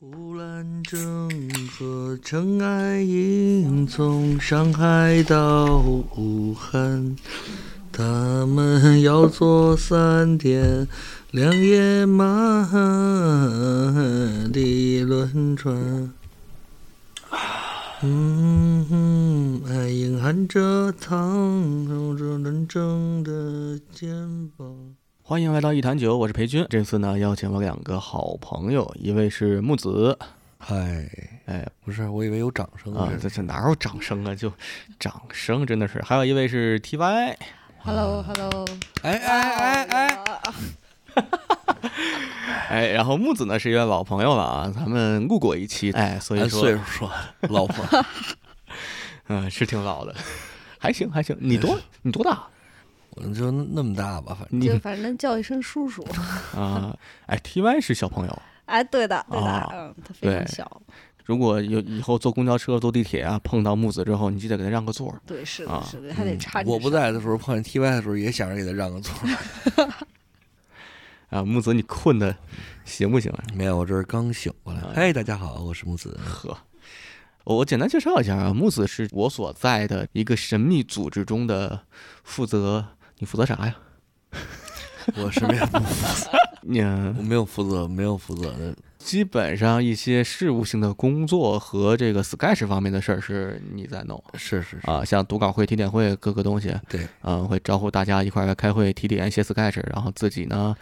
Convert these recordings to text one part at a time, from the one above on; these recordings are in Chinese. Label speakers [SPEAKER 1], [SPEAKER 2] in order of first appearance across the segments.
[SPEAKER 1] 湖蓝正和尘埃影，从上海到武汉，他们要坐三天两夜满的轮船。嗯哼，爱隐含着藏着人正的肩膀。
[SPEAKER 2] 欢迎来到一坛酒，我是裴军。这次呢，邀请了两个好朋友，一位是木子，
[SPEAKER 1] 嗨，
[SPEAKER 2] 哎
[SPEAKER 1] 不是，我以为有掌声
[SPEAKER 2] 啊，这这哪有掌声啊？就掌声真的是，还有一位是 T Y，嗯
[SPEAKER 3] Hello Hello，
[SPEAKER 1] 哎
[SPEAKER 3] 哎哎，
[SPEAKER 2] 哎，然后木子呢是一位老朋友了啊，咱们录过一期，哎，所以
[SPEAKER 1] 按
[SPEAKER 2] 说，
[SPEAKER 1] 岁数说，老婆，
[SPEAKER 2] 嗯，是挺老的， 还行还行。你
[SPEAKER 1] 哎
[SPEAKER 2] 多你多大？
[SPEAKER 1] 我就那么大吧，反正
[SPEAKER 2] 你
[SPEAKER 3] 就反正叫一声叔叔。
[SPEAKER 2] 啊，哎，T Y 是小朋友。
[SPEAKER 3] 哎，对的对
[SPEAKER 2] 啊
[SPEAKER 3] 的，嗯，他非
[SPEAKER 2] 对
[SPEAKER 3] 常小，
[SPEAKER 2] 如果有以后坐公交车、坐地铁啊，碰到木子之后，你记得给他让个座儿。
[SPEAKER 3] 对是
[SPEAKER 2] 啊
[SPEAKER 3] 的是的，还得插着
[SPEAKER 1] 我不
[SPEAKER 3] 手，
[SPEAKER 1] 在的时候碰见 T Y 的时候，也想着给他让个座儿。
[SPEAKER 2] 啊，木子，你困的行不行啊？
[SPEAKER 1] 没有，我这是刚醒过来。嗨，大家好，我是木子。
[SPEAKER 2] 呵，我简单介绍一下啊，木子是我所在的一个神秘组织中的负责，你负责啥呀？
[SPEAKER 1] 我是没有，
[SPEAKER 2] 你呃
[SPEAKER 1] 我没有负责，没有负责 的。
[SPEAKER 2] 基本上一些事务性的工作和这个 Sketch 方面的事儿是你在弄
[SPEAKER 1] 是是是，
[SPEAKER 2] 啊，像读稿会、提点会各个东西，
[SPEAKER 1] 对，
[SPEAKER 2] 嗯、会招呼大家一块儿来开会、提点、写 Sketch，然后自己呢，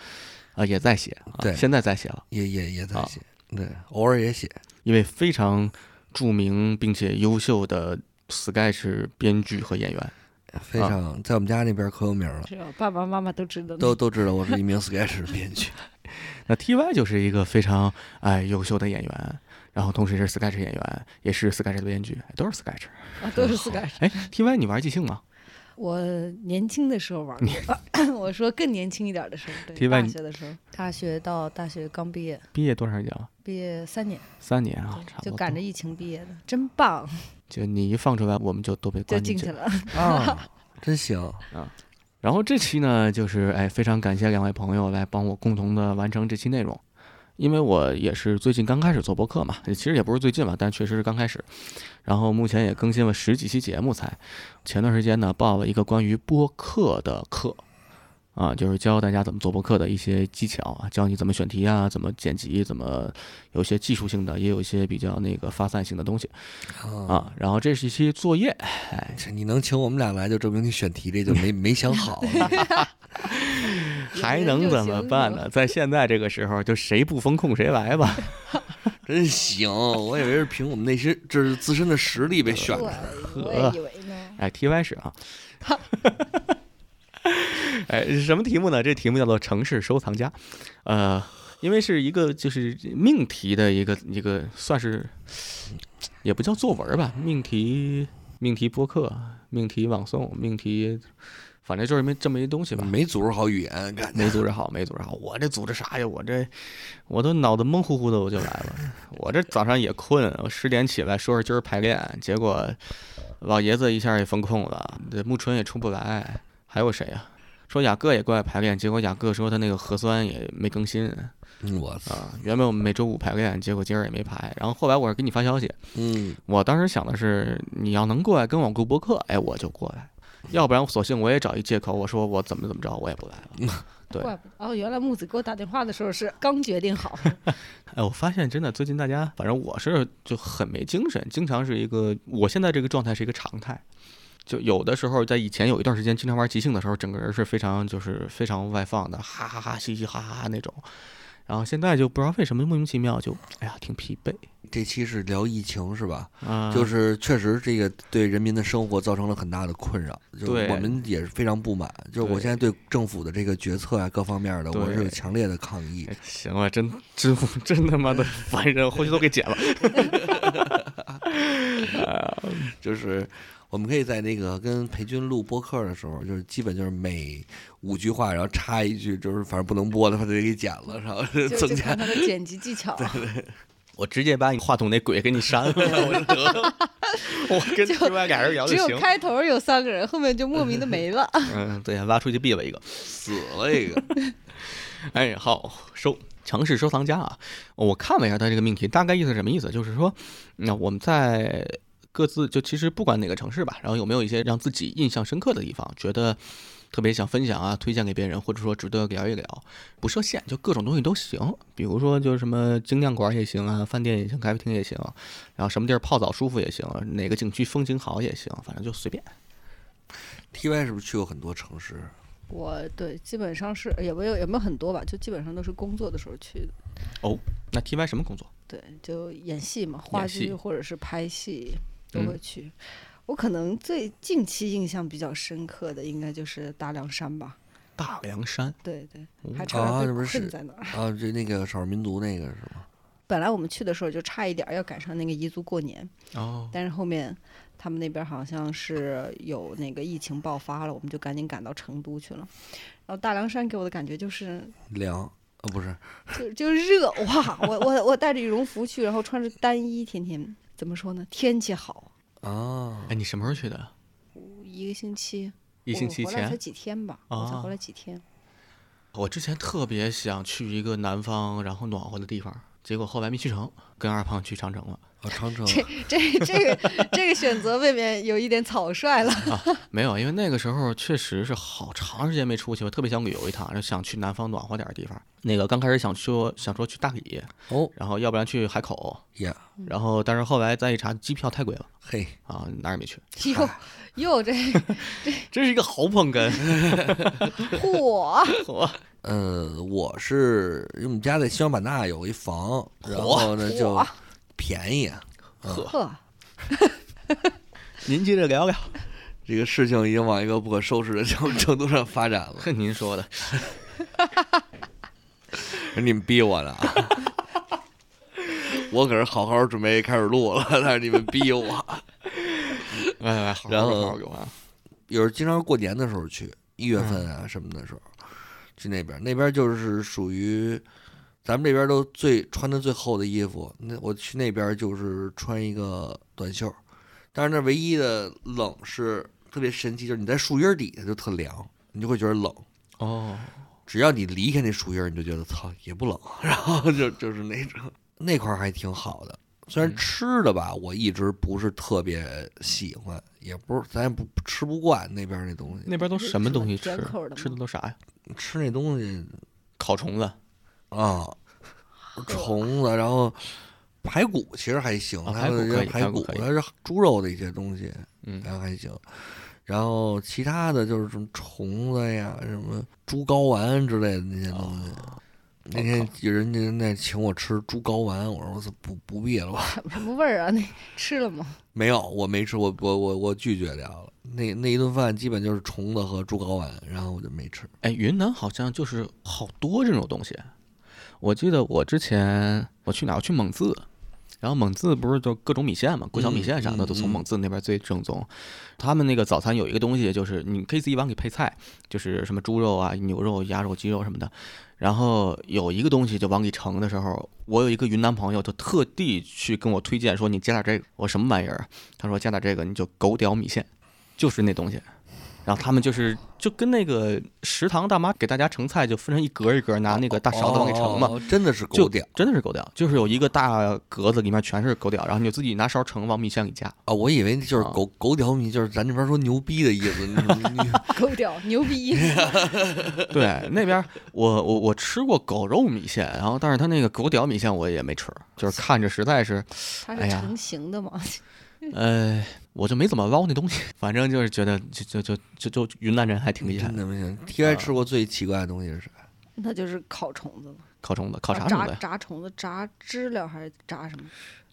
[SPEAKER 2] 啊、也在写，啊、
[SPEAKER 1] 对
[SPEAKER 2] 现在在写了，
[SPEAKER 1] 也也也在
[SPEAKER 2] 啊
[SPEAKER 1] 写，对，偶尔也写。
[SPEAKER 2] 因为非常著名并且优秀的 Sketch 编剧和演员。
[SPEAKER 1] 非常，在我们家那边可有名 了，
[SPEAKER 3] 是吧爸爸妈妈都知道。
[SPEAKER 1] 都都知道我是一名 sketch 编剧。
[SPEAKER 2] 那 T Y 就是一个非常哎优秀的演员，然后同时也是 Sketch 演员，也是 Sketch 的编剧，哎都是 Sketch。
[SPEAKER 3] 啊都是 Sketch。
[SPEAKER 2] 哎，T Y 你玩即兴吗
[SPEAKER 3] 我年轻的时候玩过， 我说更年轻一点的时候，
[SPEAKER 2] 提
[SPEAKER 3] 对，
[SPEAKER 2] 问
[SPEAKER 3] 大
[SPEAKER 2] 你
[SPEAKER 3] 学的时候，大学到大学刚毕业，
[SPEAKER 2] 毕业多长时间了？
[SPEAKER 3] 毕业三年，
[SPEAKER 2] 三年啊
[SPEAKER 3] 对，
[SPEAKER 2] 差不多。
[SPEAKER 3] 就赶着疫情毕业的，真棒，
[SPEAKER 2] 就你一放出来，我们就都被
[SPEAKER 3] 就
[SPEAKER 2] 关
[SPEAKER 3] 进
[SPEAKER 2] 进去。
[SPEAKER 3] 去了。
[SPEAKER 1] 啊， 真行！
[SPEAKER 2] 然后这期呢，就是哎，非常感谢两位朋友来帮我共同的完成这期内容，因为我也是最近刚开始做播客嘛，其实也不是最近吧，但确实是刚开始。然后目前也更新了十几期节目才。前段时间呢，报了一个关于播客的课，啊，就是教大家怎么做播客的一些技巧啊，教你怎么选题啊，怎么剪辑，怎么有一些技术性的，也有一些比较那个发散性的东西
[SPEAKER 1] 啊，
[SPEAKER 2] 啊。然后这是一期作业，
[SPEAKER 1] 这你能请我们俩来，就证明你选题这就没没想好。
[SPEAKER 2] 还能怎么办呢？在现在这个时候，就谁不风控谁来吧。
[SPEAKER 1] 真行！我以为是凭我们内心，这是自身的实力被选的。
[SPEAKER 3] 对，我也以为呢。
[SPEAKER 2] 哎，T Y 是啊。 哎，什么题目呢？这题目叫做“城市收藏家”，呃，因为是一个就是命题的一个一个，算是也不叫作文吧，命题命题播客、命题朗诵、命题，反正就是没这么一东西吧。
[SPEAKER 1] 没组织好语言，感觉
[SPEAKER 2] 没组织好，没组织好，我这组织啥呀？我这我都脑子蒙乎乎的，我就来了。我这早上也困，我十点起来说是今儿排练，结果老爷子一下也封控了，这木春也出不来，还有谁呀、说雅各也过来排练，结果雅各说他那个核酸也没更新
[SPEAKER 1] 嗯我操，
[SPEAKER 2] 啊。原本我们每周五排练，结果今儿也没排。然后后来我是给你发消息，
[SPEAKER 1] 嗯，
[SPEAKER 2] 我当时想的是，你要能过来跟我录播客，哎，我就过来；要不然，索性我也找一借口，我说我怎么怎么着，我也不来了。 对
[SPEAKER 3] 怪不得哦，原来木子给我打电话的时候是刚决定好，
[SPEAKER 2] 哎，我发现真的最近大家，反正我是就很没精神，经常是一个我现在这个状态是一个常态。就有的时候在以前有一段时间经常玩即兴的时候，整个人是非常就是非常外放的，哈哈哈嘻嘻哈哈哈那种。然后现在就不知道为什么莫名其妙就哎呀挺疲惫
[SPEAKER 1] 这期是聊疫情是吧？
[SPEAKER 2] 啊，
[SPEAKER 1] 就是确实这个对人民的生活造成了很大的困扰，就是
[SPEAKER 2] 对
[SPEAKER 1] 我们也是非常不满。就是我
[SPEAKER 2] 对
[SPEAKER 1] 现在对政府的这个决策啊各方面的，
[SPEAKER 2] 对
[SPEAKER 1] 我是有强烈的抗议。
[SPEAKER 2] 哎行了，真真真他妈的烦人，后续都给剪了。
[SPEAKER 1] 就是我们可以在那个跟裴军录播客的时候，就是基本就是每五句话，然后插一句，就是反正不能播的话就给剪了，然后
[SPEAKER 3] 就就
[SPEAKER 1] 增加
[SPEAKER 3] 看他的剪辑技 巧，
[SPEAKER 2] 我直接把你话筒那鬼给你删了，我就得了。 我跟另外俩人聊
[SPEAKER 3] 只
[SPEAKER 2] 就
[SPEAKER 3] 有
[SPEAKER 2] 行。
[SPEAKER 3] 开头有三个人，后面就莫名的没 了。
[SPEAKER 2] 嗯，对，挖出去毙了一个。
[SPEAKER 1] 死了一个。
[SPEAKER 2] 哎，好收。城市收藏家啊，我看了一下他这个命题，大概意思是什么意思？就是说，那我们在各自就其实不管哪个城市吧，然后有没有一些让自己印象深刻的地方，觉得特别想分享啊，推荐给别人，或者说值得聊一聊，不设限，就各种东西都行。比如说就是什么精酿馆也行啊，饭店也行，咖啡厅也行，然后什么地儿泡澡舒服也行，哪个景区风景好也行，反正就随便。
[SPEAKER 1] T Y 是不是去过很多城市？
[SPEAKER 3] 我对基本上是呃也没有也没有很多吧，就基本上都是工作的时候去的。
[SPEAKER 2] 那 T Y 什么工作？
[SPEAKER 3] 对，就演戏嘛，话
[SPEAKER 2] 演戏
[SPEAKER 3] 剧或者是拍戏都
[SPEAKER 2] 嗯
[SPEAKER 3] 会去。我可能最近期印象比较深刻的，应该就是大凉山吧。
[SPEAKER 2] 大凉山。
[SPEAKER 3] 对对，
[SPEAKER 2] 哦
[SPEAKER 3] 还差
[SPEAKER 1] 啊
[SPEAKER 3] 点
[SPEAKER 1] 那不
[SPEAKER 3] 被
[SPEAKER 1] 是
[SPEAKER 3] 困在那儿。
[SPEAKER 1] 啊，就那个少数民族那个是吗？
[SPEAKER 3] 本来我们去的时候就差一点儿要赶上那个彝族过年，
[SPEAKER 2] 哦，
[SPEAKER 3] 但是后面他们那边好像是有那个疫情爆发了，我们就赶紧赶到成都去了。然后大凉山给我的感觉就是
[SPEAKER 1] 凉啊，不是
[SPEAKER 3] 就就热哇！我我我带着羽绒服去，然后穿着单衣，天天怎么说呢？天气好，
[SPEAKER 1] 啊
[SPEAKER 2] 哎，，你什么时候去的？
[SPEAKER 3] 一个星期，
[SPEAKER 2] 一星期
[SPEAKER 3] 我回来才
[SPEAKER 2] 前。
[SPEAKER 3] 几天吧，我才
[SPEAKER 2] 啊
[SPEAKER 3] 回来几天。
[SPEAKER 2] 我之前特别想去一个南方，然后暖和的地方，结果后来没去成，跟二胖去长城了。
[SPEAKER 1] 啊，长城
[SPEAKER 3] 这这这个这个选择未免有一点草率了。
[SPEAKER 2] 没有，因为那个时候确实是好长时间没出去，我特别想旅游一趟，然后想去南方暖和点的地方。那个刚开始想说想说去大理，
[SPEAKER 1] 哦
[SPEAKER 2] 然后要不然去海口，
[SPEAKER 1] 呀，
[SPEAKER 2] 然后但是后来再一查，机票太贵了
[SPEAKER 1] 嘿，
[SPEAKER 2] 啊，哪儿也没去，
[SPEAKER 3] 哟哟，这
[SPEAKER 2] 真是一个好捧哏。
[SPEAKER 3] 嚯！
[SPEAKER 2] 我
[SPEAKER 1] 呃，我是因为我们家在西双版纳有一房，然
[SPEAKER 2] 火
[SPEAKER 1] 后呢就
[SPEAKER 3] 火
[SPEAKER 1] 便宜啊，
[SPEAKER 3] 呵，
[SPEAKER 2] 您接着聊聊，
[SPEAKER 1] 这个事情已经往一个不可收拾的程程度上发展了。
[SPEAKER 2] 哼，您说 的，
[SPEAKER 1] 你们逼我的啊！ 我可是好好准备开始录了，但是你们逼我。
[SPEAKER 2] 哎哎，好好
[SPEAKER 1] 然
[SPEAKER 2] 好
[SPEAKER 1] 后
[SPEAKER 2] 好好有啊，
[SPEAKER 1] 有时候经常过年的时候去，一月份啊什么的时候去那边，那边就是属于咱们这边都最穿的最厚的衣服。那我去那边就是穿一个短袖，但是那唯一的冷是特别神奇，就是你在树荫底下就特凉，你就会觉得冷。
[SPEAKER 2] 哦，
[SPEAKER 1] 只要你离开那树叶儿，你就觉得操也不冷，啊 然后就就是那种那块儿还挺好的。虽然
[SPEAKER 2] 嗯
[SPEAKER 1] 吃的吧，我一直不是特别喜欢，也不是咱也不吃不惯那边儿那东西。
[SPEAKER 2] 那边都什么东西吃
[SPEAKER 3] 甜口儿的？吗
[SPEAKER 2] 吃的都啥呀？
[SPEAKER 1] 吃那东西
[SPEAKER 2] 烤虫子，
[SPEAKER 1] 啊， 虫子，然后排骨其实还行，
[SPEAKER 2] 啊
[SPEAKER 1] 它
[SPEAKER 2] 排骨
[SPEAKER 1] 有
[SPEAKER 2] 可
[SPEAKER 1] 些
[SPEAKER 2] 以
[SPEAKER 1] 排
[SPEAKER 2] 排骨
[SPEAKER 1] 骨，
[SPEAKER 2] 可以
[SPEAKER 1] 它是猪肉的一些东西，
[SPEAKER 2] 嗯
[SPEAKER 1] 然后还行。然后其他的就是什么虫子呀、什么猪睾丸之类的那些东西。
[SPEAKER 2] 哦
[SPEAKER 1] 那天有人家那请我吃猪睾丸，我说我操不不必了吧？
[SPEAKER 3] 什么什么味儿啊？那吃了吗？
[SPEAKER 1] 没有，我没吃，我我我我拒绝掉了。那那一顿饭基本就是虫子和猪睾丸，然后我就没吃。
[SPEAKER 2] 哎，云南好像就是好多这种东西。我记得我之前我去哪儿？我去蒙自，然后蒙自不是就各种米线嘛，过桥米线啥的
[SPEAKER 1] 嗯嗯
[SPEAKER 2] 都从蒙自那边最正宗。他们那个早餐有一个东西，就是你可以自己往里配菜，就是什么猪肉啊、牛肉、鸭肉、鸡肉什么的。然后有一个东西就往里盛的时候，我有一个云南朋友就特地去跟我推荐说你加点这个，我说什么玩意儿啊？他说加点这个你就狗屌米线，就是那东西。然后他们就是就跟那个食堂大妈给大家盛菜，就分成一格一格，拿那个大勺子往里盛嘛。
[SPEAKER 1] 哦，真的是
[SPEAKER 2] 就
[SPEAKER 1] 狗屌
[SPEAKER 2] 真的是狗屌，就是有一个大格子，里面全是狗屌，然后你就自己拿勺盛往米线 里加。
[SPEAKER 1] 啊！我以为就是
[SPEAKER 2] 啊
[SPEAKER 1] 狗狗屌米，就是咱这边说牛逼的意 思。你你
[SPEAKER 3] 狗屌，牛逼！
[SPEAKER 2] 对，那边我我我吃过狗肉米线，然后但是他那个狗屌米线我也没吃，就是看着实在是，
[SPEAKER 3] 它
[SPEAKER 2] 哎
[SPEAKER 3] 是
[SPEAKER 2] 呀
[SPEAKER 3] 成型的吗？
[SPEAKER 2] 呃，我就没怎么捞那东西，反正就是觉得就就就就就云南人还挺厉害
[SPEAKER 1] 真
[SPEAKER 2] 的，啊
[SPEAKER 1] 的不行。T Y 吃过最奇怪的东西是啥？
[SPEAKER 3] 那就是烤虫子了。
[SPEAKER 2] 烤虫子、烤
[SPEAKER 3] 啊
[SPEAKER 2] 啥虫
[SPEAKER 3] 炸
[SPEAKER 2] 子呀？
[SPEAKER 3] 炸虫子，炸知了还是炸什么？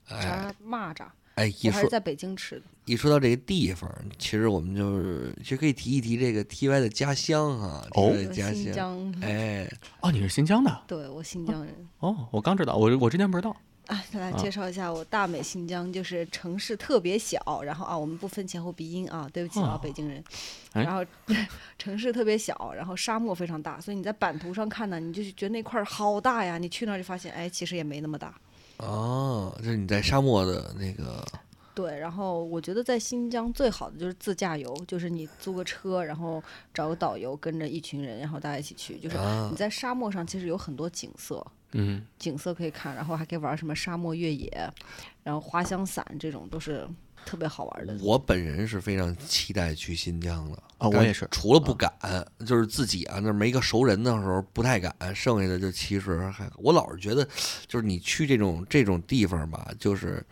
[SPEAKER 1] 哎
[SPEAKER 3] 炸蚂蚱。
[SPEAKER 1] 哎，一
[SPEAKER 3] 啊我还是
[SPEAKER 1] 说
[SPEAKER 3] 在北京吃的。
[SPEAKER 1] 一说到这个地方，其实我们就是其实可以提一提这个 T Y 的家乡哈。
[SPEAKER 2] 哦
[SPEAKER 1] TY 的家
[SPEAKER 3] 新
[SPEAKER 1] 乡，
[SPEAKER 3] 疆，
[SPEAKER 1] 哎，
[SPEAKER 2] 哦，你是新疆的
[SPEAKER 3] 对我新疆人
[SPEAKER 2] 哦，我刚知道，我我之前不知道。
[SPEAKER 3] 啊，来
[SPEAKER 2] 啊
[SPEAKER 3] 介绍一下我大美新疆，就是城市特别小，然后啊，我们不分前后鼻音啊，对不起啊
[SPEAKER 2] 哦，
[SPEAKER 3] 北京人。
[SPEAKER 2] 哎
[SPEAKER 3] 然后城市特别小，然后沙漠非常大，所以你在版图上看呢，你就觉得那块儿好大呀，你去那儿就发现，哎，其实也没那么大。
[SPEAKER 1] 哦，就是你在沙漠的那个
[SPEAKER 3] 对，然后我觉得在新疆最好的就是自驾游，就是你租个车，然后找个导游，跟着一群人，然后大家一起去。就是
[SPEAKER 1] 啊
[SPEAKER 3] 你在沙漠上其实有很多景色，
[SPEAKER 2] 嗯，
[SPEAKER 3] 景色可以看，然后还可以玩什么沙漠越野，然后滑翔伞这种都是特别好玩的。
[SPEAKER 1] 我本人是非常期待去新疆的
[SPEAKER 2] 啊我
[SPEAKER 1] 但
[SPEAKER 2] 也是
[SPEAKER 1] 除了不敢，就是自己啊那没个熟人的时候不太敢，剩下的就其实还我老是觉得，就是你去这种这种地方吧，就是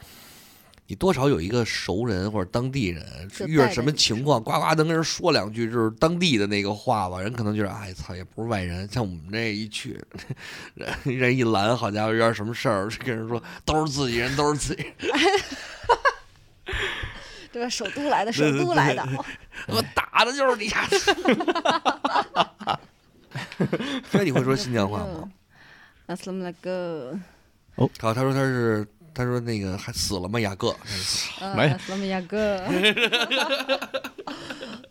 [SPEAKER 1] 你多少有一个熟人或者当地人
[SPEAKER 3] 就，
[SPEAKER 1] 遇到
[SPEAKER 3] 带着
[SPEAKER 1] 什么
[SPEAKER 3] 你
[SPEAKER 1] 情况，呱呱能跟人说两句，就是当地的那个话吧，人可能觉得哎操也不是外人，像我们这一去， 人人一拦，好家伙，有点什么事儿，就跟人说都是自己人，都是自己人。
[SPEAKER 3] 对吧？首都来的，首都来的， 哦
[SPEAKER 1] 我打的就是你 家。那你会说新疆话吗？
[SPEAKER 3] 嗯，Assalamu alaikum，
[SPEAKER 1] 好，他说他是，他说那个还死了吗？雅各，
[SPEAKER 3] 嗯
[SPEAKER 2] 没
[SPEAKER 3] ，Assalamu alaikum。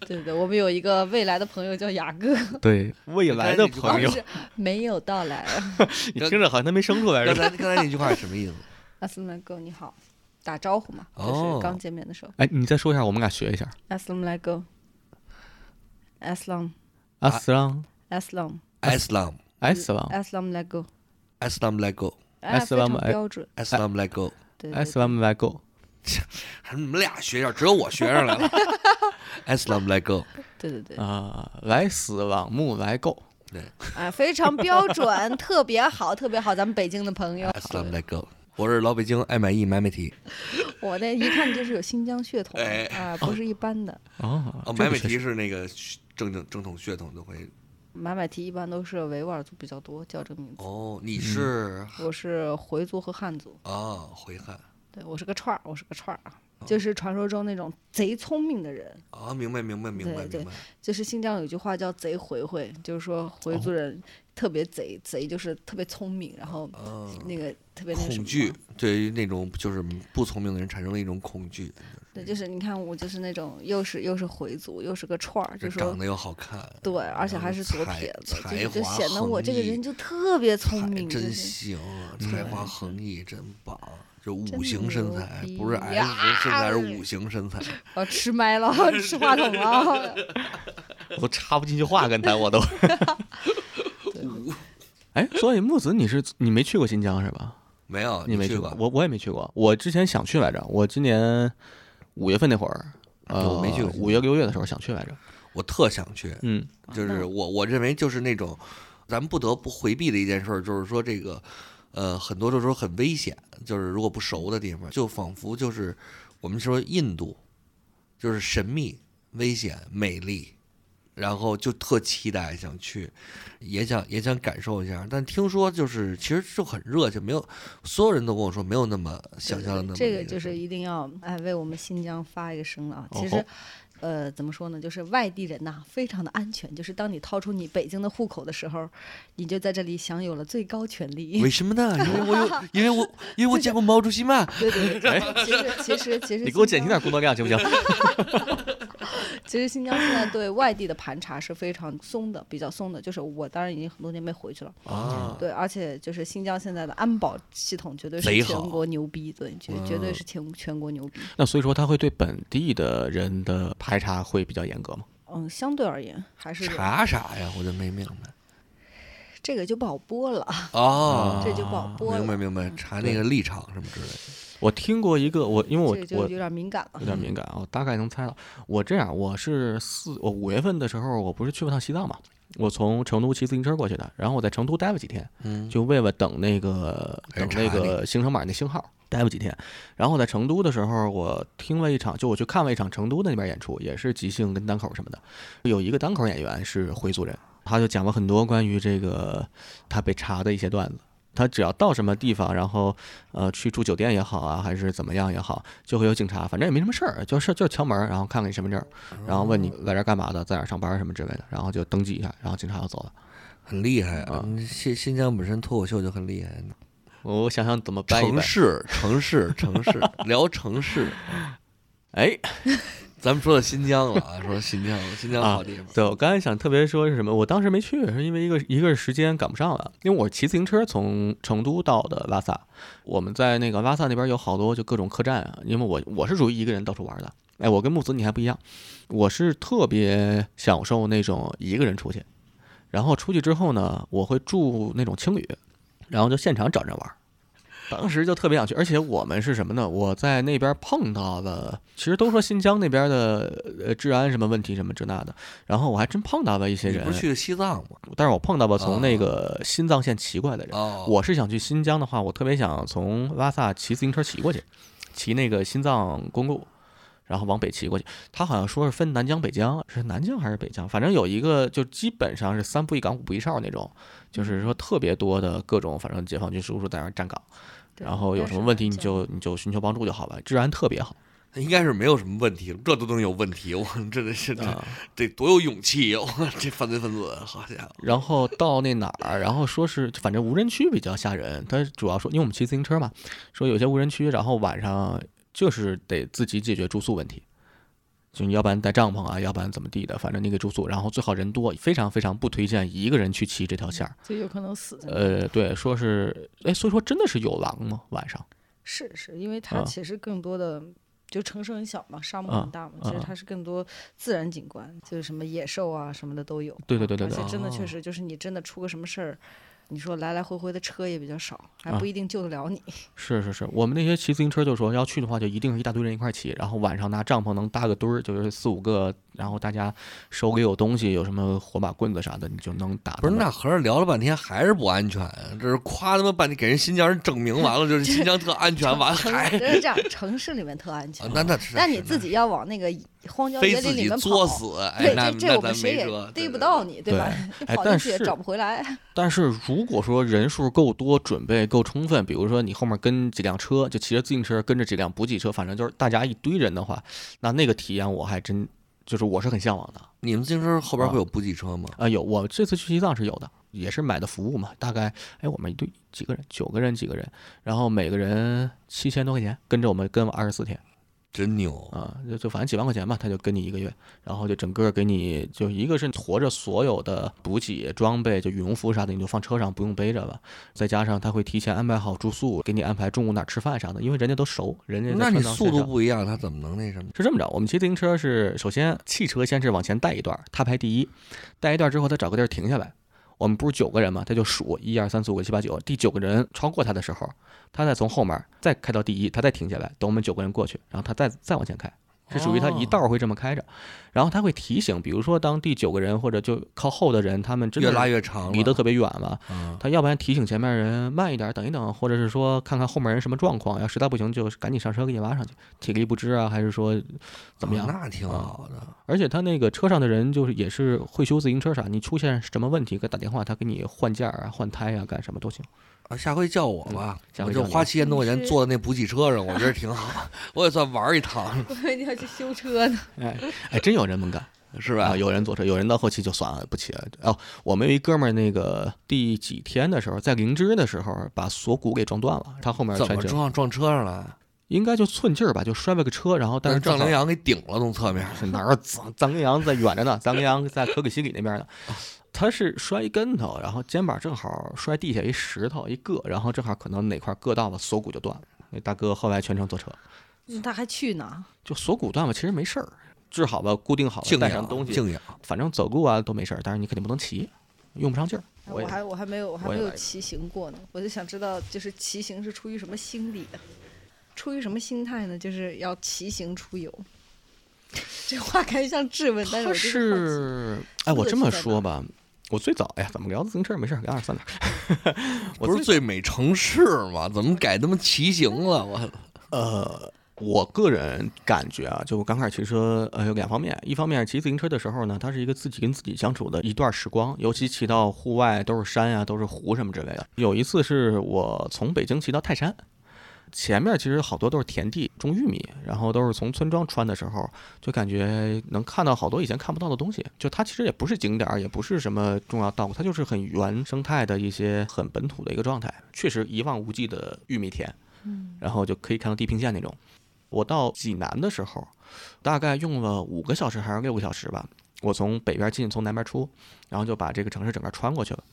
[SPEAKER 3] 对对，我们有一个未来的朋友叫雅各，
[SPEAKER 2] 对，未来的朋友
[SPEAKER 3] 哦，是没有到来。
[SPEAKER 2] 你听着好像他没生出来
[SPEAKER 1] 刚
[SPEAKER 2] 似的。
[SPEAKER 1] 才刚才那句话是什么 意思？
[SPEAKER 3] Assalamu alaikum，你好，打招呼嘛，就
[SPEAKER 1] 哦
[SPEAKER 3] 是刚见面的时候。
[SPEAKER 2] 哎，你再说一下，我们俩学一下。
[SPEAKER 3] Assalamu alaikum，Aslam。
[SPEAKER 2] 阿斯朗，
[SPEAKER 3] Aslam
[SPEAKER 1] Islam,
[SPEAKER 2] 阿斯
[SPEAKER 1] 哦
[SPEAKER 2] 朗，
[SPEAKER 3] Aslam let go，
[SPEAKER 1] Islam let go,
[SPEAKER 3] 哎，非
[SPEAKER 2] Aslam
[SPEAKER 3] 常标准，
[SPEAKER 1] Islam let go。
[SPEAKER 3] 对
[SPEAKER 2] 阿
[SPEAKER 3] 对
[SPEAKER 2] 斯朗来 go。
[SPEAKER 1] 还你们俩学上，只有我学上来了。Islam let go。
[SPEAKER 3] 对对对，
[SPEAKER 2] 啊，来死往木来 go。
[SPEAKER 3] 哎，非常标准，特别好，特别好，咱们北京的朋友，
[SPEAKER 1] Islam let go。我是老北京，爱买艺，买买提。
[SPEAKER 3] 我那一看就是有新疆血统
[SPEAKER 1] 哎
[SPEAKER 3] 啊，不是一般的。
[SPEAKER 2] 哦
[SPEAKER 1] 哦，
[SPEAKER 2] 这
[SPEAKER 1] 买
[SPEAKER 2] 个
[SPEAKER 1] 买
[SPEAKER 2] 确
[SPEAKER 1] 提
[SPEAKER 2] 实
[SPEAKER 1] 是那个正正正统血统的会。
[SPEAKER 3] 买买提一般都是维吾尔族比较多叫这个名字，
[SPEAKER 1] 哦，你是
[SPEAKER 3] 我是回族和汉族，
[SPEAKER 1] 啊，回汉
[SPEAKER 3] 对我是个串儿，我是个串儿啊，就是传说中那种贼聪明的人。
[SPEAKER 1] 啊，明白明白明白
[SPEAKER 3] 对对
[SPEAKER 1] 明白。
[SPEAKER 3] 就是新疆有一句话叫“贼回回”，就是说回
[SPEAKER 1] 哦
[SPEAKER 3] 族人特别贼，贼就是特别聪明，然后
[SPEAKER 1] 嗯。
[SPEAKER 3] 那个特别那个什
[SPEAKER 1] 恐
[SPEAKER 3] 么
[SPEAKER 1] 惧
[SPEAKER 3] 嘛，
[SPEAKER 1] 对于那种就是不聪明的人产生了一种恐惧。
[SPEAKER 3] 对，就是你看我就是那种又是又是回族，又是个串儿，
[SPEAKER 1] 这
[SPEAKER 3] 就
[SPEAKER 1] 长
[SPEAKER 3] 说
[SPEAKER 1] 得又好看，
[SPEAKER 3] 对，而且
[SPEAKER 1] 然后
[SPEAKER 3] 还是左
[SPEAKER 1] 才
[SPEAKER 3] 撇子，
[SPEAKER 1] 才
[SPEAKER 3] 就是就
[SPEAKER 1] 华
[SPEAKER 3] 显得我
[SPEAKER 1] 横
[SPEAKER 3] 这个
[SPEAKER 1] 溢
[SPEAKER 3] 人就特别聪
[SPEAKER 1] 才
[SPEAKER 3] 明，就
[SPEAKER 1] 真
[SPEAKER 3] 是
[SPEAKER 1] 行啊，才华横溢，真棒！就五
[SPEAKER 3] 真
[SPEAKER 1] 行身材
[SPEAKER 3] 牛，
[SPEAKER 1] 不是
[SPEAKER 3] 逼
[SPEAKER 1] S 型身材，是五行身材。
[SPEAKER 3] 哦，吃 麦了，吃话筒了，
[SPEAKER 2] 我都插不进去话，跟他我都。
[SPEAKER 3] 对
[SPEAKER 2] 哎，所以木子，你是你没去过新疆是吧？
[SPEAKER 1] 没有，
[SPEAKER 2] 你没
[SPEAKER 1] 啊去
[SPEAKER 2] 去
[SPEAKER 1] 过？
[SPEAKER 2] 我我也没去过。我之前想去来着，我今年五月份那会儿，呃，
[SPEAKER 1] 我哦没去过
[SPEAKER 2] 五月六月的时候想去来着。
[SPEAKER 1] 我特想去，
[SPEAKER 2] 嗯，
[SPEAKER 3] 啊
[SPEAKER 1] 就是我我认为就是那种，咱们不得不回避的一件事儿，就是说这个，呃，很多的时候很危险，就是如果不熟的地方，就仿佛就是我们说印度，就是神秘、危险、美丽，然后就特期待想去，也想也想感受一下，但听说就是其实就很热情，没有所有人都跟我说没有那么想象的那么
[SPEAKER 3] 这
[SPEAKER 1] 那
[SPEAKER 3] 个就是
[SPEAKER 1] 什么
[SPEAKER 3] 一定要哎为我们新疆发一个声了啊！其
[SPEAKER 2] 哦
[SPEAKER 3] 实
[SPEAKER 2] 吼，
[SPEAKER 3] 呃，怎么说呢，就是外地人呐、非常的安全，就是当你掏出你北京的户口的时候，你就在这里享有了最高权利。
[SPEAKER 1] 为什么呢？因为我有，因为我因为我见过毛主席嘛。
[SPEAKER 3] 对对
[SPEAKER 1] 哎
[SPEAKER 3] 对，其实其实其实
[SPEAKER 2] 你给我
[SPEAKER 3] 新
[SPEAKER 2] 减轻
[SPEAKER 3] 疆
[SPEAKER 2] 点工作量行不 行？
[SPEAKER 1] 啊
[SPEAKER 3] 其实新疆现在对外地的盘查是非常松的，比较松的。就是我当然已经很多年没回去了，
[SPEAKER 1] 啊，
[SPEAKER 3] 对，而且就是新疆现在的安保系统绝对是
[SPEAKER 1] 贼
[SPEAKER 3] 全
[SPEAKER 1] 好嗯
[SPEAKER 3] 国牛逼，对，绝绝对是全全国牛逼。
[SPEAKER 2] 那所以说，他会对本地的人的排查会比较严格吗？
[SPEAKER 3] 嗯，相对而言还是
[SPEAKER 1] 查啥呀？我就没明白。
[SPEAKER 3] 这个就不好播了，
[SPEAKER 2] 啊
[SPEAKER 1] 哦，
[SPEAKER 3] 这就不好播
[SPEAKER 1] 明白
[SPEAKER 3] 了，
[SPEAKER 1] 明白，查那个立场什么之类的。
[SPEAKER 2] 我听过一个，我因为我
[SPEAKER 3] 这个就
[SPEAKER 2] 我
[SPEAKER 3] 有点敏感了
[SPEAKER 2] 有。点敏感啊，我大概能猜到。我这样，我是四，我五月份的时候，我不是去了趟西藏嘛，我从成都骑自行车过去的，然后我在成都待了几天，
[SPEAKER 1] 嗯，
[SPEAKER 2] 就为了等那个
[SPEAKER 1] 人
[SPEAKER 2] 等那
[SPEAKER 1] 查
[SPEAKER 2] 个行程码那星号，待了几天。然后在成都的时候，我听了一场，就我去看了一场成都的那边演出，也是即兴跟单口什么的。有一个单口演员是回族人，他就讲了很多关于这个他被查的一些段子。他只要到什么地方，然后呃去住酒店也好啊，还是怎么样也好，就会有警察，反正也没什么事儿，就是就是敲门，然后看看你身份证，然后问你来这儿干嘛的，在哪儿上班什么之类的，然后就登记一下，然后警察就走了。
[SPEAKER 1] 很厉害啊！新新疆本身脱口秀就很厉害，
[SPEAKER 2] 我想想怎么办一
[SPEAKER 1] 城
[SPEAKER 2] 办。
[SPEAKER 1] 市城市城市聊城市，
[SPEAKER 2] 哎，
[SPEAKER 1] 咱们说到新疆了啊，说新疆新疆好地方。
[SPEAKER 2] 对，我刚才想特别说是什么？我当时没去，是因为一个一个是时间赶不上了，因为我骑自行车从成都到的拉萨。我们在那个拉萨那边有好多就各种客栈啊，因为我我是属于一个人到处玩的。哎，我跟木子你还不一样，我是特别享受那种一个人出去，然后出去之后呢，我会住那种青旅。然后就现场找人玩儿。当时就特别想去，而且我们是什么呢？我在那边碰到了，其实都说新疆那边的呃治安什么问题什么这那的，然后我还真碰到了一些
[SPEAKER 1] 你
[SPEAKER 2] 人
[SPEAKER 1] 不，是去西藏吗？
[SPEAKER 2] 但是我碰到了从那
[SPEAKER 1] 啊
[SPEAKER 2] 个新藏线骑过来的人。
[SPEAKER 1] 哦，
[SPEAKER 2] 我是想去新疆的话，我特别想从拉萨骑自行车骑过去，骑那个新藏公路，然后往北骑过去。他好像说是分南疆、北疆，是南疆还是北疆？反正有一个就基本上是三步一岗、五步一哨那种，就是说特别多的各种，反正解放军叔叔在那儿站岗，
[SPEAKER 3] 对
[SPEAKER 2] 然后
[SPEAKER 3] 应
[SPEAKER 2] 有
[SPEAKER 3] 该
[SPEAKER 2] 什么
[SPEAKER 3] 是
[SPEAKER 2] 问题
[SPEAKER 3] 南
[SPEAKER 2] 你
[SPEAKER 3] 疆
[SPEAKER 2] 就你就寻求帮助就好了，治安特别好
[SPEAKER 1] 应该是没有什么问题了，这都能有问题？我真的是这
[SPEAKER 2] 啊。
[SPEAKER 1] 得多有勇气呀！我 这犯罪分子，好家伙，
[SPEAKER 2] 然后到那哪儿，然后说是反正无人区比较吓人，他主要说因为我们骑自行车嘛，说有些无人区，然后晚上就是得自己解决住宿问题，就你要不然带帐篷啊，要不然怎么地的，反正你给住宿，然后最好人多，非常非常不推荐一个人去骑这条线儿。
[SPEAKER 3] 所以有可能死。
[SPEAKER 2] 呃，对，说是，哎，所以说真的是有狼吗？晚上
[SPEAKER 3] 是是，因为它
[SPEAKER 2] 啊
[SPEAKER 3] 其实更多的。就城市很小嘛，沙漠
[SPEAKER 2] 啊
[SPEAKER 3] 很大嘛，
[SPEAKER 2] 啊
[SPEAKER 3] 其实
[SPEAKER 2] 啊
[SPEAKER 3] 它是更多自然景观，就是什么野兽啊什么的都有。
[SPEAKER 2] 对对对对
[SPEAKER 3] 而
[SPEAKER 2] 对
[SPEAKER 3] 且真的
[SPEAKER 1] 哦
[SPEAKER 3] 确实就是你真的出个什么事儿，你说来来回回的车也比较少，还
[SPEAKER 2] 啊
[SPEAKER 3] 不一定救得了你。
[SPEAKER 2] 是是是，我们那些骑自行车就说要去的话，就一定是一大堆人一块儿骑，然后晚上拿帐篷能搭个堆儿，就是四五个，然后大家手里有东西，有什么火把棍子啥的，你就能打他
[SPEAKER 1] 不
[SPEAKER 2] 们。
[SPEAKER 1] 是那合着聊了半天还是不安全，这是夸他妈半天给人新疆人证明完了，就是新疆特安全，
[SPEAKER 2] 啊
[SPEAKER 1] 完了
[SPEAKER 3] 城
[SPEAKER 1] 还
[SPEAKER 3] 真是这样，城市里面特安全
[SPEAKER 2] 嗯
[SPEAKER 1] 啊，那那是
[SPEAKER 3] 但你自己要往那个荒郊
[SPEAKER 1] 非
[SPEAKER 3] 野
[SPEAKER 1] 自
[SPEAKER 3] 岭里
[SPEAKER 1] 己
[SPEAKER 3] 面
[SPEAKER 1] 作
[SPEAKER 3] 跑，
[SPEAKER 1] 死，哎
[SPEAKER 3] 对，，
[SPEAKER 1] 那
[SPEAKER 3] 这这
[SPEAKER 1] 那
[SPEAKER 3] 我们
[SPEAKER 1] 咱
[SPEAKER 3] 谁
[SPEAKER 1] 没
[SPEAKER 3] 也
[SPEAKER 1] 辙，
[SPEAKER 3] 逮不到你，对吧？你
[SPEAKER 2] 哎
[SPEAKER 3] 跑进
[SPEAKER 2] 但
[SPEAKER 3] 去也
[SPEAKER 2] 是
[SPEAKER 3] 找不回来。
[SPEAKER 2] 但是如果说人数够多，准备够充分，比如说你后面跟几辆车，就骑着自行车跟着几辆补给车，反正就是大家一堆人的话，那那个体验我还真就是我是很向往的。
[SPEAKER 1] 你们自行车后边会有补给车吗？
[SPEAKER 2] 啊，有，我这次去西藏是有的，也是买的服务嘛，大概哎，我们一队几个人，九个人，几个人，然后每个人七千多块钱，跟着我们跟了二十四天
[SPEAKER 1] 真牛！
[SPEAKER 2] 啊，就就反正几万块钱吧，他就跟你一个月，然后就整个给你就一个是驮着所有的补给装备，就羽绒服啥的，你就放车上不用背着了，再加上他会提前安排好住宿，给你安排中午哪儿吃饭啥的，因为人家都熟，人家在
[SPEAKER 1] 那你
[SPEAKER 2] 川藏
[SPEAKER 1] 速
[SPEAKER 2] 线
[SPEAKER 1] 度
[SPEAKER 2] 上
[SPEAKER 1] 不一样，他怎么能那什么？
[SPEAKER 2] 是这么着，我们骑自行车是首先汽车先是往前带一段，他排第一，带一段之后他找个地儿停下来。我们不是九个人嘛，他就数一二三四五六七八九，第九个人超过他的时候，他再从后面再开到第一，他再停下来，等我们九个人过去，然后他再再往前开，是属
[SPEAKER 3] 哦
[SPEAKER 2] 于他一道儿会这么开着，然后他会提醒，比如说当第九个人或者就靠后的人，他们真的
[SPEAKER 1] 越拉
[SPEAKER 2] 越
[SPEAKER 1] 越长了，
[SPEAKER 2] 离得特别远了，
[SPEAKER 1] 啊
[SPEAKER 2] 他要不然提醒前面人慢一点，等一等，或者是说看看后面人什么状况，要实在不行就赶紧上车给你拉上去，体力不支啊，还是说怎么样？
[SPEAKER 1] 啊
[SPEAKER 2] 啊
[SPEAKER 1] 那挺好的，
[SPEAKER 2] 而且他那个车上的人就是也是会修自行车啥，你出现什么问题给打电话，他给你换件儿啊、换胎啊，干什么都行。
[SPEAKER 1] 啊，下回叫我吧，
[SPEAKER 2] 嗯下
[SPEAKER 1] 我
[SPEAKER 2] 回
[SPEAKER 1] 就
[SPEAKER 2] 叫你
[SPEAKER 1] 花七千多块钱
[SPEAKER 3] 你是
[SPEAKER 1] 坐在那补给车上，我觉得挺好，我也算玩一 趟，
[SPEAKER 3] 我一定要去修车呢。
[SPEAKER 2] 哎 哎，真有人能干
[SPEAKER 1] 是
[SPEAKER 2] 啊！
[SPEAKER 1] 吧？
[SPEAKER 2] 有人坐车，有人到后期就算了，不骑了。哦，我们有一哥们儿，那个第几天的时候，在灵芝的时候把锁骨给撞断了，他后面
[SPEAKER 1] 怎
[SPEAKER 2] 全
[SPEAKER 1] 么
[SPEAKER 2] 程
[SPEAKER 1] 撞撞车上了？
[SPEAKER 2] 应该就寸劲儿吧，就摔了个车，然后
[SPEAKER 1] 但
[SPEAKER 2] 但是
[SPEAKER 1] 是
[SPEAKER 2] 正
[SPEAKER 1] 藏
[SPEAKER 2] 好
[SPEAKER 1] 羚羊给顶了，从侧面。
[SPEAKER 2] 是哪儿藏藏羚羊在远着呢，藏羚羊在可可西里那边呢。
[SPEAKER 1] 哦
[SPEAKER 2] 他是摔一跟头，然后肩膀正好摔地下一石头一硌，然后正好可能哪块硌到了，锁骨就断了。那大哥后来全程坐车，
[SPEAKER 3] 嗯他还去呢？
[SPEAKER 2] 就锁骨断了，其实没事儿，治好了，固定好了，
[SPEAKER 1] 静
[SPEAKER 2] 带
[SPEAKER 1] 养
[SPEAKER 2] 上东西，
[SPEAKER 1] 静养。
[SPEAKER 2] 反正走路啊都没事儿，但是你肯定不能骑，用不上劲儿。
[SPEAKER 3] 哎
[SPEAKER 2] 我也
[SPEAKER 3] 我还我还没有我还
[SPEAKER 2] 我也
[SPEAKER 3] 没
[SPEAKER 2] 来
[SPEAKER 3] 有
[SPEAKER 2] 一个
[SPEAKER 3] 骑行过呢，我就想知道，就是骑行是出于什么心理的，出于什么心态呢？就是要骑行出游。 这话感觉像质问，
[SPEAKER 2] 他
[SPEAKER 3] 但是我就是好奇
[SPEAKER 2] 是，哎，我这么说吧，我最早，哎呀，怎么聊自行车？没事儿，聊点儿算点儿。 我
[SPEAKER 1] 不是
[SPEAKER 2] 最
[SPEAKER 1] 最美城市吗？怎么改他妈骑行了？ 我
[SPEAKER 2] 呃，我个人感觉啊，就我刚开始骑车，呃，有两方面，一方面骑自行车的时候呢，它是一个自己跟自己相处的一段时光，尤其骑到户外都是山啊，都是湖什么之类的。有一次是我从北京骑到泰山。前面其实好多都是田地，种玉米，然后都是从村庄穿的时候，就感觉能看到好多以前看不到的东西。就它其实也不是景点儿，也不是什么重要道路，它就是很原生态的一些很本土的一个状态，确实一望无际的玉米田。然后就可以看到地平线那种。我到济南的时候，大概用了五个小时还是六个小时吧。我从北边进，从南边出，然后就把这个城市整个穿过去了。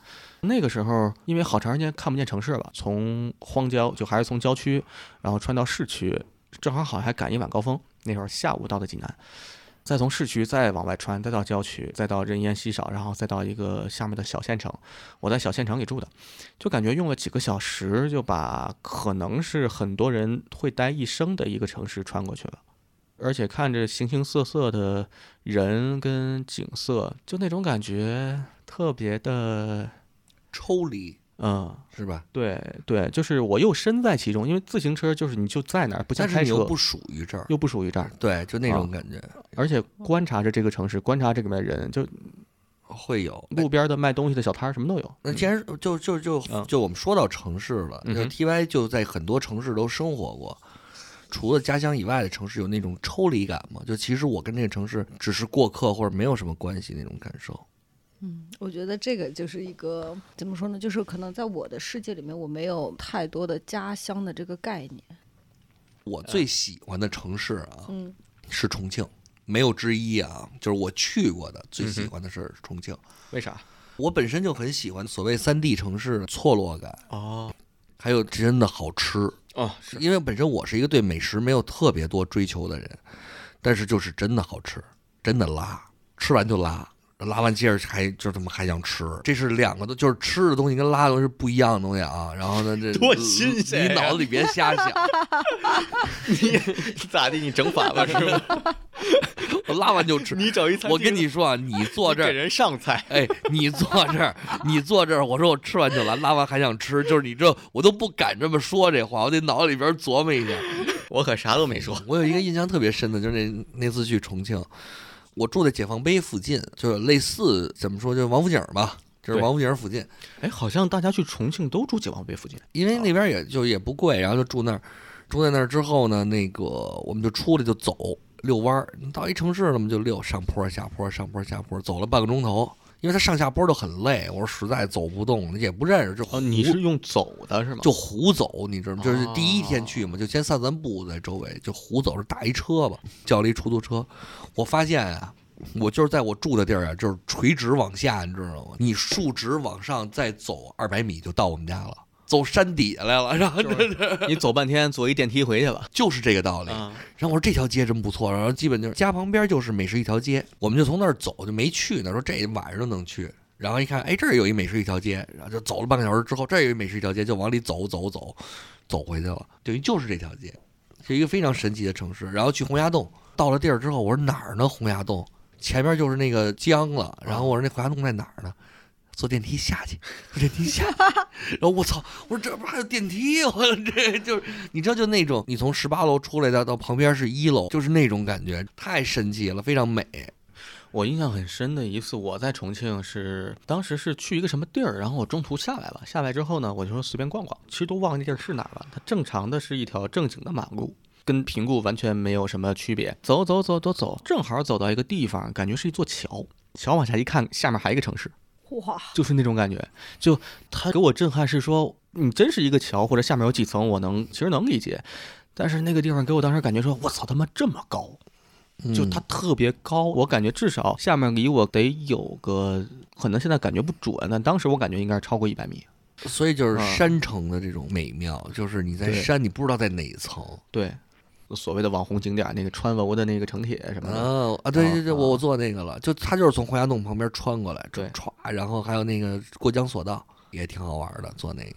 [SPEAKER 2] 那个时候，因为好长时间看不见城市了，从荒郊就还是从郊区，然后穿到市区，正好好像还赶一晚高峰。那时候下午到的济南，再从市区再往外穿，再到郊区，再到人烟稀少，然后再到一个下面的小县城。我在小县城里住的，就感觉用了几个小时就把可能是很多人会待一生的一个城市穿过去了，而且看着形形色色的人跟景色，就那种感觉特别的，
[SPEAKER 1] 抽离
[SPEAKER 2] 嗯。
[SPEAKER 1] 是吧？
[SPEAKER 2] 对对，就是我又身在其中，因为自行车就是你就在那儿，不像
[SPEAKER 1] 但是
[SPEAKER 2] 开
[SPEAKER 1] 你
[SPEAKER 2] 车
[SPEAKER 1] 又不嗯属于这儿，
[SPEAKER 2] 又不属于这儿，
[SPEAKER 1] 对，就那种
[SPEAKER 2] 啊
[SPEAKER 1] 感觉
[SPEAKER 2] 而且观察着这个城市，观察这里面人，就
[SPEAKER 1] 会有。哎
[SPEAKER 2] 路边的卖东西的小摊儿什么都有。
[SPEAKER 1] 那既然就就就
[SPEAKER 2] 嗯
[SPEAKER 1] 就我们说到城市了，
[SPEAKER 2] 嗯
[SPEAKER 1] 就
[SPEAKER 2] 哼
[SPEAKER 1] T Y 就在很多城市都生活过，除了家乡以外的城市有那种抽离感吗？就其实我跟这个城市只是过客或者没有什么关系那种感受。
[SPEAKER 3] 我觉得这个就是一个怎么说呢？就是可能在我的世界里面，我没有太多的家乡的这个概念。
[SPEAKER 1] 我
[SPEAKER 2] 嗯
[SPEAKER 1] 最喜欢的城市啊，
[SPEAKER 3] 嗯
[SPEAKER 1] 是重庆，没有之一啊，就是我去过的
[SPEAKER 2] 嗯
[SPEAKER 1] 最喜欢的是重庆。
[SPEAKER 2] 为啥？
[SPEAKER 1] 我本身就很喜欢所谓三 D 城市的错落感，
[SPEAKER 2] 哦
[SPEAKER 1] 还有真的好吃。
[SPEAKER 2] 哦， 是
[SPEAKER 1] 因为本身我是一个对美食没有特别多追求的人，但是就是真的好吃，真的拉，吃完就拉，拉完接着还就他妈还想吃，这是两个都就是吃的东西跟拉的东西是不一样的东西啊。然后呢，这
[SPEAKER 2] 多新鲜呀
[SPEAKER 1] 你脑子里别瞎想，
[SPEAKER 2] 咋的？你整反了是 吗？
[SPEAKER 1] 我拉完就吃。
[SPEAKER 2] 找一
[SPEAKER 1] 我跟你说啊，你坐这儿
[SPEAKER 2] 人上菜，
[SPEAKER 1] 哎，你坐这儿，你坐这儿。我说我吃完就来，拉完还想吃，就是你这我都不敢这么说这话，我得脑子里边琢磨一下。
[SPEAKER 2] 我可啥都没说。
[SPEAKER 1] 我有一个印象特别深的，就是那那次去重庆，我住在解放碑附近，就是类似怎么说，就是王府井吧，就是
[SPEAKER 2] 对
[SPEAKER 1] 王府井附近，
[SPEAKER 2] 哎，好像大家去重庆都住解放碑附近。
[SPEAKER 1] 因为那边也就也不贵，然后就住那儿。住在那儿之后呢，那个我们就出来就走遛弯儿，到一城市了我们就遛，上坡下坡上坡下坡，走了半个钟头。因为它上下坡都很累，我说实在走不动了，也不认识，就
[SPEAKER 2] 哦，你
[SPEAKER 1] 胡
[SPEAKER 2] 是用走的是吗？
[SPEAKER 1] 就胡走，你知道吗？就是
[SPEAKER 2] 哦
[SPEAKER 1] 第一天去嘛，就先散散步，在周围就胡走，是打一车吧，叫了一出租车。我发现啊，我就是在我住的地儿啊，就是垂直往下，你知道吗？你竖直往上再走二百米就到我们家了，走山底下来了，然后就是
[SPEAKER 2] 你走半天，坐一电梯回去吧。
[SPEAKER 1] 就是这个道理。
[SPEAKER 2] 啊，
[SPEAKER 1] 然后我说这条街真不错，然后基本就是家旁边就是美食一条街，我们就从那儿走，就没去呢。说这晚上都能去，然后一看，哎，这儿有一美食一条街，然后就走了半个小时之后，这儿有一美食一条街，就往里走走走，走回去了，等于就是这条街，是一个非常神奇的城市。然后去洪崖洞，到了地儿之后，我说哪儿呢？洪崖洞前面就是那个江了，然后我说那洪崖洞在哪儿呢？坐电梯下去，坐电梯下去， 然后我操！我说这不还有电梯？ 我这就是你知道，就那种你从十八楼出来的，到旁边是一楼，就是那种感觉，太神奇了，非常美。
[SPEAKER 2] 我印象很深的一次，我在重庆是当时是去一个什么地儿，然后我中途下来了，下来之后呢，我就说随便逛逛，其实都忘了那地儿是哪儿了。它正常的是一条正经的马路，跟平谷完全没有什么区别。走走走走走，正好走到一个地方，感觉是一座桥，桥往下一看，下面还一个城市，
[SPEAKER 3] 哇，
[SPEAKER 2] 就是那种感觉。就它给我震撼是说，你真是一个桥，或者下面有几层，我能其实能理解，但是那个地方给我当时感觉说，我操他妈这么高，
[SPEAKER 1] 嗯
[SPEAKER 2] 就它特别高，我感觉至少下面离我得有个，可能现在感觉不准，但当时我感觉应该是超过一百米。
[SPEAKER 1] 所以就是
[SPEAKER 2] 啊
[SPEAKER 1] 山城的这种美妙，就是你在
[SPEAKER 2] 对
[SPEAKER 1] 山，你不知道在哪一层。
[SPEAKER 2] 对，所谓的网红景点，那个川楼的那个城铁什么的，
[SPEAKER 1] 哦啊，对
[SPEAKER 2] 啊
[SPEAKER 1] 对对，
[SPEAKER 2] 啊
[SPEAKER 1] 我我坐那个了，就他就是从洪崖洞旁边穿过来，
[SPEAKER 2] 对
[SPEAKER 1] 歘，然后还有那个过江索道也挺好玩的，坐那个。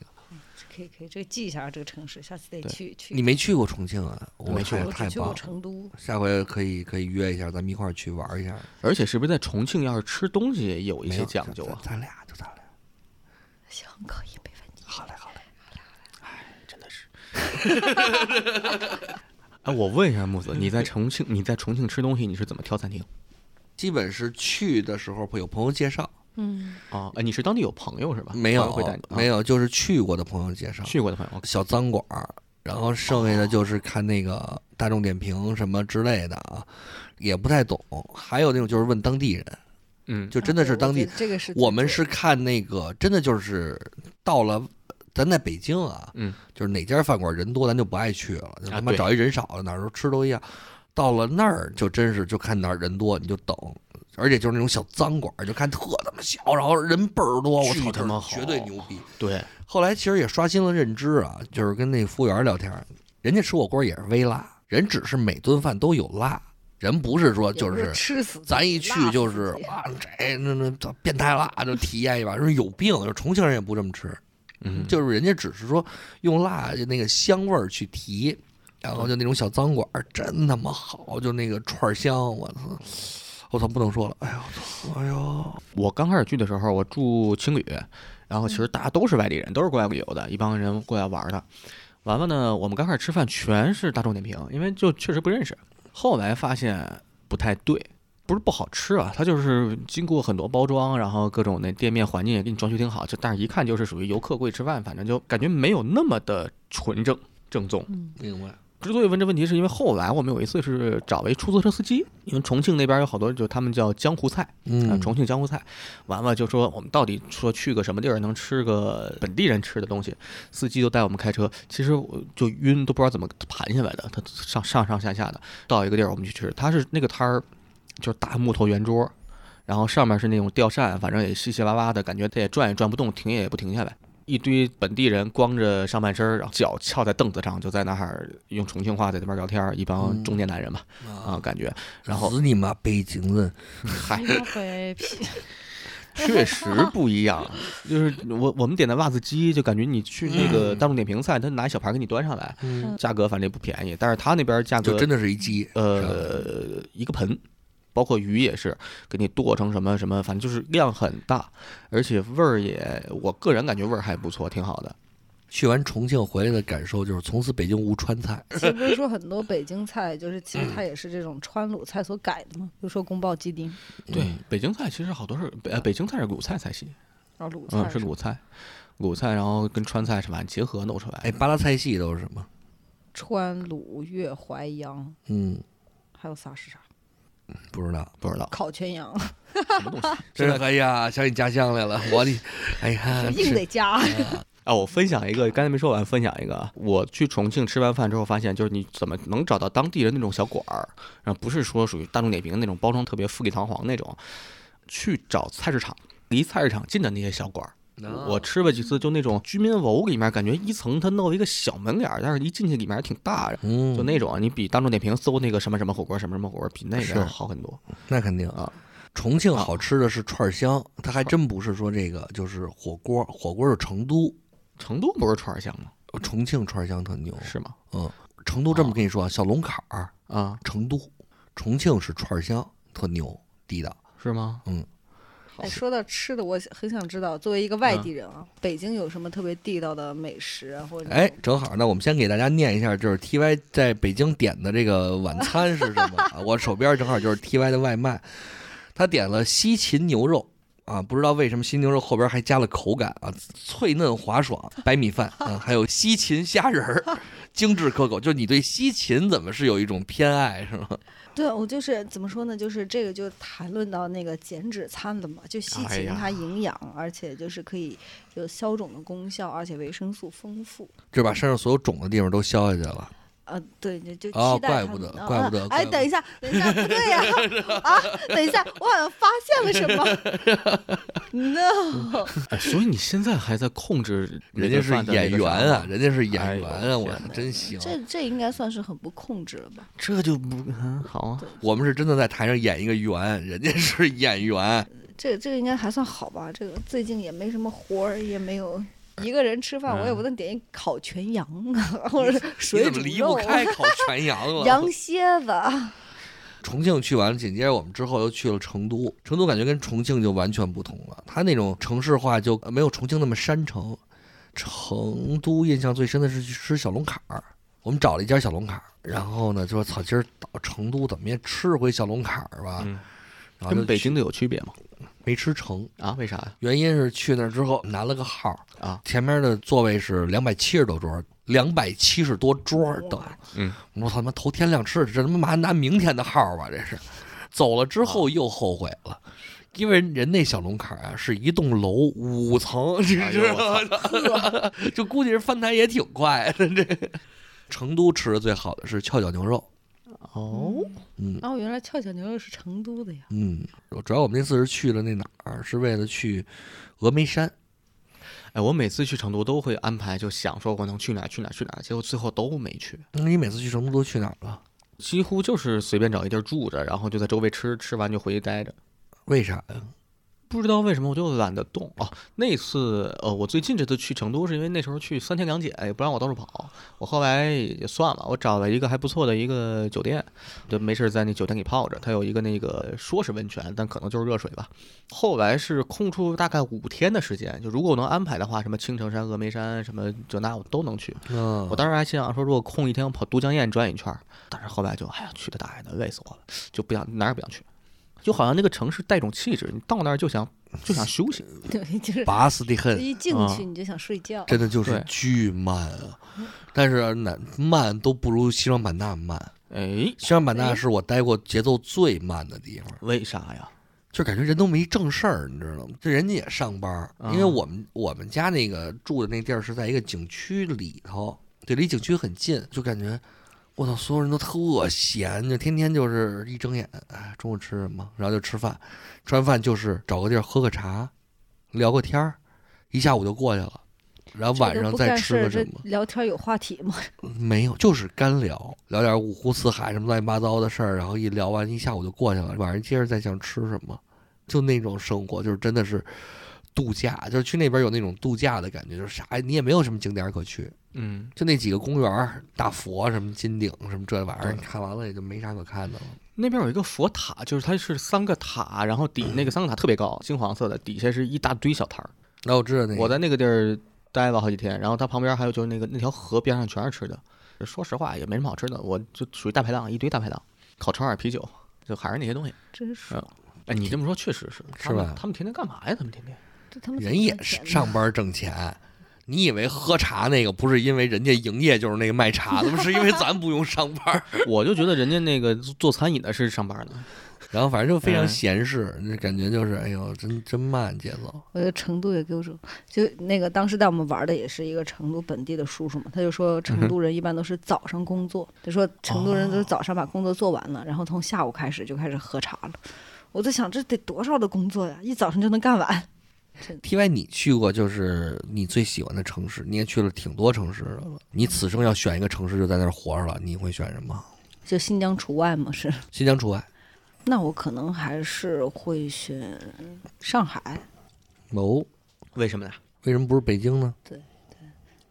[SPEAKER 3] 可以可以，这个记一下这个城市，下次得
[SPEAKER 2] 对
[SPEAKER 3] 去去。
[SPEAKER 1] 你没去过重庆啊？我
[SPEAKER 2] 没去
[SPEAKER 1] 太
[SPEAKER 3] 我
[SPEAKER 1] 太
[SPEAKER 3] 只去
[SPEAKER 1] 棒
[SPEAKER 3] 过
[SPEAKER 1] 了，
[SPEAKER 3] 成都，
[SPEAKER 1] 下回可以可以约一下，咱们一块儿去玩一下。
[SPEAKER 2] 而且是不是在重庆要是吃东西也有一
[SPEAKER 1] 没
[SPEAKER 2] 些
[SPEAKER 1] 有
[SPEAKER 2] 讲究啊？
[SPEAKER 1] 咱咱俩就咱俩，
[SPEAKER 3] 行，可以，没问题。
[SPEAKER 1] 好嘞好嘞。
[SPEAKER 2] 真的是。 哎，我问一下木子，你在重庆，你在重庆吃东西，你是怎么挑餐厅
[SPEAKER 1] 基本是去的时候会有朋友介绍，
[SPEAKER 3] 嗯，
[SPEAKER 2] 啊？哎，你是当地有朋友是吧？
[SPEAKER 1] 没有
[SPEAKER 2] 朋友会带你，啊
[SPEAKER 1] 没有，就是去过的朋友介绍，
[SPEAKER 2] 去过的朋友。
[SPEAKER 1] 小脏馆儿，然后剩下的就是看那个大众点评什么之类的啊，也不太懂。还有那种就是问当地人，
[SPEAKER 2] 嗯，
[SPEAKER 1] 就真
[SPEAKER 3] 啊
[SPEAKER 1] 的是当地，
[SPEAKER 3] 这个是
[SPEAKER 1] 我们是看那个真的就是到了。咱在北京啊，
[SPEAKER 2] 嗯，啊
[SPEAKER 1] 就是哪家饭馆人多，咱就不爱去了，就他妈
[SPEAKER 2] 对
[SPEAKER 1] 找一人少的，哪儿都吃都一样。到了那儿就真是就看哪儿人多你就等，而且就是那种小脏馆儿，就看特他妈小，然后人倍儿多，我
[SPEAKER 2] 巨
[SPEAKER 1] 操，
[SPEAKER 2] 他妈好
[SPEAKER 1] 绝对牛逼！
[SPEAKER 2] 对，
[SPEAKER 1] 后来其实也刷新了认知啊，就是跟那服务员聊天儿，人家吃火锅也是微辣，人只是每顿饭都有辣，人不是说
[SPEAKER 3] 也
[SPEAKER 1] 就
[SPEAKER 3] 不
[SPEAKER 1] 是
[SPEAKER 3] 吃死自己，
[SPEAKER 1] 咱一
[SPEAKER 3] 辣
[SPEAKER 1] 去
[SPEAKER 3] 死
[SPEAKER 1] 就
[SPEAKER 3] 自
[SPEAKER 1] 是
[SPEAKER 3] 己啊
[SPEAKER 1] 哇，这那那操变态辣，就体验一把，说有病。就是重庆人也不这么吃，
[SPEAKER 2] 嗯，
[SPEAKER 1] 就是人家只是说用辣那个香味儿去提，然后就那种小脏馆儿真他妈好，就那个串儿香，我操，我操，不能说了，哎呀，我操哎呦，
[SPEAKER 2] 我刚开始去的时候，我住青旅，然后其实大家都是外地人，都是过来旅游的，一帮人过来玩儿的。完了呢，我们刚开始吃饭全是大众点评，因为就确实不认识。后来发现不太对，不是不好吃啊，它就是经过很多包装，然后各种那店面环境也给你装修挺好，就但是一看就是属于游客过去吃饭，反正就感觉没有那么的纯正正宗。
[SPEAKER 1] 明白，
[SPEAKER 2] 之所以问这问题，是因为后来我们有一次是找了一出租车司机，因为重庆那边有好多就他们叫江湖菜，啊，
[SPEAKER 1] 嗯，
[SPEAKER 2] 重庆江湖菜，完了就说我们到底说去个什么地儿能吃个本地人吃的东西，司机就带我们开车，其实我就晕，都不知道怎么盘下来的，他上上上下下的，到一个地儿我们去吃，他是那个摊儿就是大木头圆桌，然后上面是那种吊扇，反正也稀稀拉拉的感觉，它也转也转不动，停也不停下来。一堆本地人光着上半身儿，然后脚翘在凳子上，就在那儿用重庆话在那边聊天儿，一帮
[SPEAKER 1] 嗯
[SPEAKER 2] 中年男人吧，啊、
[SPEAKER 1] 啊，
[SPEAKER 2] 感觉，然后
[SPEAKER 1] 死你妈北京人，
[SPEAKER 2] 嗨，
[SPEAKER 3] 北皮，
[SPEAKER 2] 确实不一样， 就是我我们点的辣子鸡，就感觉你去那个大众点评菜，他拿一小盘给你端上来，
[SPEAKER 1] 嗯，
[SPEAKER 2] 价格反正也不便宜，但是他那边价
[SPEAKER 1] 啊就
[SPEAKER 2] 格
[SPEAKER 1] 真的是一鸡，
[SPEAKER 2] 呃一个盆，包括鱼也是给你剁成什么什么，反正就是量很大，而且味儿也，我个人感觉味儿还不错，挺好的。
[SPEAKER 1] 去完重庆回来的感受就是从此北京无川菜，
[SPEAKER 3] 其实不是说很多北京菜，就是其实
[SPEAKER 1] 嗯
[SPEAKER 3] 它也是这种川鲁菜所改的嘛，比如说宫爆鸡丁，
[SPEAKER 2] 对，北京菜其实好多是北呃北京菜是鲁菜菜系，
[SPEAKER 3] 然后鲁菜
[SPEAKER 2] 嗯，是
[SPEAKER 3] 什么
[SPEAKER 2] 鲁菜，鲁菜然后跟川菜是吧结合弄出来
[SPEAKER 1] 哎，。八大菜系都是什么？
[SPEAKER 3] 川鲁粤淮扬，
[SPEAKER 1] 嗯，
[SPEAKER 3] 还有仨是啥？
[SPEAKER 1] 不知道。
[SPEAKER 2] 不知道
[SPEAKER 3] 烤全羊，
[SPEAKER 2] 什么东西，
[SPEAKER 1] 真是哎呀，想你家乡来了，我的，哎呀，
[SPEAKER 3] 硬得加。
[SPEAKER 2] 啊，我分享一个，刚才没说完，分享一个啊。我去重庆吃完饭之后，发现就是你怎么能找到当地人那种小馆儿，然后不是说属于大众点评那种包装特别富丽堂皇那种，去找菜市场，离菜市场近的那些小馆儿。我吃了几次，就那种居民楼里面，感觉一层它弄了一个小门脸儿，但是一进去里面还挺大的，
[SPEAKER 1] 嗯，
[SPEAKER 2] 就那种啊你比大众点评搜那个什么什么火锅、什么什么火锅，比那个
[SPEAKER 1] 是
[SPEAKER 2] 要好很多。
[SPEAKER 1] 那肯定
[SPEAKER 2] 啊。
[SPEAKER 1] 重庆好吃的是串儿香，它还真不是说这个，就是火锅，火锅是成都，
[SPEAKER 2] 成都不是串儿香吗？
[SPEAKER 1] 重庆串儿香特牛。
[SPEAKER 2] 是吗？
[SPEAKER 1] 嗯，成都这么跟你说，啊，小龙坎儿，
[SPEAKER 2] 啊，
[SPEAKER 1] 成都，重庆是串儿香特牛地道。
[SPEAKER 2] 是吗？
[SPEAKER 3] 哎，说到吃的，我很想知道，作为一个
[SPEAKER 1] 嗯
[SPEAKER 3] 外地人啊，北京有什么特别地道的美食啊，或者
[SPEAKER 1] 哎，正好呢，我们先给大家念一下，就是 T Y 在北京点的这个晚餐是什么啊？我手边正好就是 T Y 的外卖，他点了西芹牛肉啊，不知道为什么西牛肉后边还加了口感啊，脆嫩滑爽，白米饭啊，还有西芹虾仁儿，精致可口。就你对西芹怎么是有一种偏爱是吗？
[SPEAKER 3] 对我就是怎么说呢，就是这个就谈论到那个减脂餐了嘛，就西
[SPEAKER 2] 哎
[SPEAKER 3] 芹
[SPEAKER 2] 呀
[SPEAKER 3] 它营养，而且就是可以有消肿的功效，而且维生素丰富。
[SPEAKER 1] 就把身上所有肿的地方都消下去了。
[SPEAKER 3] 啊，对，就就
[SPEAKER 1] 哦
[SPEAKER 3] 期待
[SPEAKER 1] 怪不
[SPEAKER 3] 它们
[SPEAKER 1] 得
[SPEAKER 3] 啊
[SPEAKER 1] 怪不得
[SPEAKER 3] 啊
[SPEAKER 1] 怪
[SPEAKER 3] 哎，
[SPEAKER 1] 不
[SPEAKER 3] 等一下，等一下，不对呀、啊！等一下，我好像发现了什么 ？No，
[SPEAKER 2] 哎，所以你现在还在控制那
[SPEAKER 1] 人
[SPEAKER 2] 个
[SPEAKER 1] 家是
[SPEAKER 2] 饭的那
[SPEAKER 1] 演
[SPEAKER 2] 个
[SPEAKER 1] 员
[SPEAKER 2] 啥
[SPEAKER 1] 啊
[SPEAKER 2] 吗，
[SPEAKER 1] 人家是演员
[SPEAKER 2] 哎
[SPEAKER 1] 啊，
[SPEAKER 2] 呦
[SPEAKER 1] 我
[SPEAKER 2] 天哪
[SPEAKER 1] 真行。
[SPEAKER 3] 这这应该算是很不控制了吧？
[SPEAKER 2] 这就不、嗯、好啊。
[SPEAKER 1] 我们是真的在台上演一个圆，人家是演员。
[SPEAKER 3] 这这个应该还算好吧？这个最近也没什么活儿，也没有一个人吃饭，我也不能点一烤全羊啊，或者是
[SPEAKER 1] 嗯你
[SPEAKER 3] 水
[SPEAKER 1] 怎
[SPEAKER 3] 煮
[SPEAKER 1] 么离不
[SPEAKER 3] 肉、
[SPEAKER 1] 开烤全羊了？
[SPEAKER 3] 羊蝎子啊。
[SPEAKER 1] 重庆去完了，紧接着我们之后又去了成都。成都感觉跟重庆就完全不同了，它那种城市化就呃没有重庆那么山城。成都印象最深的是去吃小龙坎儿，我们找了一家小龙坎儿，然后呢就说操，今儿到成都怎么也吃回小龙坎儿吧，
[SPEAKER 2] 嗯
[SPEAKER 1] 然后就
[SPEAKER 2] 跟北
[SPEAKER 1] 去
[SPEAKER 2] 京的有区别吗？
[SPEAKER 1] 没吃成，
[SPEAKER 2] 啊，为啥呀？
[SPEAKER 1] 原因是去那儿之后拿了个号儿，
[SPEAKER 2] 啊，
[SPEAKER 1] 前面的座位是两百七十多桌，两百七十多桌儿等。
[SPEAKER 2] 嗯，
[SPEAKER 1] 我操他妈头天亮吃，这他妈拿明天的号吧，这是。走了之后又后悔了，因为人那小龙坎儿啊是一栋楼五层，你
[SPEAKER 2] 哎
[SPEAKER 1] 知
[SPEAKER 2] 呦
[SPEAKER 1] 道吗？ 就估计是翻台也挺快的。这成都吃的最好的是翘脚牛肉，
[SPEAKER 2] 哦，
[SPEAKER 1] 嗯
[SPEAKER 3] 哦，原来翘脚牛肉是成都的呀。
[SPEAKER 1] 嗯，主要我们那次是去了那哪儿，是为了去峨眉山。
[SPEAKER 2] 哎，我每次去成都都会安排，就想说我能去哪儿去哪儿去哪儿，结果最后都没去。
[SPEAKER 1] 那你每次去成都都去哪儿了？
[SPEAKER 2] 几乎就是随便找一地儿住着，然后就在周围吃，吃完就回去待着。
[SPEAKER 1] 为啥呀？
[SPEAKER 2] 不知道为什么我就懒得动哦。那次呃，我最近这次去成都是因为那时候去三天两检，也不让我到处跑。我后来也算了，我找了一个还不错的一个酒店，就没事儿在那酒店里泡着。它有一个那个说是温泉，但可能就是热水吧。后来是空出大概五天的时间，就如果我能安排的话，什么青城山、峨眉山什么这那我都能去。
[SPEAKER 1] 啊
[SPEAKER 2] 我当时还心想说，如果空一天我跑都江堰转一圈儿，但是后来就哎呀，去的大爷的，累死我了，就不想哪儿也不想去，就好像那个城市带一种气质，你到那儿就想就想休息。
[SPEAKER 3] 对，就是
[SPEAKER 1] 拔死的很，
[SPEAKER 3] 一进
[SPEAKER 2] 啊
[SPEAKER 3] 去你就想睡觉。
[SPEAKER 1] 真的就是
[SPEAKER 2] 对
[SPEAKER 1] 巨慢啊。但是难慢都不如西双版纳慢。
[SPEAKER 2] 哎，
[SPEAKER 1] 西双版纳是我待过节奏最慢的地方，
[SPEAKER 2] 为啥呀？
[SPEAKER 1] 就感觉人都没正事儿，你知道吗？这人家也上班儿，
[SPEAKER 2] 啊
[SPEAKER 1] 因
[SPEAKER 3] 嗯
[SPEAKER 1] 为我们我们家那个住的那地儿是在一个景区里头，对，离景区很近，就感觉我操，所有人都特闲，就天天就是一睁眼，哎，中午吃什么，然后就吃饭，吃完饭就是找个地儿喝个茶，聊个天儿，一下午就过去了，然后晚
[SPEAKER 3] 这都
[SPEAKER 1] 上
[SPEAKER 3] 不
[SPEAKER 1] 再
[SPEAKER 3] 干
[SPEAKER 1] 吃
[SPEAKER 3] 事儿
[SPEAKER 1] 个什
[SPEAKER 3] 这
[SPEAKER 1] 么，
[SPEAKER 3] 聊天有话题吗？
[SPEAKER 1] 没有，就是干聊，聊点五湖四海什么乱七八糟的事儿，然后一聊完一下午就过去了，晚上接着再想吃什么，就那种生活，就是真的是度假，就是去那边有那种度假的感觉，就是啥你也没有什么景点可去，
[SPEAKER 2] 嗯，
[SPEAKER 1] 就那几个公园儿、大佛什么金顶什么这玩意儿，
[SPEAKER 2] 对
[SPEAKER 1] 你看完了也就没啥可看的了。
[SPEAKER 2] 那边有一个佛塔，就是它是三个塔，然后底那个三个塔特别高，金黄色的，底下是一大堆小摊儿。
[SPEAKER 1] 那我知道那个，
[SPEAKER 2] 我在那个地儿待了好几天，然后它旁边还有就是那个那条河边上全是吃的，说实话也没什么好吃的，我就属于大排档，一堆大排档，烤串儿、啤酒，就还是那些东西。
[SPEAKER 3] 真
[SPEAKER 1] 嗯
[SPEAKER 3] 爽，
[SPEAKER 2] 哎，你这么说确实是，
[SPEAKER 1] 是
[SPEAKER 2] 他们
[SPEAKER 1] 吧
[SPEAKER 2] 他们天天干嘛呀？他们天天
[SPEAKER 3] 这他们怎么
[SPEAKER 1] 人也
[SPEAKER 3] 挣
[SPEAKER 1] 是
[SPEAKER 3] 钱呢
[SPEAKER 1] 上班挣钱。你以为喝茶那个不是因为人家营业就是那个卖茶的吗？是因为咱不用上班儿，
[SPEAKER 2] 我就觉得人家那个做餐饮的是上班的，
[SPEAKER 1] 然后反正就非常
[SPEAKER 2] 嗯
[SPEAKER 1] 闲适，那感觉就是哎呦，真真慢节奏。
[SPEAKER 3] 我觉得成都也给我种，就那个当时带我们玩的也是一个成都本地的叔叔嘛，他就
[SPEAKER 1] 嗯
[SPEAKER 3] 说成都人一般都是早上工作，他说成都
[SPEAKER 1] 哦
[SPEAKER 3] 人都是早上把工作做完了，然后从下午开始就开始喝茶了。我在想这得多少的工作呀，一早上就能干完。
[SPEAKER 1] T Y，你去过就是你最喜欢的城市，你也去了挺多城市的了。你此生要选一个城市就在那儿活着了，你会选什么？
[SPEAKER 3] 就新疆除外嘛是，
[SPEAKER 1] 新疆除外。
[SPEAKER 3] 那我可能还是会选上海。
[SPEAKER 1] 哦，
[SPEAKER 2] 为什么呢？
[SPEAKER 1] 为什么不是北京呢？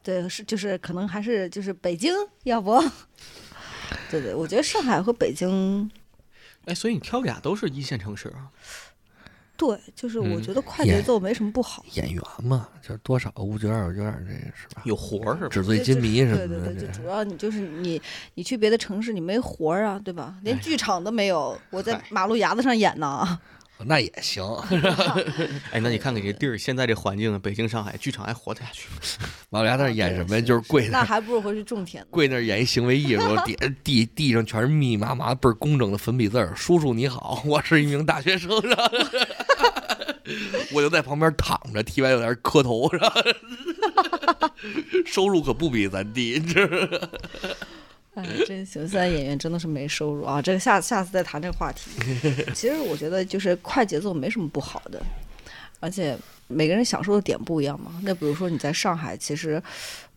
[SPEAKER 3] 对，是就是可能还是就是北京，要不？对对，我觉得上海和北京，
[SPEAKER 2] 哎，所以你挑俩都是一线城市啊，
[SPEAKER 3] 对，就是我
[SPEAKER 2] 嗯
[SPEAKER 3] 觉得快
[SPEAKER 1] 也
[SPEAKER 3] 节奏没什么不好。
[SPEAKER 1] 演员嘛，就是多少无觉二有觉这个是吧？
[SPEAKER 2] 有活儿是吧？
[SPEAKER 1] 纸醉金迷什
[SPEAKER 3] 对
[SPEAKER 1] 么的，
[SPEAKER 3] 对对，就
[SPEAKER 1] 这
[SPEAKER 3] 主要你就是你，你去别的城市你没活儿啊，对吧？连
[SPEAKER 1] 哎
[SPEAKER 3] 剧场都没有，我在
[SPEAKER 2] 嗨
[SPEAKER 3] 马路牙子上 演呢。
[SPEAKER 1] 那也 行。
[SPEAKER 2] 哎，那你看看这地儿，现在这环境，北京、上海剧场还活得下去吗？
[SPEAKER 1] 老家那儿演什么呀？就是跪那
[SPEAKER 3] 那
[SPEAKER 1] 儿
[SPEAKER 3] 还不如回去种田呢。
[SPEAKER 1] 跪那儿演一行为艺术，底地地上全是密密麻麻倍儿工整的粉笔字儿。叔叔你好，我是一名大学生， 然后我就在旁边躺着，T Y 有点磕头，然后收入可不比咱低，你知道吗？
[SPEAKER 3] 哎，真行！现在演员真的是没收入啊！这个下下次再谈这个话题。其实我觉得就是快节奏没什么不好的，而且每个人享受的点不一样嘛。那比如说你在上海，其实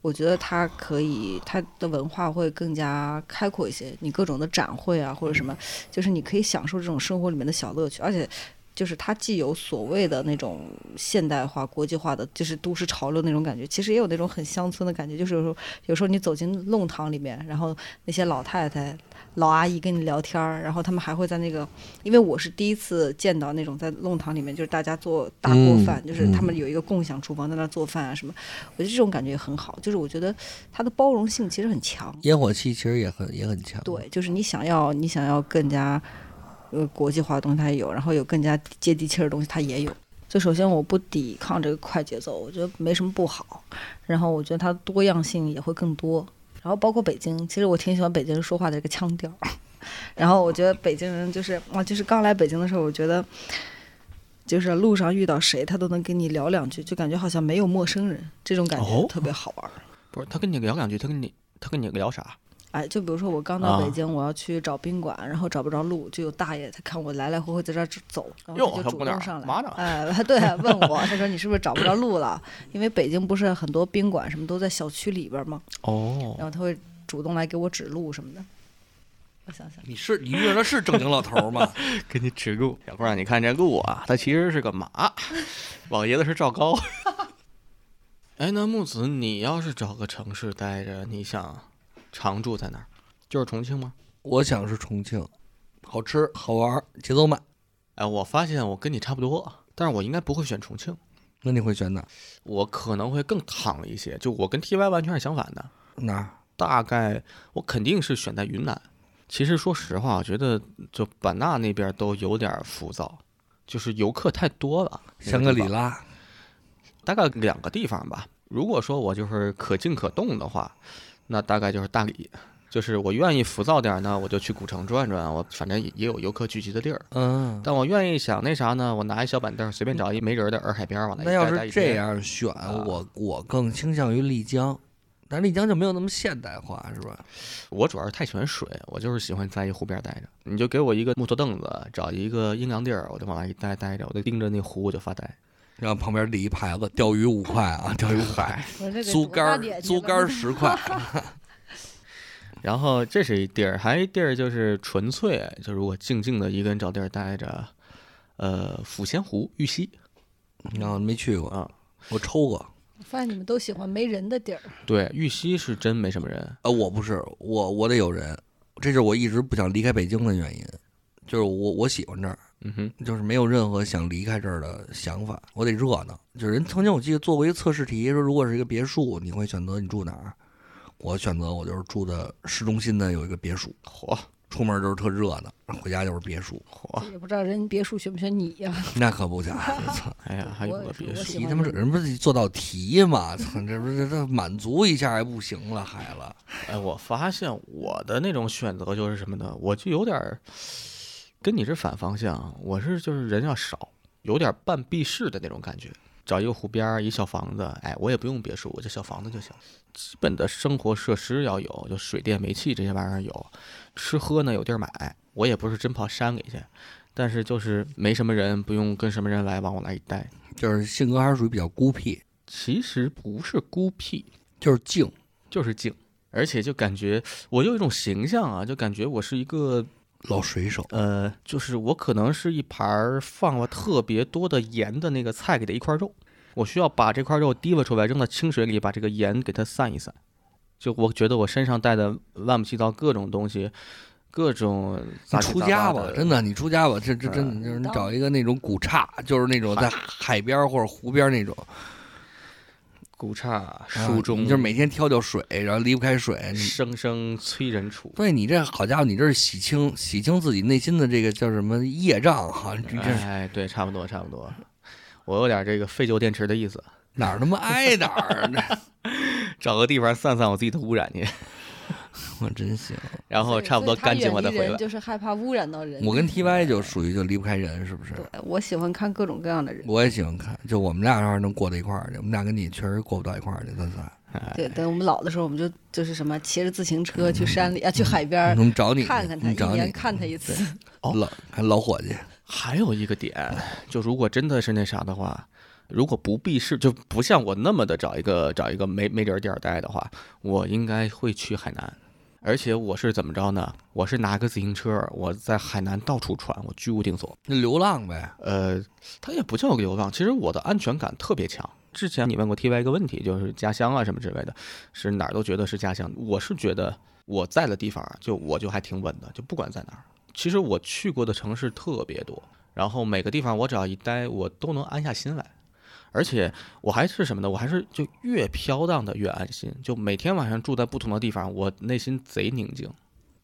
[SPEAKER 3] 我觉得它可以，它的文化会更加开阔一些。你各种的展会啊，或者什么，就是你可以享受这种生活里面的小乐趣，而且。就是它既有所谓的那种现代化、国际化的，就是都市潮流那种感觉，其实也有那种很乡村的感觉。就是有时候，有时候你走进弄堂里面，然后那些老太太、老阿姨跟你聊天儿，然后他们还会在那个，因为我是第一次见到那种在弄堂里面，就是大家做大锅
[SPEAKER 1] 嗯
[SPEAKER 3] 饭，就是他
[SPEAKER 1] 嗯
[SPEAKER 3] 们有一个共享厨房在那儿做饭啊什么，我觉得这种感觉也很好。就是我觉得它的包容性其实很强，
[SPEAKER 1] 烟火气其实也很也很强，
[SPEAKER 3] 对，就是你想要你想要更加呃国际化的东西它也有，然后有更加接地气儿的东西它也有。所以首先我不抵抗这个快节奏，我觉得没什么不好。然后我觉得它多样性也会更多。然后包括北京，其实我挺喜欢北京人说话的这个腔调。 然后我觉得北京人就是啊，就是刚来北京的时候，我觉得就是路上遇到谁，他都能跟你聊两句，就感觉好像没有陌生人，这种感觉
[SPEAKER 2] 哦
[SPEAKER 3] 特别好玩儿。
[SPEAKER 2] 不是，他跟你聊两句，他跟你他跟你聊啥？
[SPEAKER 3] 哎，就比如说我刚到
[SPEAKER 2] 啊
[SPEAKER 3] 北京，我要去找宾馆，然后找不着路，就有大爷他看我来来回回在这儿走，然
[SPEAKER 2] 哟
[SPEAKER 3] 后他
[SPEAKER 2] 小
[SPEAKER 3] 就主
[SPEAKER 2] 姑娘
[SPEAKER 3] 动上来，
[SPEAKER 2] 嘛呢
[SPEAKER 3] 哎，对， 问我，他说你是不是找不着路了？因为北京不是很多宾馆什么都在小区里边儿嘛，
[SPEAKER 2] 哦
[SPEAKER 3] 然后他会主动来给我指路什么的。我想想，
[SPEAKER 1] 你是你遇着是正经老头吗？
[SPEAKER 2] 给你指路。小姑娘，你看这鹿啊，它其实是个马，老爷子是赵高。 哎，那木子，你要是找个城市待着，你想常住在哪儿？就是重庆吗？
[SPEAKER 1] 我想是重庆，好吃好玩，节奏慢。
[SPEAKER 2] 哎，我发现我跟你差不多，但是我应该不会选重庆，
[SPEAKER 1] 那你会选哪？
[SPEAKER 2] 我可能会更躺一些。就我跟 T Y 完全是相反的，
[SPEAKER 1] 哪儿？
[SPEAKER 2] 大概我肯定是选在云南。其实说实话，我觉得就版纳那边都有点浮躁，就是游客太多了。那个
[SPEAKER 1] 香格
[SPEAKER 2] 地
[SPEAKER 1] 里
[SPEAKER 2] 方
[SPEAKER 1] 拉。
[SPEAKER 2] 大概两个地方吧。如果说我就是可进可动的话，那大概就是大理。就是我愿意浮躁点儿呢，我就去古城转转，我反正也也有游客聚集的地儿。
[SPEAKER 1] 嗯，
[SPEAKER 2] 但我愿意想那啥呢，我拿一小板凳儿随便找一没人儿的洱海边儿啊往那一
[SPEAKER 1] 那要
[SPEAKER 2] 待
[SPEAKER 1] 是
[SPEAKER 2] 待一
[SPEAKER 1] 这
[SPEAKER 2] 天
[SPEAKER 1] 样选，我我更倾向于丽江，但丽江就没有那么现代化，是吧？
[SPEAKER 2] 我主要是太喜欢水，我就是喜欢在一湖边待着。你就给我一个木头凳子，找一个阴凉地儿，我就往那一待待着，我就盯着那湖我就发呆。
[SPEAKER 1] 然后旁边立一牌子，钓鱼五块啊，钓鱼五块，
[SPEAKER 3] 我这个
[SPEAKER 1] 猪
[SPEAKER 3] 多
[SPEAKER 1] 肝
[SPEAKER 3] 大
[SPEAKER 1] 儿
[SPEAKER 3] 年纪
[SPEAKER 1] 猪
[SPEAKER 3] 了
[SPEAKER 1] 肝儿十块，
[SPEAKER 2] 然后这是一地儿，还一地儿就是纯粹就是我静静的一个人找地儿待着，呃，抚仙湖、玉溪
[SPEAKER 1] 然后没去过，
[SPEAKER 2] 啊，
[SPEAKER 1] 我抽过。
[SPEAKER 3] 我发现你们都喜欢没人的地儿，
[SPEAKER 2] 对，玉溪是真没什么人。
[SPEAKER 1] 呃，我不是，我我得有人，这就是我一直不想离开北京的原因，就是我我喜欢这儿，
[SPEAKER 2] 嗯哼，
[SPEAKER 1] 就是没有任何想离开这儿的想法，我得热闹。就是人曾经我记得做过一个测试题，说如果是一个别墅，你会选择你住哪儿？我选择我就是住的市中心的有一个别墅，
[SPEAKER 2] 嚯
[SPEAKER 1] 出门就是特热闹，回家就是别墅，
[SPEAKER 2] 嚯，
[SPEAKER 3] 也不知道人别墅选不选你呀、
[SPEAKER 1] 那可不假。 操
[SPEAKER 2] 哎呀，还有个别
[SPEAKER 3] 我
[SPEAKER 2] 墅，
[SPEAKER 3] 喜
[SPEAKER 1] 你他
[SPEAKER 3] 欢
[SPEAKER 1] 妈这
[SPEAKER 3] 这
[SPEAKER 1] 人不是做道题吗？操，这不是这这满足一下还不行了，孩子。
[SPEAKER 2] 哎，我发现我的那种选择就是什么呢？我就有点儿跟你是反方向，我是就是人要少，有点半闭式的那种感觉。找一个湖边儿，一小房子，哎，我也不用别墅，我这小房子就行。基本的生活设施要有，就水电煤气这些玩意儿有，吃喝呢有地儿买。我也不是真跑山里去，但是就是没什么人，不用跟什么人来往，往那一待。
[SPEAKER 1] 就是性格还是属于比较孤僻，
[SPEAKER 2] 其实不是孤僻，
[SPEAKER 1] 就是静。
[SPEAKER 2] 就是静，而且就感觉我有一种形象啊，就感觉我是一个
[SPEAKER 1] 老水手，
[SPEAKER 2] 呃，就是我可能是一盘儿放了特别多的盐的那个菜里的一块肉，我需要把这块肉提溜出来，扔到清水里，把这个盐给它散一散。就我觉得我身上带的乱七八糟各种东西，各种
[SPEAKER 1] 你
[SPEAKER 2] 杂七
[SPEAKER 1] 出
[SPEAKER 2] 杂
[SPEAKER 1] 家
[SPEAKER 2] 八
[SPEAKER 1] 吧，
[SPEAKER 2] 的
[SPEAKER 1] 真的，你出家吧，这这真的就是你找一个那种古刹，就是那种在海边儿或者湖边儿那种，
[SPEAKER 2] 古刹
[SPEAKER 1] 啊
[SPEAKER 2] 书中，
[SPEAKER 1] 你就是每天挑挑水，然后离不开水。你
[SPEAKER 2] 声声催人处。
[SPEAKER 1] 对你这好家伙，你这是洗清洗清自己内心的这个叫什么业障哈、 你这是
[SPEAKER 2] 哎，对，差不多，差不多。我有点这个废旧电池的意思，
[SPEAKER 1] 哪儿他妈挨哪儿呢？
[SPEAKER 2] 找个地方散散我自己的污染去，
[SPEAKER 1] 我真 行，
[SPEAKER 2] 然后
[SPEAKER 3] 所以
[SPEAKER 2] 差不多
[SPEAKER 3] 所以他
[SPEAKER 2] 干净
[SPEAKER 3] 远
[SPEAKER 2] 我
[SPEAKER 3] 离
[SPEAKER 2] 再回
[SPEAKER 3] 人
[SPEAKER 2] 来。
[SPEAKER 3] 就是害怕污染到人。
[SPEAKER 1] 我跟 T Y 就属于就离不开人，是不是
[SPEAKER 3] 对？我喜欢看各种各样的人。
[SPEAKER 1] 我也喜欢看，就我们俩要是能过到一块儿去，我们俩跟你确实过不到一块儿去，咱仨。
[SPEAKER 3] 对，等我们老的时候，我们就就是什么骑着自行车
[SPEAKER 1] 嗯
[SPEAKER 3] 去山里啊，去海边
[SPEAKER 1] 我
[SPEAKER 3] 儿
[SPEAKER 1] 们找你去，
[SPEAKER 3] 看看他，
[SPEAKER 1] 你
[SPEAKER 3] 一
[SPEAKER 1] 找
[SPEAKER 3] 年
[SPEAKER 1] 你，
[SPEAKER 3] 看他一次。
[SPEAKER 2] 哦
[SPEAKER 1] 老还老伙计，
[SPEAKER 2] 还有一个点，就如果真的是那啥的话，如果不避世，就不像我那么的找一个找一个没没人地儿待的话，我应该会去海南。而且我是怎么着呢？我是拿个自行车，我在海南到处穿，我居无定所。
[SPEAKER 1] 那流浪呗。
[SPEAKER 2] 呃，它也不叫流浪，其实我的安全感特别强。之前你问过 T Y 一个问题，就是家乡啊什么之类的，是哪儿都觉得是家乡。我是觉得我在的地方啊，就我就还挺稳的，就不管在哪儿。其实我去过的城市特别多，然后每个地方我只要一待，我都能安下心来。而且我还是什么呢？我还是就越飘荡的越安心，就每天晚上住在不同的地方，我内心贼宁静，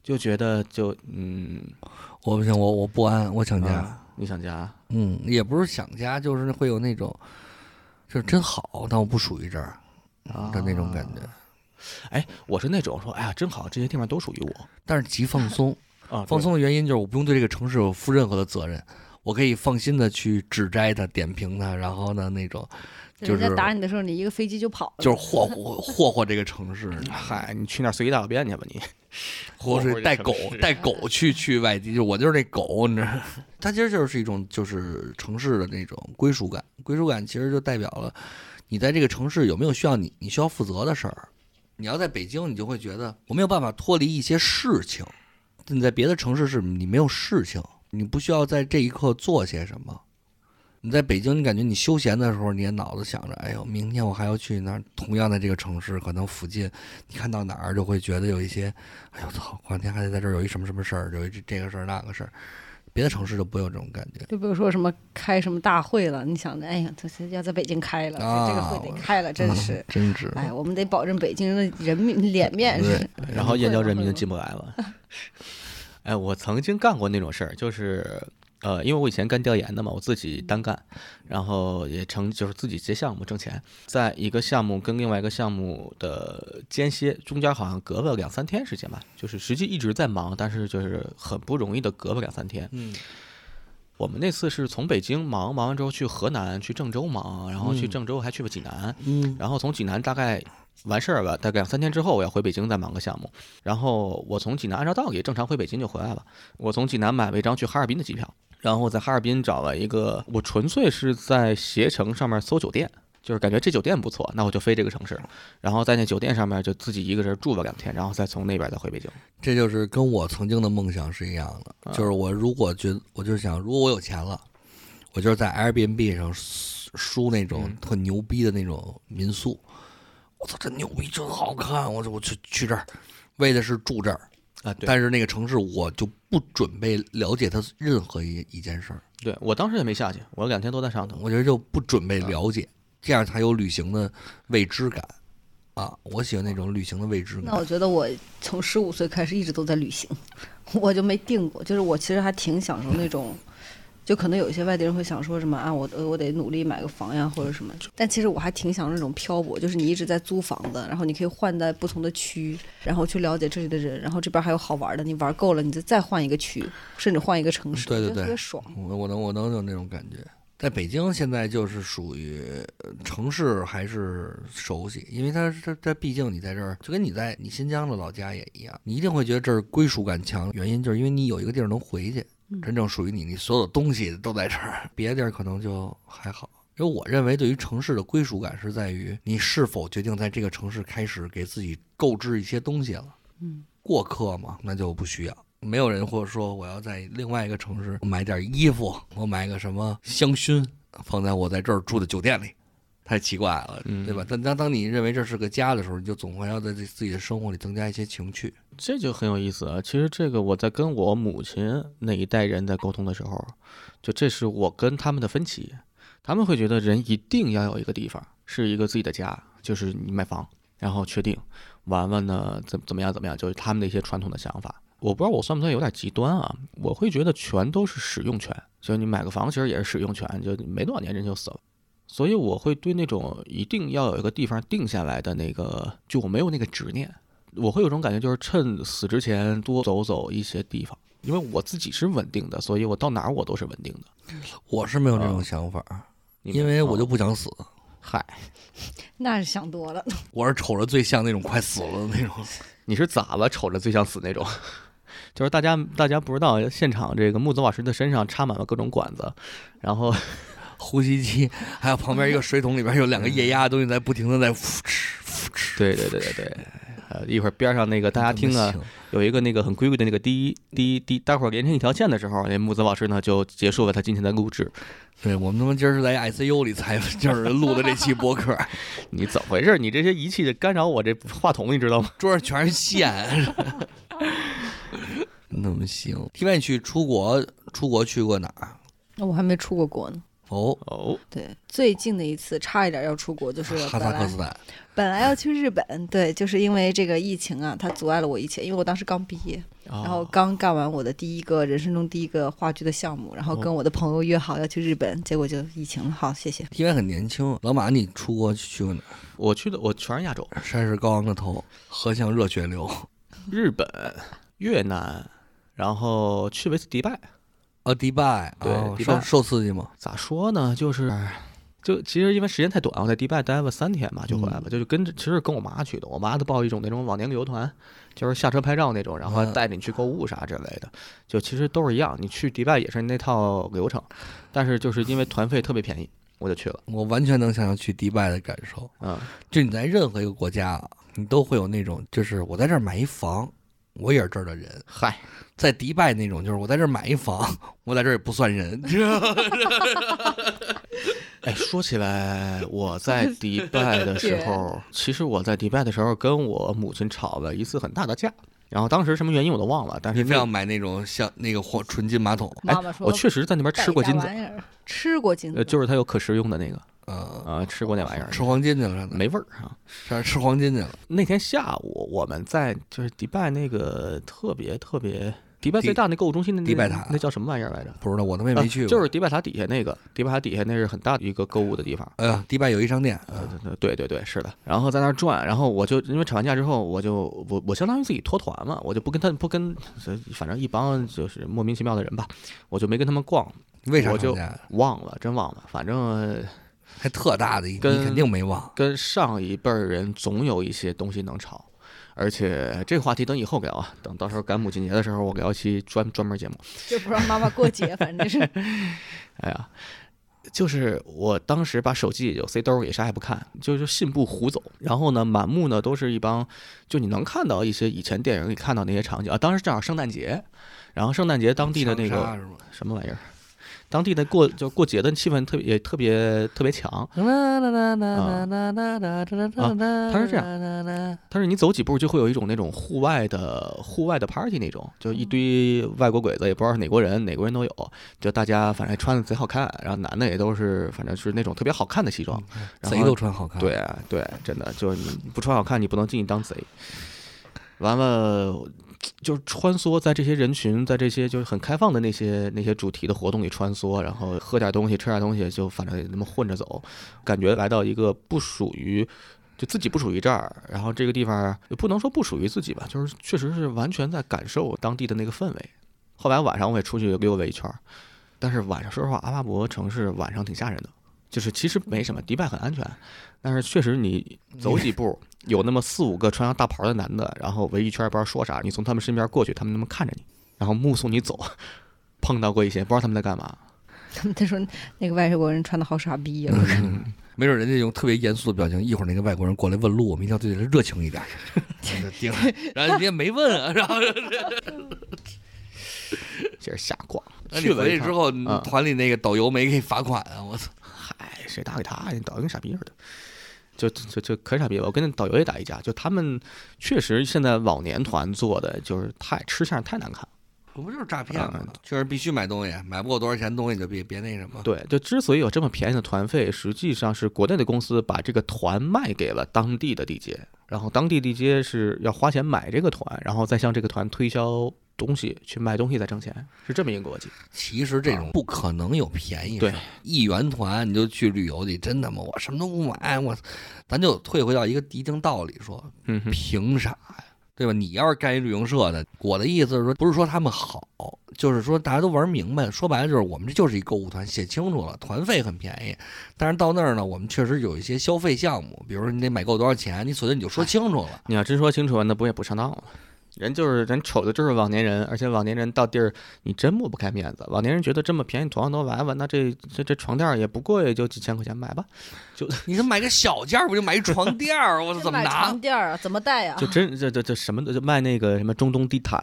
[SPEAKER 2] 就觉得就嗯，
[SPEAKER 1] 我不行，我我不安，我想家。
[SPEAKER 2] 啊你想家，
[SPEAKER 1] 嗯，也不是想家，就是会有那种，就是真好，但我不属于这儿
[SPEAKER 2] 啊
[SPEAKER 1] 的那种感觉，
[SPEAKER 2] 哎，我是那种说，哎呀，真好，这些地方都属于我
[SPEAKER 1] 但是极放松。
[SPEAKER 2] 啊，
[SPEAKER 1] 放
[SPEAKER 2] 对。
[SPEAKER 1] 松的原因就是我不用对这个城市有负任何的责任，我可以放心的去指摘它、点评它，然后呢，那种就是
[SPEAKER 3] 人家打你的时候，你一个飞机就跑了。
[SPEAKER 1] 就是霍霍霍霍这个城 市，
[SPEAKER 2] 嗨，你去那儿随地大小便去吧你。
[SPEAKER 1] 霍霍
[SPEAKER 2] 霍霍
[SPEAKER 1] 是
[SPEAKER 2] 这
[SPEAKER 1] 带
[SPEAKER 2] 城
[SPEAKER 1] 狗
[SPEAKER 2] 市
[SPEAKER 1] 带狗去去外地，就我就是那狗，你知道吗。它其实就是一种就是城市的那种归属感，归属感其实就代表了你在这个城市有没有需要你你需要负责的事儿。你要在北京，你就会觉得我没有办法脱离一些事情，你在别的城市是你没有事情，你不需要在这一刻做些什么。你在北京，你感觉你休闲的时候，你也脑子想着，哎呦，明天我还要去那儿。同样的这个城市，可能附近你看到哪儿就会觉得有一些，哎呦操，过两天还得在这儿有一什么什么事儿，有一这这个事儿那个事儿。别的城市就不会有这种感觉。
[SPEAKER 3] 就比如说什么开什么大会了，你想着，哎呀，这是要在北京开了，
[SPEAKER 1] 啊
[SPEAKER 3] 这个会得开了，真是
[SPEAKER 1] 嗯，真值。
[SPEAKER 3] 哎，我们得保证北京人的人民脸面是
[SPEAKER 1] 对。
[SPEAKER 2] 然后燕郊人民就
[SPEAKER 3] 进，
[SPEAKER 2] 进不来了。哎，我曾经干过那种事儿，就是呃，因为我以前干调研的嘛，我自己单干，然后也成就是自己接项目挣钱，在一个项目跟另外一个项目的间歇中间，好像隔了两三天时间吧，就是实际一直在忙，但是就是很不容易的隔了两三天。
[SPEAKER 1] 嗯，
[SPEAKER 2] 我们那次是从北京忙，忙完之后去河南、去郑州忙，然后去
[SPEAKER 1] 嗯
[SPEAKER 2] 郑州还去了济南，
[SPEAKER 1] 嗯
[SPEAKER 2] 然后从济南大概完事儿了，大概两三天之后，我要回北京再忙个项目。然后我从济南按照道理正常回北京就回来了，我从济南买了一张去哈尔滨的机票，然后在哈尔滨找了一个，我纯粹是在携程上面搜酒店。就是感觉这酒店不错，那我就飞这个城市，然后在那酒店上面就自己一个人住了两天，然后再从那边再回北京。
[SPEAKER 1] 这就是跟我曾经的梦想是一样的，就是我如果觉得，我就想，如果我有钱了，我就是在 Airbnb 上输输那种特牛逼的那种民宿。我操，这牛逼真好看！我说我去去这儿，为的是住这儿，
[SPEAKER 2] 啊，对，
[SPEAKER 1] 但是那个城市我就不准备了解它任何一一件事儿，
[SPEAKER 2] 对我当时也没下去，我两天都在上头。
[SPEAKER 1] 我觉得就不准备了解，这样才有旅行的未知感。啊，我喜欢那种旅行的未知
[SPEAKER 3] 那
[SPEAKER 1] 感
[SPEAKER 3] 我。觉得我从十五岁开始一直都在旅行，我就没定过。就是我其实还挺享受那种，就可能有一些外地人会想说什么啊，我我得努力买个房呀或者什么，但其实我还挺享受那种漂泊，就是你一直在租房子，然后你可以换在不同的区，然后去了解这里的人，然后这边还有好玩的，你玩够了，你再再换一个区，甚至换一个城市，
[SPEAKER 1] 嗯对对
[SPEAKER 3] 我觉得
[SPEAKER 1] 对
[SPEAKER 3] 特别爽。
[SPEAKER 1] 我我能我能有那种感觉。在北京现在就是属于呃城市还是熟悉，因为它它它毕竟你在这儿，就跟你在你新疆的老家也一样，你一定会觉得这儿归属感强。原因就是因为你有一个地儿能回去，真正属于你，你所有的东西都在这儿，别的地儿可能就还好。因为我认为，对于城市的归属感是在于你是否决定在这个城市开始给自己购置一些东西了。过客嘛，那就不需要。没有人会说我要在另外一个城市买点衣服，我买个什么香薰，放在我在这儿住的酒店里，太奇怪了，对吧？但当当你认为这是个家的时候，你就总会要在自己的生活里增加一些情趣。
[SPEAKER 2] 这就很有意思啊！其实这个我在跟我母亲那一代人在沟通的时候，就这是我跟他们的分歧。他们会觉得人一定要有一个地方，是一个自己的家，就是你买房，然后确定，完了呢怎怎么样怎么样，就是他们的一些传统的想法。我不知道我算不算有点极端啊？我会觉得全都是使用权，就是你买个房其实也是使用权，就没多少年人就死了。所以我会对那种一定要有一个地方定下来的那个，就我没有那个执念。我会有种感觉，就是趁死之前多走走一些地方，因为我自己是稳定的，所以我到哪儿我都是稳定的。
[SPEAKER 1] 我是没有这种想法，
[SPEAKER 2] 你
[SPEAKER 1] 哦因
[SPEAKER 2] 们
[SPEAKER 1] 为我就
[SPEAKER 2] 哦
[SPEAKER 1] 不想死。
[SPEAKER 2] 嗨，
[SPEAKER 3] 那是想多了，
[SPEAKER 1] 我是瞅着最像那种快死了的那种，
[SPEAKER 2] 你是咋了？瞅着最像死那种。 就是大家大家不知道，现场这个木子老师的身上插满了各种管子，然后
[SPEAKER 1] 呼吸机，还有旁边一个水桶里边有两个液压的东西在不停的在噗嗤噗嗤。
[SPEAKER 2] 对对对对对，呃，一会儿边上那 个大家听啊
[SPEAKER 1] 怎么，行
[SPEAKER 2] 有一个那个很规律的那个滴滴滴，待会儿连成一条线的时候，那木子老师呢就结束了他今天的录制。
[SPEAKER 1] 对我们他妈今儿是在 ICU 里才就是录的这期播 客。
[SPEAKER 2] 你怎么回事？你这些仪器干扰我这话筒，你知道吗？
[SPEAKER 1] 桌上全是线。 那么行，另外去出国，出国去过哪儿？
[SPEAKER 3] 那我还没出过国呢。
[SPEAKER 1] 哦，
[SPEAKER 2] 哦，
[SPEAKER 3] 对，最近的一次差一点要出国，就是
[SPEAKER 1] 哈
[SPEAKER 3] 本
[SPEAKER 1] 萨
[SPEAKER 3] 来
[SPEAKER 1] 克斯坦。
[SPEAKER 3] 本来要去日本，对，就是因为这个疫情啊，它阻碍了我一切。因为我当时刚毕业，
[SPEAKER 2] 然
[SPEAKER 3] 然后刚干完我的第一个人生中第一个话剧的项目，然后跟我的朋友约好要去日本，结果就疫情了。好，谢谢。
[SPEAKER 1] 因为很年轻，老马，你出国去过哪儿？
[SPEAKER 2] 我去的我全是亚洲，
[SPEAKER 1] 山是高昂的头，河向热血流。
[SPEAKER 2] 日本、越南，然后去了一次迪拜。
[SPEAKER 1] 啊，迪拜，
[SPEAKER 2] 对
[SPEAKER 1] 哦
[SPEAKER 2] 迪
[SPEAKER 1] 受
[SPEAKER 2] 拜
[SPEAKER 1] 受刺激吗？
[SPEAKER 2] 咋说呢？就是，就其实因为时间太短，我在迪拜待了三天吧，就回来了。就是跟着其实跟我妈去的，我妈都报一种那种往年旅游团，就是下车拍照那种，然后
[SPEAKER 1] 嗯
[SPEAKER 2] 带着你去购物啥之类的。就其实都是一样，你去迪拜也是那套流程，但是就是因为团费特别便宜，我就去了。
[SPEAKER 1] 我完全能想象去迪拜的感受。
[SPEAKER 2] 嗯，
[SPEAKER 1] 就你在任何一个国家啊，你都会有那种，就是我在这儿买一房，我也是这儿的人。
[SPEAKER 2] 嗨，
[SPEAKER 1] 在迪拜那种，就是我在这儿买一房， 我在这儿也不算 人。
[SPEAKER 2] 啊哎，说起来，我 在迪拜的时候，其实我在迪拜的时候跟我母亲吵了一次很大的架，然后当时什么原因我都忘了，但
[SPEAKER 1] 你
[SPEAKER 2] 是
[SPEAKER 1] 非要买那种像那个黄纯金马桶，
[SPEAKER 2] 哎
[SPEAKER 3] 妈妈，说
[SPEAKER 2] 我确实在那边
[SPEAKER 3] 带
[SPEAKER 2] 吃过
[SPEAKER 3] 啥
[SPEAKER 2] 金子
[SPEAKER 3] 玩，意儿，吃过金
[SPEAKER 2] 呃，
[SPEAKER 3] 子，
[SPEAKER 2] 就是它有可食用的那个
[SPEAKER 1] 呃，
[SPEAKER 2] 啊，吃过那玩意儿，
[SPEAKER 1] 吃黄金去了，上哪
[SPEAKER 2] 没味儿啊。
[SPEAKER 1] 上哪吃黄金去了。
[SPEAKER 2] 那天下午我们在就是迪拜那个特别特别迪拜
[SPEAKER 1] 迪
[SPEAKER 2] 最大那购物中心的那
[SPEAKER 1] 迪拜塔
[SPEAKER 2] 那叫什么玩意儿来着？
[SPEAKER 1] 不知道，我他妈也没去
[SPEAKER 2] 啊
[SPEAKER 1] 过。
[SPEAKER 2] 就是迪拜塔底下那个，迪拜塔底下那是很大的一个购物的地方。
[SPEAKER 1] 哎呀，迪拜有一商店，
[SPEAKER 2] 呃，对对对，是的。然后在那儿转，然后我就因为吵完架之后，我就我我相当于自己脱团嘛，我就不跟他不跟，反正一帮就是莫名其妙的人吧，我就没跟他们逛，
[SPEAKER 1] 为啥
[SPEAKER 2] 我就
[SPEAKER 1] 商店？
[SPEAKER 2] 忘了，真忘了。反正
[SPEAKER 1] 还特大的一，你
[SPEAKER 2] 跟
[SPEAKER 1] 肯定没忘。
[SPEAKER 2] 跟上一辈儿人总有一些东西能吵，而且这个话题等以后聊啊，等到时候赶母亲节的时候，我聊一期专专门节目。
[SPEAKER 3] 就不让妈妈过节，反正是
[SPEAKER 2] 哎呀，就是我当时把手机也就塞兜里，啥也不看，就是信步胡走。然后呢，满目呢都是一帮，就你能看到一些以前电影里看到那些场景啊。当时正好圣诞节，然后圣诞节当地的那
[SPEAKER 1] 长沙
[SPEAKER 2] 个
[SPEAKER 1] 是吗
[SPEAKER 2] 什么玩意儿，当地的过就过节的气氛特别也特别特别强。他是这
[SPEAKER 1] 样，
[SPEAKER 2] 但是你走几步就会有一种那种户外的户外的 party 那种，就一堆外国鬼子，也不知道是哪国人，哪国人都有，就大家反正穿的贼好看，然后男的也都是反正是那种特别好看的西装，然
[SPEAKER 1] 贼
[SPEAKER 2] 后
[SPEAKER 1] 都穿好看。，
[SPEAKER 2] 对啊对，真的就是你不穿好看，你不能进去当贼。完了，就是穿梭在这些人群，在这些就是很开放的那些那些主题的活动里穿梭，然后喝点东西，吃点东西，就反正那么混着走，感觉来到一个不属于。就自己不属于这儿，然后这个地方也不能说不属于自己吧，就是确实是完全在感受当地的那个氛围。后来晚上我也出去溜了一圈儿，但是晚上说实话，阿拉伯城市晚上挺吓人的，就是其实没什么，迪拜很安全，但是确实你
[SPEAKER 1] 嗯
[SPEAKER 2] 走几步，有那么四五个穿上大袍的男的，然后围一圈儿不知道说啥，你从他们身边过去，他们那么看着你，然后目送你走，碰到过一些不知道他们在干嘛。
[SPEAKER 3] 他们在说那个外国人穿的好傻逼呀、我
[SPEAKER 2] 嗯
[SPEAKER 3] 看
[SPEAKER 1] 没准人家用特别严肃的表情，一会儿那个外国人过来问路，我们一定要对他热情 一点。我就盯着然后人家没问啊，然后
[SPEAKER 2] 接着瞎逛，
[SPEAKER 1] 那
[SPEAKER 2] 去
[SPEAKER 1] 你
[SPEAKER 2] 了
[SPEAKER 1] 回
[SPEAKER 2] 一
[SPEAKER 1] 去啊
[SPEAKER 2] 趟
[SPEAKER 1] 之后，
[SPEAKER 2] 嗯
[SPEAKER 1] 团里那个导游没给你罚款啊！我操，
[SPEAKER 2] 嗨，谁打给他？你导游跟傻逼似的，就就就可傻逼了。我跟那导游也打一架，就他们确实现在老年团做的就是太吃相太难看。
[SPEAKER 1] 这不就是诈骗吗
[SPEAKER 2] 嗯？
[SPEAKER 1] 就是必须买东西，买不够多少钱东西就别别那什么。
[SPEAKER 2] 对，就之所以有这么便宜的团费，实际上是国内的公司把这个团卖给了当地的地接，然后当地地接是要花钱买这个团，然后再向这个团推销东西，去卖东西再挣钱，是这么一个逻辑。
[SPEAKER 1] 其实这种不可能有便宜。
[SPEAKER 2] 对，
[SPEAKER 1] 一元团你就去旅游去，真他妈我什么都不买，我咱就退回到一个一定道理说，
[SPEAKER 2] 嗯哼，
[SPEAKER 1] 凭啥呀？对吧？你要是干一旅行社的，我的意思是说，不是说他们好，就是说大家都玩明白了。说白了就是我们这就是一购物团，写清楚了，团费很便宜，但是到那儿呢，我们确实有一些消费项目，比如说你得买够多少钱，你索性你就说清楚了。
[SPEAKER 2] 你要真说清楚了，那不也不上当了？人就是人，瞅的就是老年人，而且老年人到地儿，你真抹不开面子。老年人觉得这么便宜，同样都来吧，那这这这床垫儿也不贵，就几千块钱买吧，
[SPEAKER 1] 你说买个小件儿不就买一床垫儿？我操，怎么
[SPEAKER 3] 买
[SPEAKER 1] 拿
[SPEAKER 3] 床？垫儿啊，怎么带呀、
[SPEAKER 2] 就真这这这什么的，就卖那个什么中东地毯，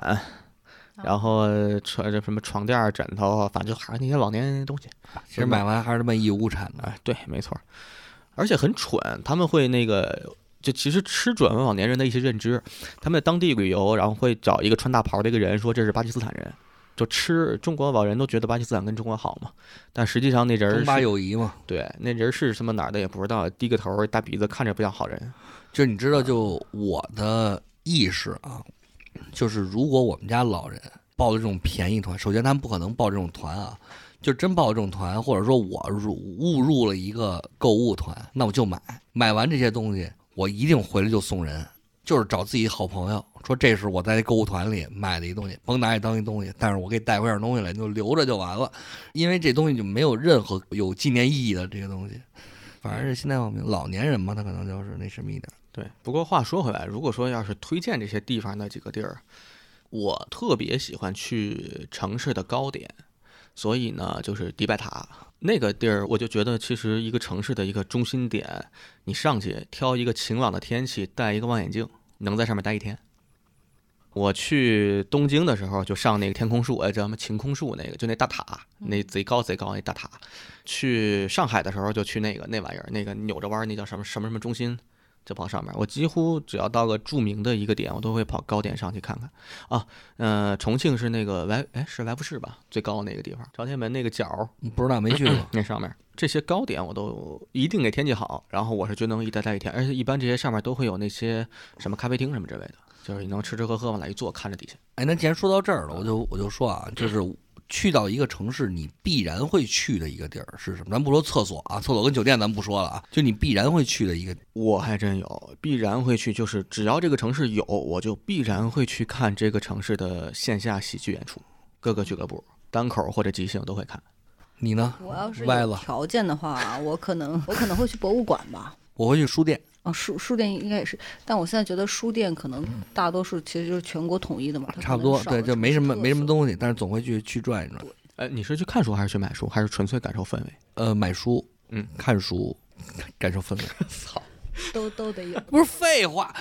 [SPEAKER 2] 然后床这什么床垫儿、枕头啊，反正就还是那些老年人的东西。
[SPEAKER 1] 其实买完还是他妈一无产的。
[SPEAKER 2] 哎，对，没错儿，而且很蠢，他们会那个。就其实吃准了老年人的一些认知，他们在当地旅游，然后会找一个穿大袍的一个人说这是巴基斯坦人，就吃中国老人都觉得巴基斯坦跟中国好嘛，但实际上那人儿
[SPEAKER 1] 中巴
[SPEAKER 2] 是
[SPEAKER 1] 友谊嘛，
[SPEAKER 2] 对那人是什么哪儿的也不知道，低个头儿大鼻子看着不像好人，
[SPEAKER 1] 就是你知道，就我的意识啊，就是如果我们家老人报了这种便宜团，首先他们不可能报这种团啊，就真报这种团，或者说我入误入了一个购物团，那我就买，买完这些东西，我一定回来就送人，就是找自己好朋友说这是我在购物团里买的一东西，甭拿这当一东西，但是我给你带回点东西来，你就留着就完了，因为这东西就没有任何有纪念意义的这个东西。反而是现在我们老年人嘛，他可能就是那什么一点。
[SPEAKER 2] 对，不过话说回来，如果说要是推荐这些地方的几个地儿，我特别喜欢去城市的高点，所以呢，就是迪拜塔那个地儿，我就觉得其实一个城市的一个中心点，你上去挑一个晴朗的天气，戴一个望远镜，能在上面待一天。我去东京的时候，就上那个天空树，哎，叫什么晴空树那个，就那大塔，那贼高贼高那大塔。去上海的时候就去那个那玩意儿，那个扭着弯儿，那叫什么什么什么中心，就跑上面。我几乎只要到个著名的一个点，我都会跑高点上去看看。啊，呃，重庆是那个来，哎，是来福士吧，最高的那个地方，朝天门那个角儿
[SPEAKER 1] 不知道没去 过。
[SPEAKER 2] 那上面。这些高点我都一定得天气好，然后我是觉得能一待待一天，而且一般这些上面都会有那些什么咖啡厅什么之类的，就是你能吃吃喝喝往那一坐，看着底下。
[SPEAKER 1] 哎，那既然说到这儿了，我就我就说啊，就是去到一个城市，你必然会去的一个地儿是什么？咱不说厕所啊，厕所跟酒店咱不说了啊，就你必然会去的一个。
[SPEAKER 2] 我还真有，必然会去，就是只要这个城市有，我就必然会去看这个城市的线下喜剧演出，各个俱乐部、单口或者即兴都会看。
[SPEAKER 1] 你呢？
[SPEAKER 3] 我要是
[SPEAKER 1] 歪
[SPEAKER 3] 有
[SPEAKER 1] 了，
[SPEAKER 3] 条件的话，我可能我可能会去博物馆吧。
[SPEAKER 1] 我会去书店。
[SPEAKER 3] 啊，书书店应该也是，但我现在觉得书店可能大多数其实就是全国统一的嘛，它可
[SPEAKER 1] 嗯差不
[SPEAKER 3] 能
[SPEAKER 1] 多，
[SPEAKER 3] 少
[SPEAKER 1] 对，
[SPEAKER 3] 了
[SPEAKER 1] 就
[SPEAKER 3] 城
[SPEAKER 1] 没
[SPEAKER 3] 市
[SPEAKER 1] 什么
[SPEAKER 3] 特
[SPEAKER 1] 没什么
[SPEAKER 3] 色
[SPEAKER 1] 东西，但是总会去去转一转。
[SPEAKER 2] 呃，你是去看书还是去买书，还是纯粹感受氛围？
[SPEAKER 1] 呃，买书，
[SPEAKER 2] 嗯，
[SPEAKER 1] 看书，感受 氛围。操，
[SPEAKER 3] 都都得有。
[SPEAKER 1] 不是废话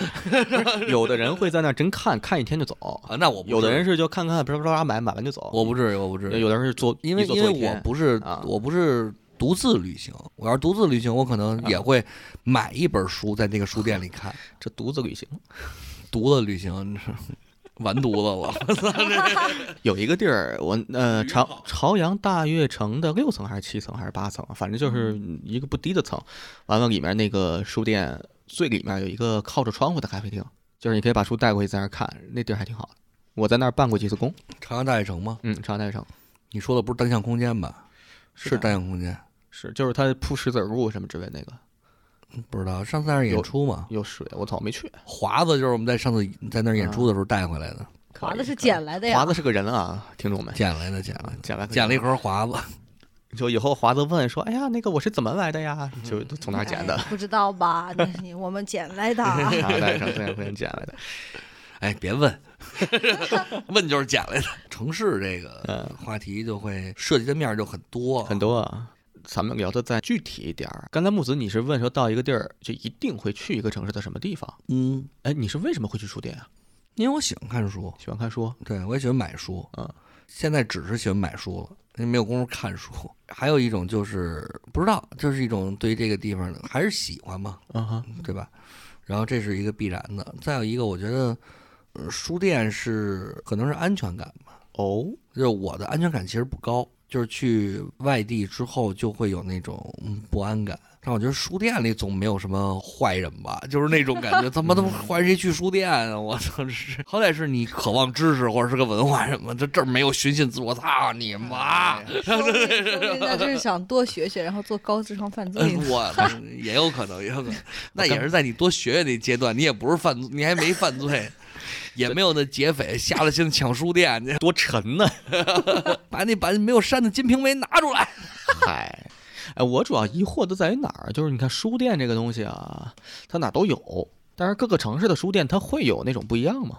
[SPEAKER 2] 有的人会在那儿真看看一天就走，
[SPEAKER 1] 啊！那我不
[SPEAKER 2] 有的
[SPEAKER 1] 至于
[SPEAKER 2] 人是就看看，啪啪啪啪买买完就走。
[SPEAKER 1] 我不至于，我不至于，
[SPEAKER 2] 有的人是坐，
[SPEAKER 1] 因为
[SPEAKER 2] 一坐
[SPEAKER 1] 因
[SPEAKER 2] 坐
[SPEAKER 1] 为
[SPEAKER 2] 一天
[SPEAKER 1] 我不是
[SPEAKER 2] 啊
[SPEAKER 1] 我不是独自旅行，我要是独自旅行，我可
[SPEAKER 2] 啊
[SPEAKER 1] 能也会买一本书在那个书店里看。
[SPEAKER 2] 这独自旅行。
[SPEAKER 1] 独自旅行， 完犊子了，我操！
[SPEAKER 2] 有一个地儿，我呃朝朝阳大悦城的六层还是七层还是八层，啊反正就是一个不低的层。完了，里面那个书店最里面有一个靠着窗户的咖啡厅，就是你可以把书带过去在那儿看，那地儿还挺好的。我在那儿办过几次工，
[SPEAKER 1] 朝阳大悦城吗？
[SPEAKER 2] 嗯，朝阳大悦城
[SPEAKER 1] 你说的不是单向空间吧？是单向空间，
[SPEAKER 2] 是就是它铺石子儿路什么之类那个
[SPEAKER 1] 不知道上次在那儿演
[SPEAKER 2] 有
[SPEAKER 1] 出嘛？
[SPEAKER 2] 有水，我操，我没去。
[SPEAKER 1] 华子就是我们在上次在那儿演出的时候带回来的，
[SPEAKER 2] 可以
[SPEAKER 3] 华子是
[SPEAKER 2] 可以
[SPEAKER 3] 捡来的呀
[SPEAKER 2] 华，子是个人啊，听众们，
[SPEAKER 1] 捡来的，捡来
[SPEAKER 2] 啊
[SPEAKER 1] 的，
[SPEAKER 2] 捡来
[SPEAKER 1] 捡了一
[SPEAKER 2] 盒，
[SPEAKER 1] 盒华子。
[SPEAKER 2] 就以后华子问说，哎呀，那个我是怎么来的呀？就都从哪儿捡的。
[SPEAKER 3] 哎？不知道吧？那你我们捡来的啊
[SPEAKER 2] 朝阳大悦城这两天捡来的，
[SPEAKER 1] 哎，别问， 问就是捡来的。城市这个话题就会涉及的面儿就很多
[SPEAKER 2] 嗯很。多啊。咱们聊的再具体一点儿。刚才木子，你是问说到一个地儿就一定会去一个城市的什么地方？
[SPEAKER 1] 嗯，
[SPEAKER 2] 哎，你是为什么会去书店啊？
[SPEAKER 1] 因为我喜欢看书，
[SPEAKER 2] 喜欢看书？
[SPEAKER 1] 对我也喜欢买书。
[SPEAKER 2] 嗯，
[SPEAKER 1] 现在只是喜欢买书了，因为没有功夫看书。还有一种就是不知道，就是一种对这个地方的还是喜欢嘛，
[SPEAKER 2] 嗯哼，
[SPEAKER 1] 对吧？然后这是一个必然的。再有一个，我觉得、呃书店是可能是安全感吧。
[SPEAKER 2] 哦，
[SPEAKER 1] 就是我的安全感其实不高，就是去外地之后就会有那种嗯不安感。但我觉得书店里总没有什么坏人吧，就是那种感觉，他妈他妈坏人谁去书店啊？我操，这是好歹是你渴望知识或者是个文化什么，这这儿没有寻衅滋我操你妈！
[SPEAKER 3] 说不定说不定他就是想多学学，然后做高智商犯 罪呢。
[SPEAKER 1] 哎我操也有可能，也有 可能，那也是在你多学学那阶段，你也不是犯，你还没犯 罪，也没有那劫匪下了心抢书店，你
[SPEAKER 2] 多沉呢、
[SPEAKER 1] 把那把没有删的《金瓶梅》拿出来。
[SPEAKER 2] 嗨， 哎，我主要疑惑的在于哪儿？就是你看书店这个东西啊，它哪儿都有，但是各个城市的书店它会有那种不一样吗？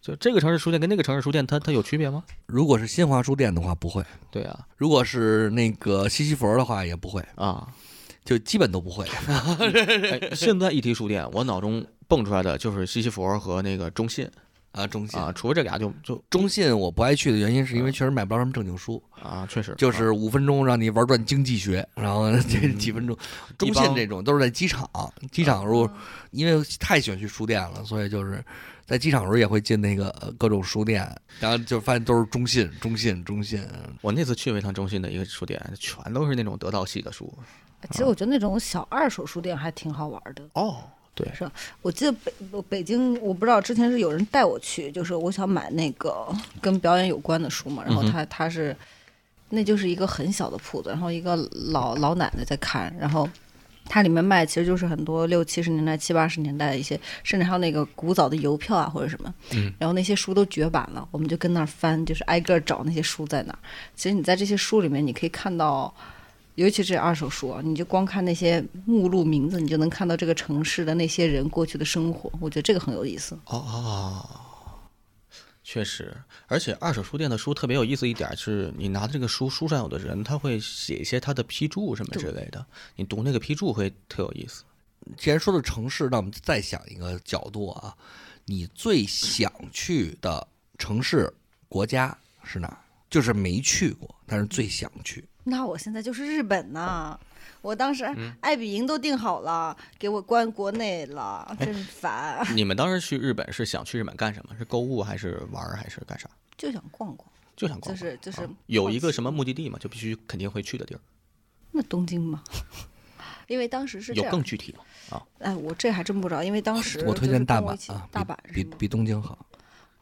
[SPEAKER 2] 就这个城市书店跟那个城市书店它，它有区别吗？
[SPEAKER 1] 如果是新华书店的话，不会。
[SPEAKER 2] 对啊，
[SPEAKER 1] 如果是那个西西弗的话，也不会，
[SPEAKER 2] 啊，
[SPEAKER 1] 就基本都不会。
[SPEAKER 2] 哎，现在一提书店，我脑中蹦出来的就是西西弗和那个中信
[SPEAKER 1] 啊，中信，
[SPEAKER 2] 啊，除了这俩就就
[SPEAKER 1] 中信我不爱去的原因是因为确实买不着什么正经书，
[SPEAKER 2] 啊，确实
[SPEAKER 1] 就是五分钟让你玩转经济学，然后这 几分钟。中信这种都是在机场，机场时候因为太喜欢去书店了，所以就是在机场时候也会进那个呃各种书店，然后就发现都是中信，中信，中信。
[SPEAKER 2] 我那次去了一趟中信的一个书店，全都是那种得到系的书。
[SPEAKER 3] 其实我觉得那种小二手书店还挺好玩的。
[SPEAKER 2] 哦，对，
[SPEAKER 3] 我记得北我北京，我不知道之前是有人带我去，就是我想买那个跟表演有关的书嘛，然后他他是，那就是一个很小的铺子，然后一个老老奶奶在看，然后它里面卖其实就是很多六七十年代、七八十年代的一些，甚至还有那个古早的邮票啊或者什么，然后那些书都绝版了，我们就跟那儿翻，就是挨个儿找那些书在哪儿。其实你在这些书里面，你可以看到。尤其这二手书啊，你就光看那些目录名字，你就能看到这个城市的那些人过去的生活，我觉得这个很有意思。
[SPEAKER 2] 哦哦，确实，而且二手书店的书特别有意思一点是，你拿这个书，书上有的人他会写一些他的批注什么之类的，你读那个批注会特有意思。
[SPEAKER 1] 既然说到城市，那我们再想一个角度啊，
[SPEAKER 4] 你最想去的城市、国家是哪儿？就是没去过，但是最想去。
[SPEAKER 3] 那我现在就是日本呐。我当时爱彼迎都订好了，给我关国内了，真烦，
[SPEAKER 2] 你们当时去日本是想去日本干什么？是购物还是玩儿还是干啥？
[SPEAKER 3] 就想逛逛，
[SPEAKER 2] 就想逛
[SPEAKER 3] 就
[SPEAKER 2] 逛。
[SPEAKER 3] 是就是
[SPEAKER 2] 有一个什
[SPEAKER 3] 么
[SPEAKER 2] 么目的地嘛，就必须肯定会去的地儿，
[SPEAKER 3] 那东京嘛，因为当时是这
[SPEAKER 2] 有
[SPEAKER 3] 样
[SPEAKER 2] 更具体吗？啊，
[SPEAKER 3] 哎，我这还真不知道，因为当时
[SPEAKER 4] 我推荐
[SPEAKER 3] 就是跟
[SPEAKER 4] 大
[SPEAKER 3] 我
[SPEAKER 4] 阪
[SPEAKER 3] 一起
[SPEAKER 4] 啊，
[SPEAKER 3] 大阪
[SPEAKER 4] 比
[SPEAKER 3] 是
[SPEAKER 4] 比
[SPEAKER 3] 吗？
[SPEAKER 4] 比东京好。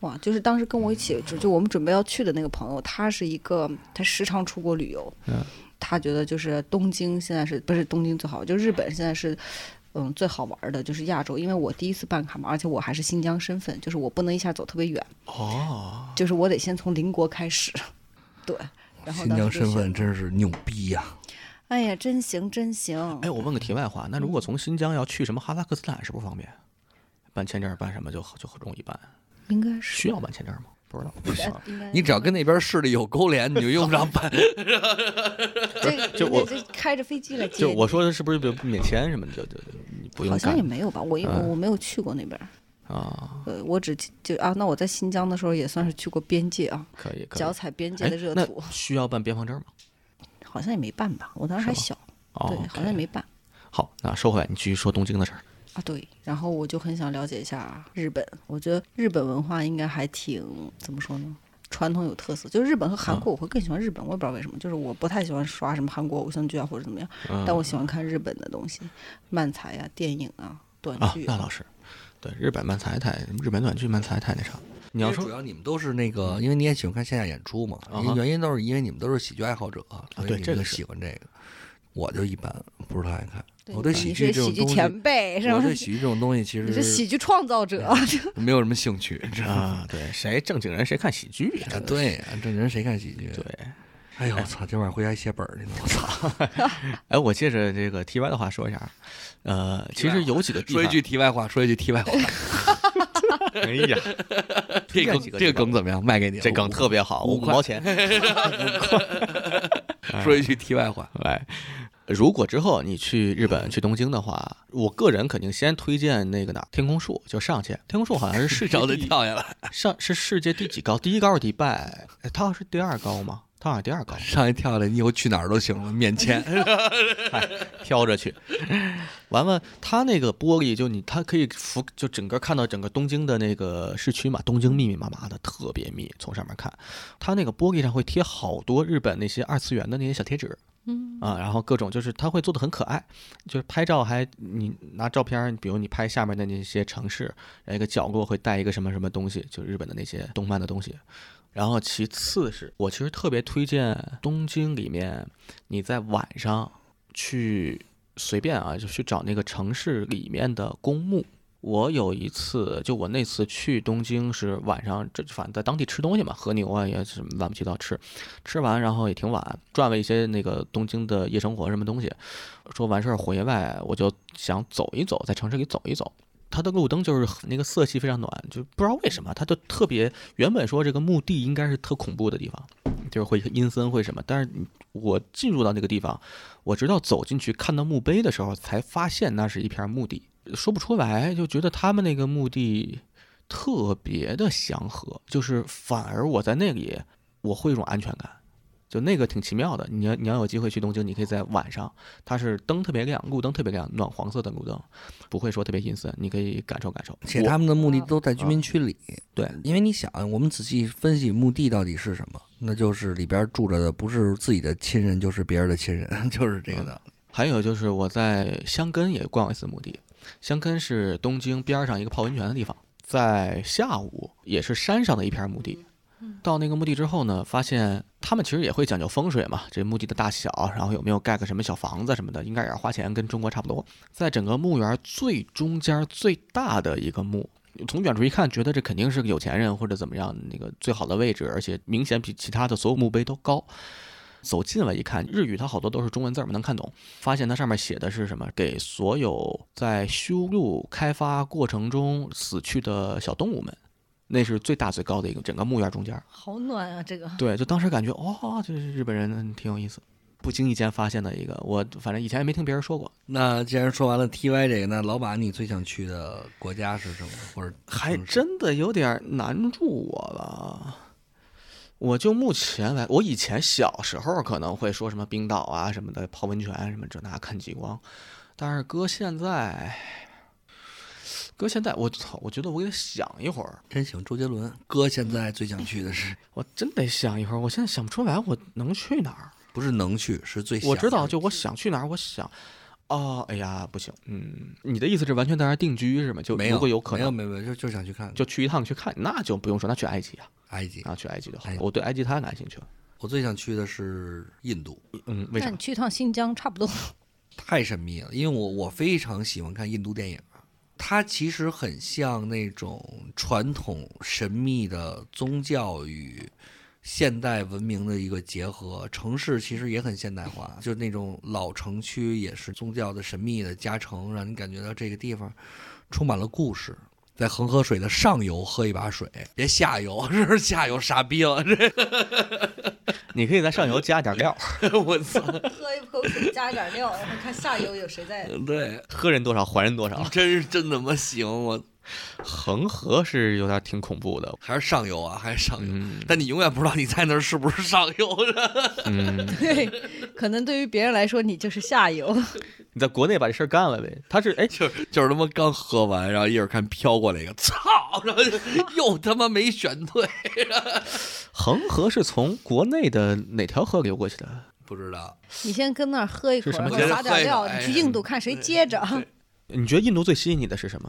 [SPEAKER 3] 哇，就是当时跟我一起，就就我们准备要去的那个朋友，他是一个他时常出国旅游，
[SPEAKER 2] 嗯
[SPEAKER 3] 他觉得就是东京现在是不是东京最好，就日本现在是。嗯，最好玩的就是亚洲，因为我第一次办卡嘛，而且我还是新疆身份，就是我不能一下走特别远，
[SPEAKER 2] 哦，
[SPEAKER 3] 就是我得先从邻国开始。对，然后
[SPEAKER 4] 新
[SPEAKER 3] 当
[SPEAKER 4] 疆
[SPEAKER 3] 时就
[SPEAKER 4] 身份
[SPEAKER 3] 选，
[SPEAKER 4] 真是牛逼呀、
[SPEAKER 3] 哎呀，真行真行，
[SPEAKER 2] 哎，我问个题外话，那如果从新疆要去什么哈萨克斯坦，是不是方便？办签证办什么就就很容易办，
[SPEAKER 3] 应该是
[SPEAKER 2] 需要办签证吗？不知道，不需要。
[SPEAKER 3] 应该
[SPEAKER 4] 你只要跟那边势力有勾连，你就用不着办。
[SPEAKER 3] 这
[SPEAKER 2] 就我
[SPEAKER 3] 这开着飞机来接
[SPEAKER 2] 就
[SPEAKER 3] 你
[SPEAKER 2] 我说的是不是就免签什么的，就就就你不用
[SPEAKER 3] 好像
[SPEAKER 2] 干
[SPEAKER 3] 也没有吧，我因为
[SPEAKER 2] 嗯
[SPEAKER 3] 我没有去过那边儿，
[SPEAKER 2] 啊？
[SPEAKER 3] 呃，我只就啊，那我在新疆的时候也算是去过边界啊，
[SPEAKER 2] 可以，可以。
[SPEAKER 3] 脚踩边界
[SPEAKER 2] 哎
[SPEAKER 3] 的热
[SPEAKER 2] 那
[SPEAKER 3] 土，
[SPEAKER 2] 需要办边防证吗？
[SPEAKER 3] 好像也没办吧，我当时还小，
[SPEAKER 2] 哦
[SPEAKER 3] 对，
[SPEAKER 2] ，OK
[SPEAKER 3] 好像也没办
[SPEAKER 2] 好，那说回来，你继续说东京的事儿。
[SPEAKER 3] 啊，对，然后我就很想了解一下日本，我觉得日本文化应该还挺怎么说呢？传统有特色，就是日本和
[SPEAKER 4] 嗯
[SPEAKER 3] 韩国，我会更喜欢日本，我也不知道为什么，就是我不太喜欢刷什么韩国偶像剧啊或者怎么样，
[SPEAKER 2] 嗯
[SPEAKER 3] 但我喜欢看日本的东西，漫才啊、电影啊、短
[SPEAKER 2] 啊，
[SPEAKER 3] 剧
[SPEAKER 2] 那倒是，对日本漫才太日本短剧漫才太那啥了。你要说
[SPEAKER 4] 主要你们都是那个，因为你也喜欢看线下演出嘛，
[SPEAKER 2] 啊哈啊
[SPEAKER 4] 因为原因都是因为你们都是喜剧爱好者，啊所以
[SPEAKER 2] 对
[SPEAKER 4] 你们
[SPEAKER 2] 这个
[SPEAKER 4] 就是喜欢这个。我就一般不是太爱看，
[SPEAKER 3] 对
[SPEAKER 4] 我对
[SPEAKER 3] 你
[SPEAKER 4] 喜
[SPEAKER 3] 是
[SPEAKER 4] 剧这种
[SPEAKER 3] 喜剧
[SPEAKER 4] 东西，
[SPEAKER 3] 前辈是
[SPEAKER 4] 我
[SPEAKER 3] 吗？
[SPEAKER 4] 对喜剧这种东西其
[SPEAKER 3] 你是喜
[SPEAKER 4] 实
[SPEAKER 3] 剧创造者，
[SPEAKER 4] 没有什么兴趣，知道吗？
[SPEAKER 2] 啊，对，谁正经人谁看喜剧呀
[SPEAKER 4] 啊，？对，这人谁看喜剧？
[SPEAKER 2] 对，
[SPEAKER 4] 哎呦我操，今晚回家写本儿去呢，我操！
[SPEAKER 2] 哎，我借着这个 T Y 的话说一下，呃，其实有几个地
[SPEAKER 4] 说一，
[SPEAKER 2] 方
[SPEAKER 4] 句题外话，说一句题外话，
[SPEAKER 2] 哎呀，
[SPEAKER 4] 这
[SPEAKER 2] 推
[SPEAKER 4] 梗
[SPEAKER 2] 荐几个
[SPEAKER 4] 这个
[SPEAKER 2] 地方
[SPEAKER 4] 梗怎么样？卖给你了，
[SPEAKER 2] 这梗特别好，
[SPEAKER 4] 五
[SPEAKER 2] 五
[SPEAKER 4] 块
[SPEAKER 2] 毛钱。
[SPEAKER 4] 别。说一句题外话，
[SPEAKER 2] 来，如果之后你去日本去东京的话，我个人肯定先推荐那个哪儿天空树，就上去。天空树好像是世界
[SPEAKER 4] 然后就
[SPEAKER 2] 第
[SPEAKER 4] 跳下来，
[SPEAKER 2] 上是世界第几高？第一高是迪拜，哎它好像是第二高吗？它好像第二高，
[SPEAKER 4] 上一跳下来，你以后去哪儿都行了，免 签。
[SPEAKER 2] 飘着去。完了，它那个玻璃就你，它可以俯，就整个看到整个东京的那个市区嘛，东京密密麻麻的，特别密。从上面看，它那个玻璃上会贴好多日本那些二次元的那些小贴纸。嗯啊，然后各种就是它会做的很可爱，就是拍照还你拿照片儿，比如你拍下面的那些城市，然后一个角落会带一个什么什么东西，就日本的那些动漫的东西。然后其次是我其实特别推荐东京里面，你在晚上去随便啊，就去找那个城市里面的公墓。我有一次，就我那次去东京是晚上，这反正在当地吃东西嘛，和牛啊也是乱七八糟吃，吃完然后也挺晚，转了一些那个东京的夜生活什么东西。说完事儿回来，我就想走一走，在城市里走一走。它的路灯就是很那个色系非常暖，就不知道为什么它就特别。原本说这个墓地应该是特恐怖的地方，就是会阴森会什么，但是你我进入到那个地方，我直到走进去看到墓碑的时候，才发现那是一片墓地，说不出来，就觉得他们那个墓地特别的祥和，就是反而我在那里我会有一种安全感，就那个挺奇妙的。你要你要有机会去东京，你可以在晚上，它是灯特别亮，路灯特别亮，暖黄色的路灯，不会说特别阴森，你可以感受感受。
[SPEAKER 4] 且
[SPEAKER 2] 我
[SPEAKER 4] 他们的目的都在居民区里。
[SPEAKER 2] 对，
[SPEAKER 4] 因为你想，啊我们仔细分析墓地到底是什么，那就是里边住着的不是自己的亲人，就是别人的亲人， 就是这个的。
[SPEAKER 2] 还有就是我在箱根也逛了一次墓地，箱根是东京边儿上一个泡温泉的地方，在下午也是山上的一片墓地。到那个墓地之后呢，发现他们其实也会讲究风水嘛，这墓地的大小，然后有没有盖个什么小房子什么的，应该也要花钱，跟中国差不多。在整个墓园最中间最大的一个墓，从远处一看，觉得这肯定是个有钱人或者怎么样，那个最好的位置，而且明显比其他的所有墓碑都高。走近了一看，日语它好多都是中文字儿嘛，能看懂。发现它上面写的是什么？给所有在修路开发过程中死去的小动物们，那是最大最高的一个整个墓园中间儿。
[SPEAKER 3] 好暖啊！这个
[SPEAKER 2] 对，就当时感觉哇、哦，这是日本人嗯挺有意思。不经意间发现的一个，我反正以前也没听别人说过，
[SPEAKER 1] 那既然说完了 TY 这个，那老板你最想去的国家是什么？或者
[SPEAKER 2] 还
[SPEAKER 1] 城市
[SPEAKER 2] 真的有点难住我了。我就目前来，我以前小时候可能会说什么冰岛啊什么的，泡温泉什么这那看极光，但是搁现在，搁现在我操，我觉得我给他想一会儿，
[SPEAKER 1] 真行，周杰伦哥现在最想去的是
[SPEAKER 2] 我真得想一会儿，我现在想不出来我能去哪儿。
[SPEAKER 1] 不是能去，是最想
[SPEAKER 2] 我知道，
[SPEAKER 1] 去
[SPEAKER 2] 就我想去哪儿，我想，哦，哎呀，不行，嗯，你的意思是完全在那儿定居是吗？就
[SPEAKER 1] 没
[SPEAKER 2] 如果有可
[SPEAKER 1] 没有
[SPEAKER 2] 能，
[SPEAKER 1] 没有没有，就就想去看
[SPEAKER 2] 就去一趟去看，那就不用说，那去埃及啊，
[SPEAKER 1] 埃及。
[SPEAKER 2] 那去埃及就好
[SPEAKER 1] 哎
[SPEAKER 2] 了。
[SPEAKER 1] 呀
[SPEAKER 2] 我对埃及太感兴趣了，
[SPEAKER 1] 我最想去的是印度，
[SPEAKER 2] 嗯，为
[SPEAKER 3] 那
[SPEAKER 2] 啥
[SPEAKER 3] 你？去趟新疆差不多。
[SPEAKER 1] 太神秘了，因为我我非常喜欢看印度电影，啊它其实很像那种传统神秘的宗教与现代文明的一个结合，城市其实也很现代化，就那种老城区也是宗教的神秘的加成，让你感觉到这个地方充满了故事。在恒河水的上游喝一把水，别下游， 是下游傻逼了，
[SPEAKER 2] 你可以在上游加点料，
[SPEAKER 1] 这我操！
[SPEAKER 3] 喝一口水，加一点料，然后看下游有谁在。
[SPEAKER 1] 对，
[SPEAKER 2] 喝人多少还人多少。
[SPEAKER 1] 真是真他妈行，我
[SPEAKER 2] 恒河是有点挺恐怖的，
[SPEAKER 1] 还是上游啊，还是上游。
[SPEAKER 2] 嗯
[SPEAKER 1] 但你永远不知道你在那儿是不是上游的。
[SPEAKER 2] 嗯，
[SPEAKER 3] 对，可能对于别人来说，你就是下游。
[SPEAKER 2] 你在国内把这事儿干了呗。他是哎，
[SPEAKER 1] 就是就是他妈刚喝完，然后一会儿看飘过来一个，操！然后就又他妈没选对，
[SPEAKER 2] 恒河是从国内的哪条河流过去的？
[SPEAKER 1] 不知道。
[SPEAKER 3] 你先跟那儿喝一口，
[SPEAKER 2] 是什
[SPEAKER 3] 然
[SPEAKER 2] 么
[SPEAKER 3] 后
[SPEAKER 1] 节奏
[SPEAKER 3] 撒点料，
[SPEAKER 1] 哎
[SPEAKER 3] 你去印度看谁接着。啊
[SPEAKER 2] 你觉得印度最吸引你的是什么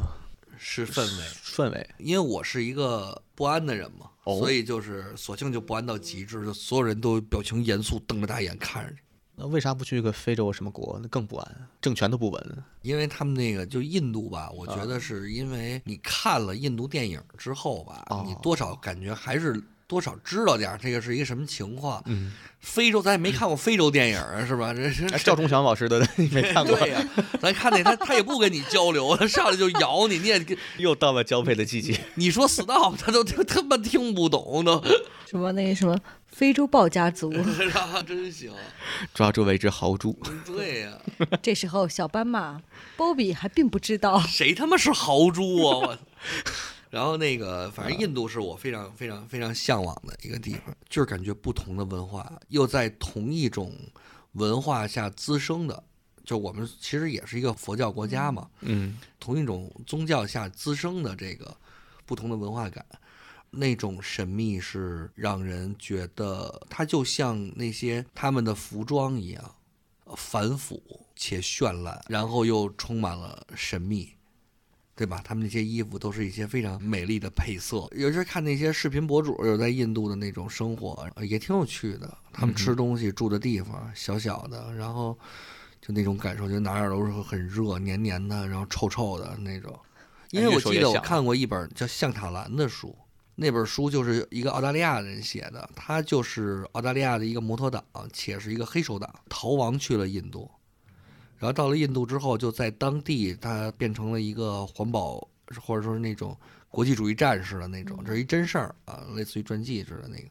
[SPEAKER 1] 是氛围，
[SPEAKER 2] 氛围？
[SPEAKER 1] 因为我是一个不安的人嘛，
[SPEAKER 2] 哦
[SPEAKER 1] 所以就是索性就不安到极致，就所有人都表情严肃，瞪着大眼看着你。
[SPEAKER 2] 那为啥不去个非洲什么国？那更不安，政权都不稳。
[SPEAKER 1] 因为他们那个就印度吧，我觉
[SPEAKER 2] 啊
[SPEAKER 1] 得是因为你看了印度电影之后吧，
[SPEAKER 2] 哦
[SPEAKER 1] 你多少感觉还是多少知道点儿这个是一个什么情况。
[SPEAKER 2] 嗯，
[SPEAKER 1] 非洲咱也没看过非洲电影啊，是吧？这是
[SPEAKER 2] 哎赵忠祥老师的 你没看 过？
[SPEAKER 1] 对呀、咱看那他他也不跟你交流，他上来就咬你，你也跟
[SPEAKER 2] 又到了交配的季节，
[SPEAKER 1] 你说 stop，他都他他妈听不懂都，
[SPEAKER 3] 什么那个什么非洲豹家族，
[SPEAKER 1] 然后 真行，嗯
[SPEAKER 2] 抓住为之豪猪。
[SPEAKER 1] 对呀、
[SPEAKER 3] 这时候小斑马波比还并不知道。
[SPEAKER 1] 谁他妈是豪猪啊我。 然后那个，反正印度是我非常非常非常向往的一个地方，就是感觉不同的文化又在同一种文化下滋生的，就我们其实也是一个佛教国家嘛，
[SPEAKER 2] 嗯，
[SPEAKER 1] 同一种宗教下滋生的这个不同的文化感，那种神秘是让人觉得它就像那些他们的服装一样，呃繁复且绚烂，然后又充满了神秘。对吧？他们那些衣服都是一些非常美丽的配色，尤其是看那些视频博主有在印度的那种生活，呃也挺有趣的。他们吃东西、住的地方小小的，然后就那种感受，就哪哪都是很热、黏黏的，然后臭臭的那种。因为
[SPEAKER 2] 越
[SPEAKER 1] 我
[SPEAKER 2] 说
[SPEAKER 1] 记
[SPEAKER 2] 越
[SPEAKER 1] 得我
[SPEAKER 2] 像
[SPEAKER 1] 看过一本叫《向塔兰》的书，那本书就是一个澳大利亚人写的，他就是澳大利亚的一个摩托党，且是一个黑手党，逃亡去了印度，然后到了印度之后，就在当地他变成了一个环保或者说是那种国际主义战士的那种，这是一真事儿啊，类似于传记似的那个。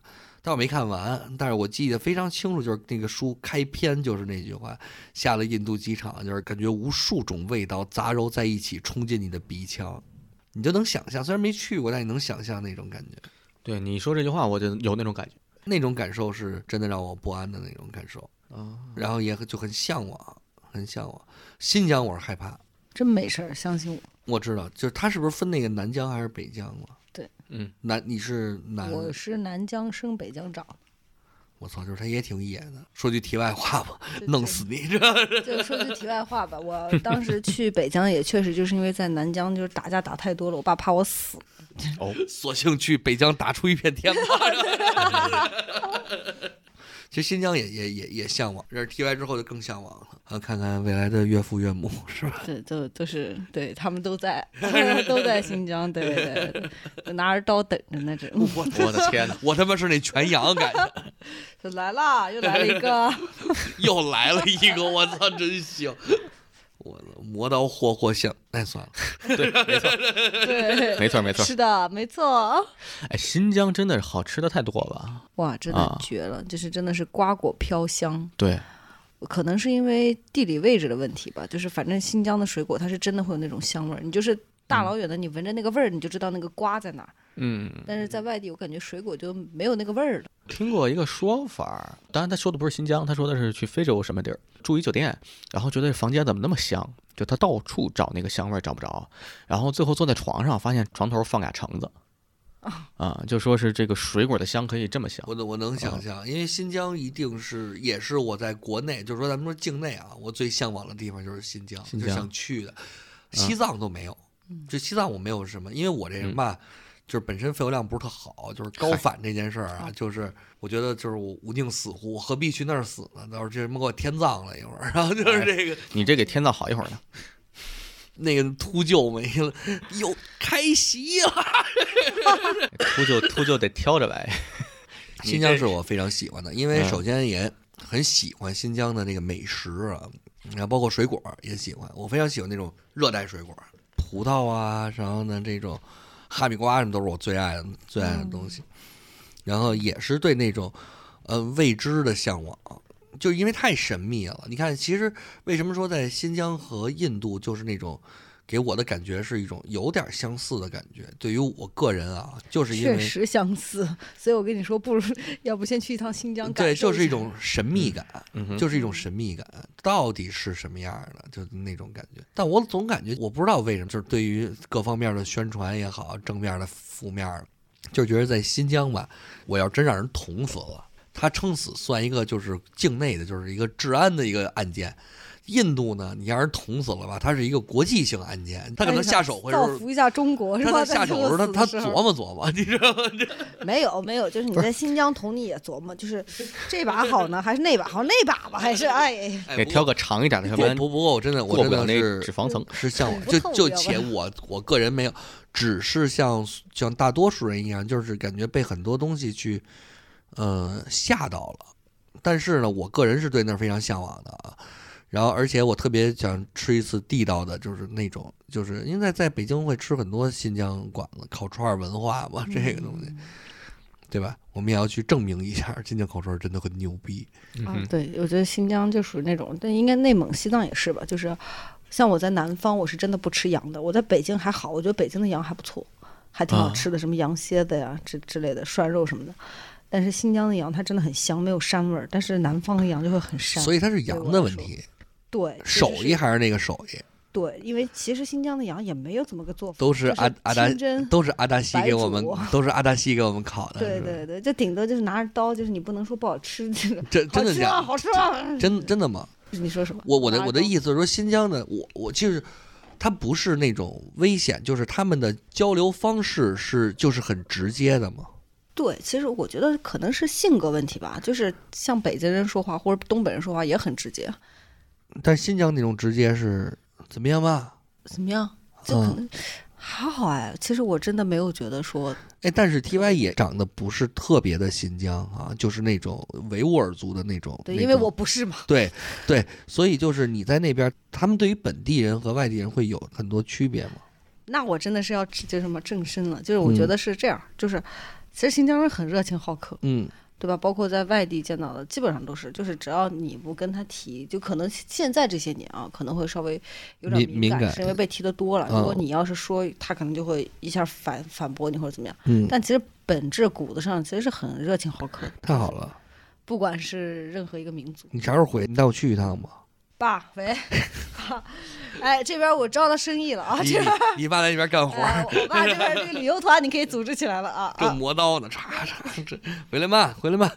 [SPEAKER 1] 但我没看完，但是我记得非常清楚，就是那个书开篇就是那句话：下了印度机场，就是感觉无数种味道杂糅在一起冲进你的鼻腔，你就能想象，虽然没去过，但你能想象那种感觉，
[SPEAKER 2] 对，你说这句话我就有那种 感觉。
[SPEAKER 1] 那种感受是真的让我不安的那种感受，
[SPEAKER 2] 啊，
[SPEAKER 1] 然后也就很向往，很向往。新疆我是害怕，
[SPEAKER 3] 真没事儿，相信我，
[SPEAKER 1] 我知道，就是它是不是分那个南疆还是北疆了？
[SPEAKER 2] 嗯，
[SPEAKER 1] 南你是南，
[SPEAKER 3] 我是南疆生北疆长，
[SPEAKER 1] 我操，就是它也挺野的。说句题外话吧， 弄死你这。
[SPEAKER 3] 就说句题外话吧，我当时去北疆也确实就是因为在南疆就是打架打太多了，我爸怕我死。
[SPEAKER 2] 哦，
[SPEAKER 1] 索性去北疆打出一片天吧。 其实新疆也也也也向往，这是 T Y 之后就更向往了。啊，看看未来的岳父岳母是吧？
[SPEAKER 3] 对，都都是对他们都在 都在新疆，对对对对，拿着刀等着呢，这
[SPEAKER 1] 我
[SPEAKER 2] 我的天哪！
[SPEAKER 1] 我他妈是那全羊感觉，
[SPEAKER 3] 就来啦，又来了一个。
[SPEAKER 1] 又来了一个，我操，真行！我的磨刀霍霍向，哎，算了，
[SPEAKER 2] 对，没错，
[SPEAKER 3] 对，
[SPEAKER 2] 没错，没错。
[SPEAKER 3] 是的，没错。啊
[SPEAKER 2] 哎，新疆真的是好吃的太多了。
[SPEAKER 3] 哇，真
[SPEAKER 2] 啊
[SPEAKER 3] 的绝了，就是真的是瓜果飘香，
[SPEAKER 2] 对，
[SPEAKER 3] 可能是因为地理位置的问题吧，就是反正新疆的水果它是真的会有那种香味儿，你就是
[SPEAKER 1] 嗯
[SPEAKER 3] 大老远的你闻着那个味儿，你就知道那个瓜在哪儿。
[SPEAKER 2] 嗯，
[SPEAKER 3] 但是在外地，我感觉水果就没有那个味儿了。
[SPEAKER 2] 听过一个说法，当然他说的不是新疆，他说的是去非洲什么地儿住一酒店，然后觉得房间怎么那么香，就他到处找那个香味儿找不着，然后最后坐在床上发现床头放俩橙子，
[SPEAKER 1] 哦
[SPEAKER 2] 啊，就说是这个水果的香可以这么香，
[SPEAKER 1] 我能我能
[SPEAKER 2] 啊
[SPEAKER 1] 想象，因为新疆一定是也是我在国内，就是说咱们说境内啊，我最向往的地方就是新疆，
[SPEAKER 2] 新
[SPEAKER 1] 就
[SPEAKER 2] 疆啊
[SPEAKER 1] 想去的。西藏都没有，就西藏我没有什么，因为我这
[SPEAKER 2] 嗯
[SPEAKER 1] 人吧，就是本身肺活量不是特好，就是高反这件事儿啊，就是我觉得就是我无宁死乎，我何必去那儿死呢？到时候这什么给我天葬了一会儿，然后
[SPEAKER 2] 哎
[SPEAKER 1] 就是这个、
[SPEAKER 2] 你这给天葬好一会儿呢。
[SPEAKER 1] 那个秃鹫没了，又开席了。
[SPEAKER 2] 秃鹫秃鹫得挑着来。
[SPEAKER 1] 新疆是我非常喜欢的，因为
[SPEAKER 2] 嗯
[SPEAKER 1] 首先也很喜欢新疆的那个美食啊，然后包括水果也喜欢。我非常喜欢那种热带水果，葡萄啊，然后呢这种哈密瓜什么都是我最爱的最爱的东西。然后也是对那种呃未知的向往，就是因为太神秘了。你看，其实为什么说在新疆和印度就是那种。给我的感觉是一种有点相似的感觉。对于我个人啊，就是因为
[SPEAKER 3] 确实相似， 所以我跟你说，不如要不先去一趟新疆
[SPEAKER 1] 嗯
[SPEAKER 3] 感
[SPEAKER 1] 对，
[SPEAKER 3] 受
[SPEAKER 1] 就是
[SPEAKER 3] 一
[SPEAKER 1] 一
[SPEAKER 3] 下
[SPEAKER 1] 种神秘感，
[SPEAKER 2] 嗯哼，
[SPEAKER 1] 就是一种神秘感，到底是什么样儿的，就是那种感觉。但我总感觉，我不知道为什么，就是对于各方面的宣传也好，正面的、负面的，就觉得在新疆吧，我要真让人捅死了，他撑死算一个就是境内的，就是一个治安的一个案件。印度呢，你让人捅死了吧，它是一个国际性案件，他可能下手会
[SPEAKER 3] 哎造
[SPEAKER 1] 是。
[SPEAKER 3] 福一下中国是
[SPEAKER 1] 他
[SPEAKER 3] 吧？
[SPEAKER 1] 在下手的时候，他他琢
[SPEAKER 3] 磨
[SPEAKER 1] 磨琢磨，你知道吗？
[SPEAKER 3] 没有没有，就是你在新疆捅你也琢磨，就是这把好呢，还是那把好？那把吧，还是哎，
[SPEAKER 1] 哎
[SPEAKER 2] 得
[SPEAKER 1] 不
[SPEAKER 2] 挑个长一点的，要
[SPEAKER 1] 不
[SPEAKER 2] 不然
[SPEAKER 1] 不不过我真的我
[SPEAKER 2] 过
[SPEAKER 1] 真
[SPEAKER 2] 不了
[SPEAKER 1] 的
[SPEAKER 2] 那
[SPEAKER 1] 是
[SPEAKER 2] 脂肪层。
[SPEAKER 1] 是向往，
[SPEAKER 3] 不
[SPEAKER 1] 就
[SPEAKER 3] 透
[SPEAKER 1] 就
[SPEAKER 3] 要不
[SPEAKER 1] 且
[SPEAKER 3] 然
[SPEAKER 1] 我我个人没有，只是像像大多数人一样，就是感觉被很多东西去呃吓到了。但是呢，我个人是对那儿非常向往的啊。然后，而且我特别想吃一次地道的，就是那种，就是因为在在北京会吃很多新疆馆子烤串儿文化嘛，这个东
[SPEAKER 3] 嗯
[SPEAKER 1] 西，对吧？我们也要去证明一下，新疆烤串儿真的很牛逼。
[SPEAKER 2] 嗯
[SPEAKER 3] 啊
[SPEAKER 2] 哼，
[SPEAKER 3] 对，我觉得新疆就属于那种，但应该内蒙、西藏也是吧？就是像我在南方，我是真的不吃羊的。我在北京还好，我觉得北京的羊还不错，还挺好
[SPEAKER 2] 啊
[SPEAKER 3] 吃的，什么羊蝎子呀之之类的涮肉什么的。但是新疆的羊它真的很香，没有膻味儿，但是南方的羊就会很膻。
[SPEAKER 1] 所以它是羊的问题，
[SPEAKER 3] 对其实
[SPEAKER 1] 手
[SPEAKER 3] 是
[SPEAKER 1] 艺还是那个手艺，
[SPEAKER 3] 对，因为其实新疆的羊也没有怎么个做法，
[SPEAKER 1] 都是
[SPEAKER 3] 就是
[SPEAKER 1] 阿阿达
[SPEAKER 3] 清 真。
[SPEAKER 1] 都是阿达西给我们
[SPEAKER 3] 白，
[SPEAKER 1] 都是阿达西给我们烤的。
[SPEAKER 3] 对
[SPEAKER 1] 是吧，
[SPEAKER 3] 对对，就顶多就是拿着刀，就是你不能说不好吃， 这个
[SPEAKER 1] 真真的
[SPEAKER 3] 好吃
[SPEAKER 1] 假
[SPEAKER 3] 啊，
[SPEAKER 1] 的
[SPEAKER 3] 好吃啊。
[SPEAKER 1] 真真的吗？
[SPEAKER 3] 你说什么？
[SPEAKER 1] 我我的
[SPEAKER 3] 拿着
[SPEAKER 1] 我的
[SPEAKER 3] 刀
[SPEAKER 1] 意思是说，新疆的我我就是，它不是那种危险，就是他们的交流方式是就是很直接的嘛。
[SPEAKER 3] 对，其实我觉得可能是性格问题吧，就是像北京人说话或者东北人说话也很直接，
[SPEAKER 1] 但新疆那种直接是怎么样吧？
[SPEAKER 3] 怎么样？就可
[SPEAKER 1] 嗯，
[SPEAKER 3] 能还好哎。其实我真的没有觉得说，
[SPEAKER 1] 哎，但是 T Y 也长得不是特别的新疆啊，就是那种维吾尔族的那种。
[SPEAKER 3] 对，
[SPEAKER 1] 那
[SPEAKER 3] 因为
[SPEAKER 1] 种
[SPEAKER 3] 我不是嘛。
[SPEAKER 1] 对对，所以就是你在那边，他们对于本地人和外地人会有很多区别吗？
[SPEAKER 3] 那我真的是要就什么正身了，就是我觉
[SPEAKER 1] 嗯
[SPEAKER 3] 得是这样，就是其实新疆人很热情好客，
[SPEAKER 1] 嗯，
[SPEAKER 3] 对吧？包括在外地见到的，基本上都是，就是只要你不跟他提，就可能现在这些年啊，可能会稍微有点
[SPEAKER 1] 敏敏
[SPEAKER 3] 感，
[SPEAKER 1] 感
[SPEAKER 3] 是因为被提的多了。如果
[SPEAKER 1] 哦
[SPEAKER 3] 你要是说，他可能就会一下反反驳你或者怎么样。
[SPEAKER 1] 嗯
[SPEAKER 3] 但其实本质骨子上其实是很热情好客的，
[SPEAKER 1] 太好了，
[SPEAKER 3] 不管是任何一个民族。
[SPEAKER 1] 你啥时候回？你带我去一趟吧。
[SPEAKER 3] 爸，喂， 爸，哎，这边我招到生意了
[SPEAKER 1] 哎
[SPEAKER 3] 啊，这边。
[SPEAKER 1] 你爸在那边干活
[SPEAKER 3] 哎，我爸这边这个旅游团你可以组织起来 了啊
[SPEAKER 1] 正
[SPEAKER 3] 啊！
[SPEAKER 1] 磨刀呢，叉叉这回来慢，回来慢。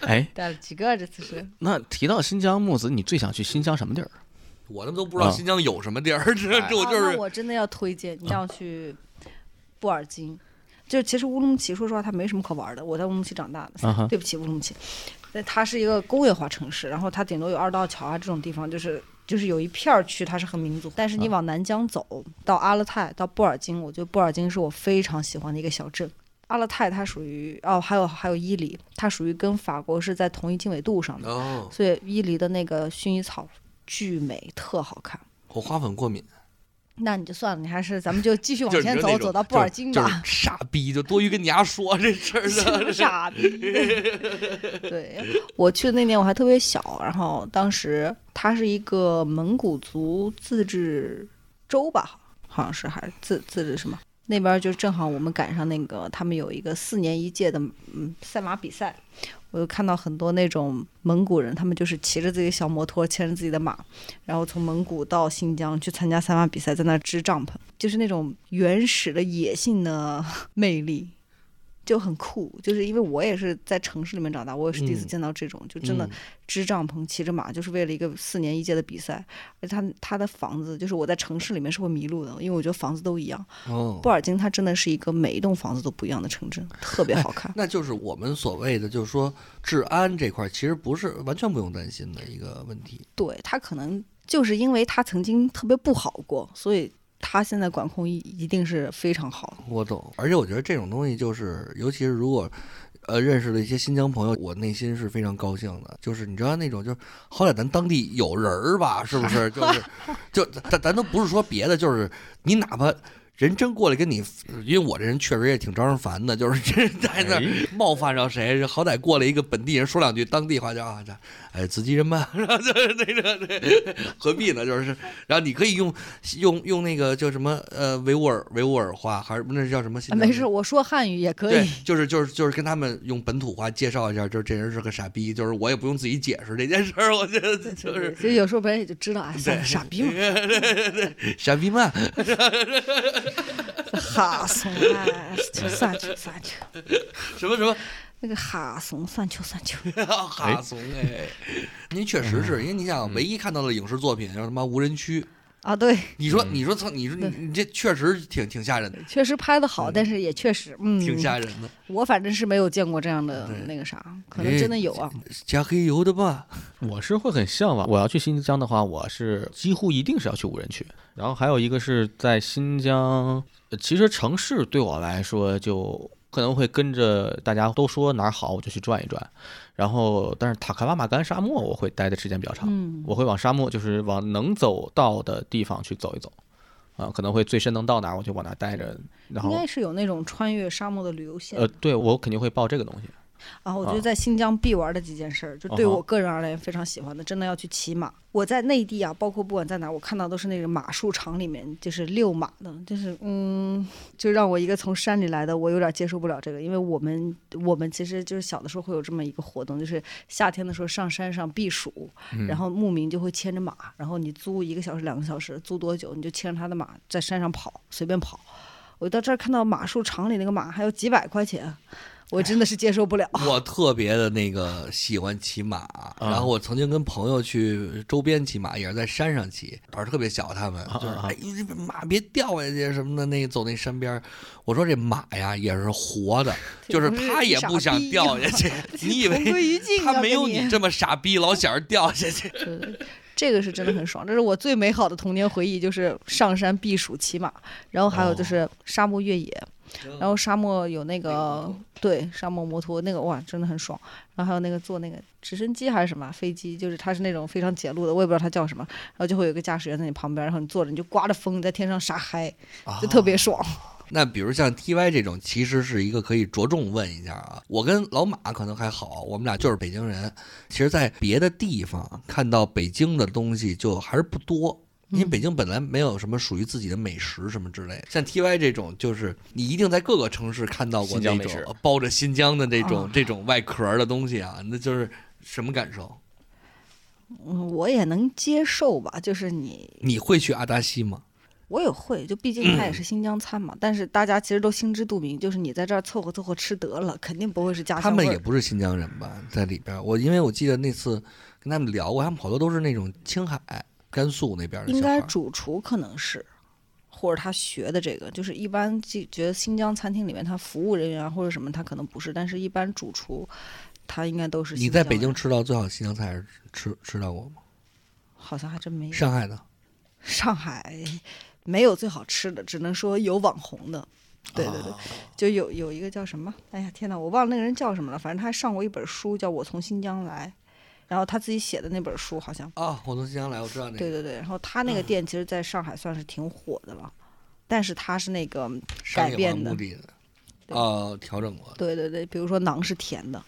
[SPEAKER 2] 哎，
[SPEAKER 3] 带了几个这次是？
[SPEAKER 2] 那提到新疆，木子，你最想去新疆什么地儿？
[SPEAKER 1] 我他妈都不知道
[SPEAKER 2] 啊
[SPEAKER 1] 新疆有什么地儿，这这我
[SPEAKER 3] 啊
[SPEAKER 1] 就
[SPEAKER 3] 那
[SPEAKER 1] 是啊
[SPEAKER 3] 我真的要推荐你要去布尔津，就是其实乌鲁木齐，说实话它没什么可玩的。我在乌鲁木齐长大的，
[SPEAKER 2] 啊哈
[SPEAKER 3] 对不起乌鲁木齐，那它是一个工业化城市，然后它顶多有二道桥啊这种地方，就是。就是有一片儿区，它是很民族，但
[SPEAKER 1] 啊
[SPEAKER 3] 是你往南疆走，到阿勒泰，到布尔津，我觉得布尔津是我非常喜欢的一个小镇。阿勒泰它属于哦，还有还有伊犁，它属于跟法国是在同一经纬度上的，
[SPEAKER 1] 哦，
[SPEAKER 3] 所以伊犁的那个薰衣草巨美，特好看。
[SPEAKER 1] 我花粉过敏，
[SPEAKER 3] 那你就算了，你还是咱们就继续往
[SPEAKER 1] 就是
[SPEAKER 3] 前
[SPEAKER 1] 你说
[SPEAKER 3] 走
[SPEAKER 1] 那，种
[SPEAKER 3] 走到布尔
[SPEAKER 1] 就是
[SPEAKER 3] 津
[SPEAKER 1] 就
[SPEAKER 3] 吧
[SPEAKER 1] 是。傻逼，就多余跟你丫说这事儿
[SPEAKER 3] 挺
[SPEAKER 1] 的。
[SPEAKER 3] 傻逼的。 对，我去的那年我还特别小，然后当时它是一个蒙古族自治州吧，好像是还是自自治什么。那边就正好我们赶上那个他们有一个四年一届的嗯赛马比赛，我就看到很多那种蒙古人，他们就是骑着自己的小摩托，牵着自己的马，然后从蒙古到新疆去参加赛马比赛，在那儿支帐篷，就是那种原始的野性的魅力，就很酷。就是因为我也是在城市里面长大，我也是第一次
[SPEAKER 1] 嗯
[SPEAKER 3] 见到这种，就真的
[SPEAKER 1] 嗯
[SPEAKER 3] 支帐篷、骑着马，就是为了一个四年一届的比赛。而且他他的房子，就是我在城市里面是会迷路的，因为我觉得房子都一样。
[SPEAKER 1] 嗯
[SPEAKER 3] 布，尔津它真的是一个每一栋房子都不一样的城镇，特别好看。
[SPEAKER 1] 那就是我们所谓的，就是说治安这块，其实不是完全不用担心的一个问题。
[SPEAKER 3] 对他可能就是因为他曾经特别不好过，所以他现在管控一一定是非常好。
[SPEAKER 1] 我懂，而且我觉得这种东西就是，尤其是如果，呃，认识了一些新疆朋友，我内心是非常高兴的。就是你知道那种，就是好歹咱当地有人儿吧，是不是？就是，就咱咱都不是说别的，就是你哪怕。人真过来跟你，因为我这人确实也挺招人烦的，就是真在那儿冒犯着谁，好歹过来一个本地人说两句当地话就啊，这哎，自己人吧， 然后就是那个，对何必呢？就是，然后你可以用用用那个叫什么呃维吾尔维吾尔话，还是那叫什么新
[SPEAKER 3] 啊、
[SPEAKER 1] 疆话？
[SPEAKER 3] 没事，我说汉语也可
[SPEAKER 1] 对
[SPEAKER 3] 以。，
[SPEAKER 1] 就是就是就是跟他们用本土话介绍一下，就是这人是个傻逼，就是我也不用自己解释这件事儿，我觉得 就是
[SPEAKER 3] 所以有时候别人也就知道，哎，算了，傻逼 嘛，
[SPEAKER 1] 傻逼嘛。
[SPEAKER 3] 哈怂哎，就算球算球，
[SPEAKER 1] 什么什么
[SPEAKER 3] 那个哈怂算球算球，
[SPEAKER 1] 哈怂哎，您确实是因为你想唯一看到的影视作品叫什么无人区，
[SPEAKER 3] 啊，对，
[SPEAKER 1] 你说你说操，你说你你这确实挺挺吓人的，
[SPEAKER 3] 确实拍的好，但是也确实，嗯，
[SPEAKER 1] 挺吓人的。
[SPEAKER 3] 我反正是没有见过这样的
[SPEAKER 1] 对
[SPEAKER 3] 那个啥，可能真的有啊，
[SPEAKER 1] 加黑油的吧，
[SPEAKER 2] 我是会很向往，我要去新疆的话，我是几乎一定是要去无人区。然后还有一个是在新疆，呃其实城市对我来说就可能会跟着大家都说哪儿好，我就去转一转。然后，但是塔克拉玛干沙漠我会待的时间比较长，
[SPEAKER 3] 嗯，
[SPEAKER 2] 我会往沙漠就是往能走到的地方去走一走，啊、可能会最深能到哪儿我就往哪儿待着。然
[SPEAKER 3] 应
[SPEAKER 2] 后
[SPEAKER 3] 该，是有那种穿越沙漠的旅游线
[SPEAKER 2] 呃，对我肯定会报这个东 西。
[SPEAKER 3] 然后我觉
[SPEAKER 2] 啊
[SPEAKER 3] 得在新疆必玩的几件事儿，就对
[SPEAKER 2] 啊哈
[SPEAKER 3] 我个人而言非常喜欢的，真的要去骑马。我在内地啊，包括不管在哪儿，我看到都是那个马术场里面就是遛马的，就是嗯，就让我一个从山里来的，我有点接受不了这个，因为我们我们其实就是小的时候会有这么一个活动，就是夏天的时候上山上避暑，然后牧民就会牵着马，然后你租一个小时、两个小时，租多久你就牵着他的马在山上跑，随便跑。我到这儿看到马术场里那个马还有几百块钱，我真的是接受不了。
[SPEAKER 1] 我特别的那个喜欢骑马，
[SPEAKER 2] 啊
[SPEAKER 1] 然后我曾经跟朋友去周边骑马，也是在山上骑，胆儿特别小，他们就是
[SPEAKER 2] 啊啊
[SPEAKER 1] 哎，这马别掉下去什么的，那个走那山边儿，我说这马呀也是活的，就是它也不想掉 下去，你以
[SPEAKER 3] 同
[SPEAKER 1] 为
[SPEAKER 3] 归于尽啊，
[SPEAKER 1] 它没有
[SPEAKER 3] 跟
[SPEAKER 1] 你这么傻逼，老想着掉下去，
[SPEAKER 3] 对对对这个是真的很爽，这是我最美好的童年回忆，就是上山避暑、骑马，然后还有
[SPEAKER 1] 哦
[SPEAKER 3] 就是沙漠越野，然后沙漠有那个对沙漠摩托那个哇，真的很爽。然后还有那个坐那个直升机还是什么飞机，就是它是那种非常简陋的，我也不知道它叫什么，然后就会有一个驾驶员在你旁边，然后你坐着你就刮着风在天上傻嗨，
[SPEAKER 2] 啊
[SPEAKER 3] 就特
[SPEAKER 1] 哦
[SPEAKER 3] 别爽。
[SPEAKER 1] 那比如像 T Y 这种，其实是一个可以着重问一下啊。我跟老马可能还好，我们俩就是北京人。其实，在别的地方看到北京的东西就还是不多，因为北京本来没有什么属于自己的美食什么之类。像 T Y 这种，就是你一定在各个城市看到过
[SPEAKER 2] 新
[SPEAKER 1] 那
[SPEAKER 2] 疆美
[SPEAKER 1] 种
[SPEAKER 2] 食
[SPEAKER 1] 包着新疆的这种
[SPEAKER 3] 啊
[SPEAKER 1] 这种外壳的东西啊，那就是什么感受？
[SPEAKER 3] 嗯，我也能接受吧，就是你
[SPEAKER 1] 你会去阿达西吗？
[SPEAKER 3] 我也会，就毕
[SPEAKER 1] 嗯
[SPEAKER 3] 竟它也是新疆餐嘛。但是大家其实都心知肚明，就是你在这儿凑合凑合吃得了，肯定不会是家
[SPEAKER 1] 他
[SPEAKER 3] 乡味
[SPEAKER 1] 们
[SPEAKER 3] 儿。
[SPEAKER 1] 也不是新疆人吧，在里边儿，我因为我记得那次跟他们聊过，他们好多都是那种青海、甘肃那边儿的
[SPEAKER 3] 应
[SPEAKER 1] 小孩
[SPEAKER 3] 该
[SPEAKER 1] 儿。
[SPEAKER 3] 主厨可能是，或者他学的这个，就是一般记觉得新疆餐厅里面他服务人员啊或者什么，他可能不是，但是一般主厨他应该都是。
[SPEAKER 1] 你在北京？吃到最好的新疆菜是吃吃到过吗？
[SPEAKER 3] 好像还真没有。
[SPEAKER 1] 上海的
[SPEAKER 3] 上海没有最好吃的，只能说有网红的。对对对，
[SPEAKER 1] 哦
[SPEAKER 3] 就有有一个叫什么？哎呀，天哪，我忘了那个人叫什么了。反正他上过一本书，叫《我从新疆来》，然后他自己写的那本书好像，
[SPEAKER 1] 啊，我从新疆来，我知道那
[SPEAKER 3] 对
[SPEAKER 1] 个
[SPEAKER 3] 对对，然后他那个店其实在上海算是挺火的了，但是他是那个
[SPEAKER 1] 商
[SPEAKER 3] 改
[SPEAKER 1] 业化
[SPEAKER 3] 变的
[SPEAKER 1] 目，的的啊，调整过的
[SPEAKER 3] 对对对，比如说馕是甜的，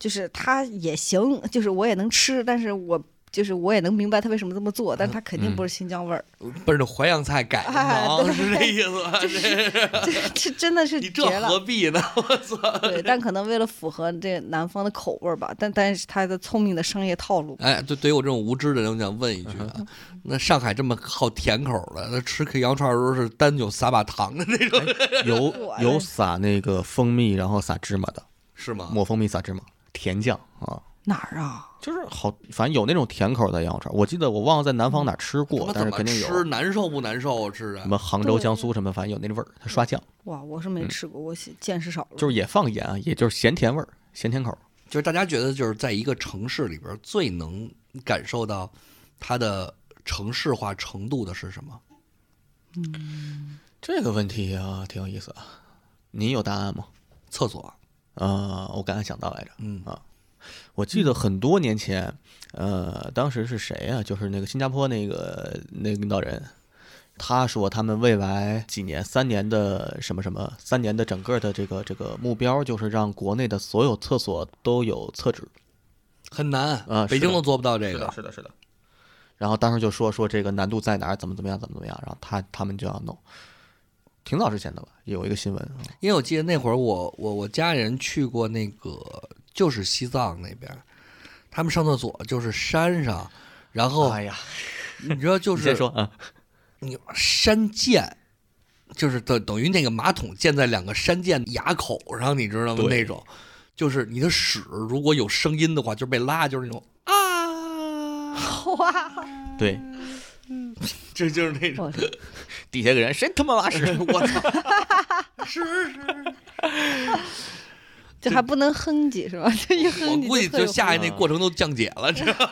[SPEAKER 3] 就是它也行，就是我也能吃，但是我就是我也能明白他为什么这么做，但他肯定不是
[SPEAKER 1] 嗯
[SPEAKER 3] 新疆味儿，
[SPEAKER 1] 奔着淮扬菜改的
[SPEAKER 3] 哎
[SPEAKER 1] 馕，
[SPEAKER 3] 对
[SPEAKER 1] 是这意 思吧？这
[SPEAKER 3] 这这真的是
[SPEAKER 1] 你
[SPEAKER 3] 绝
[SPEAKER 1] 这何
[SPEAKER 3] 了。
[SPEAKER 1] 必 呢？
[SPEAKER 3] 对，但可能为了符合这南方的口味儿吧，但但是他的聪明的商业套路，
[SPEAKER 1] 哎，对，对于我这种无知的人，我想问一句啊，
[SPEAKER 3] 嗯
[SPEAKER 1] 那上海这么好甜口的，那吃羊串儿的时候是单酒撒把糖的那种，
[SPEAKER 2] 有
[SPEAKER 3] 我
[SPEAKER 2] 有
[SPEAKER 3] 的
[SPEAKER 2] 撒那个蜂蜜，然后撒芝麻的，
[SPEAKER 1] 是吗？
[SPEAKER 2] 抹蜂蜜撒芝麻，甜酱啊，
[SPEAKER 3] 哪儿啊？
[SPEAKER 2] 就是好，反正有那种甜口的羊肉串。我记得我忘了在南方哪吃过，
[SPEAKER 1] 他
[SPEAKER 2] 但
[SPEAKER 1] 妈嗯
[SPEAKER 2] 是
[SPEAKER 1] 怎么
[SPEAKER 2] 肯定有嗯
[SPEAKER 1] 吃难受不难受啊？吃
[SPEAKER 2] 什
[SPEAKER 1] 的
[SPEAKER 2] 么杭州、
[SPEAKER 3] 对
[SPEAKER 2] 江苏什么，反正有那味儿，它刷酱，
[SPEAKER 3] 哇，我是没吃过，我见见识少了。
[SPEAKER 2] 嗯就是也放盐啊，也就是咸甜味儿，咸甜口。
[SPEAKER 1] 就是大家觉得就是在一个城市里边最能感受到它的城市化程度的是什么？
[SPEAKER 2] 这个问题啊，挺有意思啊，你有答案吗？
[SPEAKER 1] 厕所，
[SPEAKER 2] 啊，我刚才想到来着，
[SPEAKER 1] 嗯
[SPEAKER 2] 啊，我记得很多年前，呃，当时是谁啊？就是那个新加坡那个那个领导人，他说他们未来几年三年的什么什么三年的整个的这个这个目标，就是让国内的所有厕所都有厕纸。
[SPEAKER 1] 很难
[SPEAKER 2] 啊
[SPEAKER 1] 北京
[SPEAKER 2] 是的
[SPEAKER 1] 都做不到这个。
[SPEAKER 2] 是的，是的。然后当时就说说这个难度在哪儿，怎么怎么样，怎么怎么样，然后他他们就要弄。挺早之前的吧，有一个新闻啊，
[SPEAKER 1] 因为我记得那会儿我我我家人去过那个就是西藏那边，他们上厕所就是山上，然后
[SPEAKER 2] 哎呀，
[SPEAKER 1] 你知道就
[SPEAKER 2] 你
[SPEAKER 1] 是
[SPEAKER 2] 先说啊，
[SPEAKER 1] 你山涧，就是等等于那个马桶建在两个山涧崖口上，你知道吗？
[SPEAKER 2] 对
[SPEAKER 1] 那种就是你的屎如果有声音的话，就是被拉，就是那种啊，
[SPEAKER 3] 哇，
[SPEAKER 2] 对，
[SPEAKER 1] 这就是那种
[SPEAKER 3] 我说
[SPEAKER 2] 底下个人谁他妈拉屎，我 操！
[SPEAKER 1] 是是。
[SPEAKER 3] 这还不能哼唧是吧？ 这一
[SPEAKER 1] 我
[SPEAKER 3] 哼唧，
[SPEAKER 1] 估计就
[SPEAKER 2] 嗯
[SPEAKER 1] 下去那过程都降解了，这
[SPEAKER 2] 他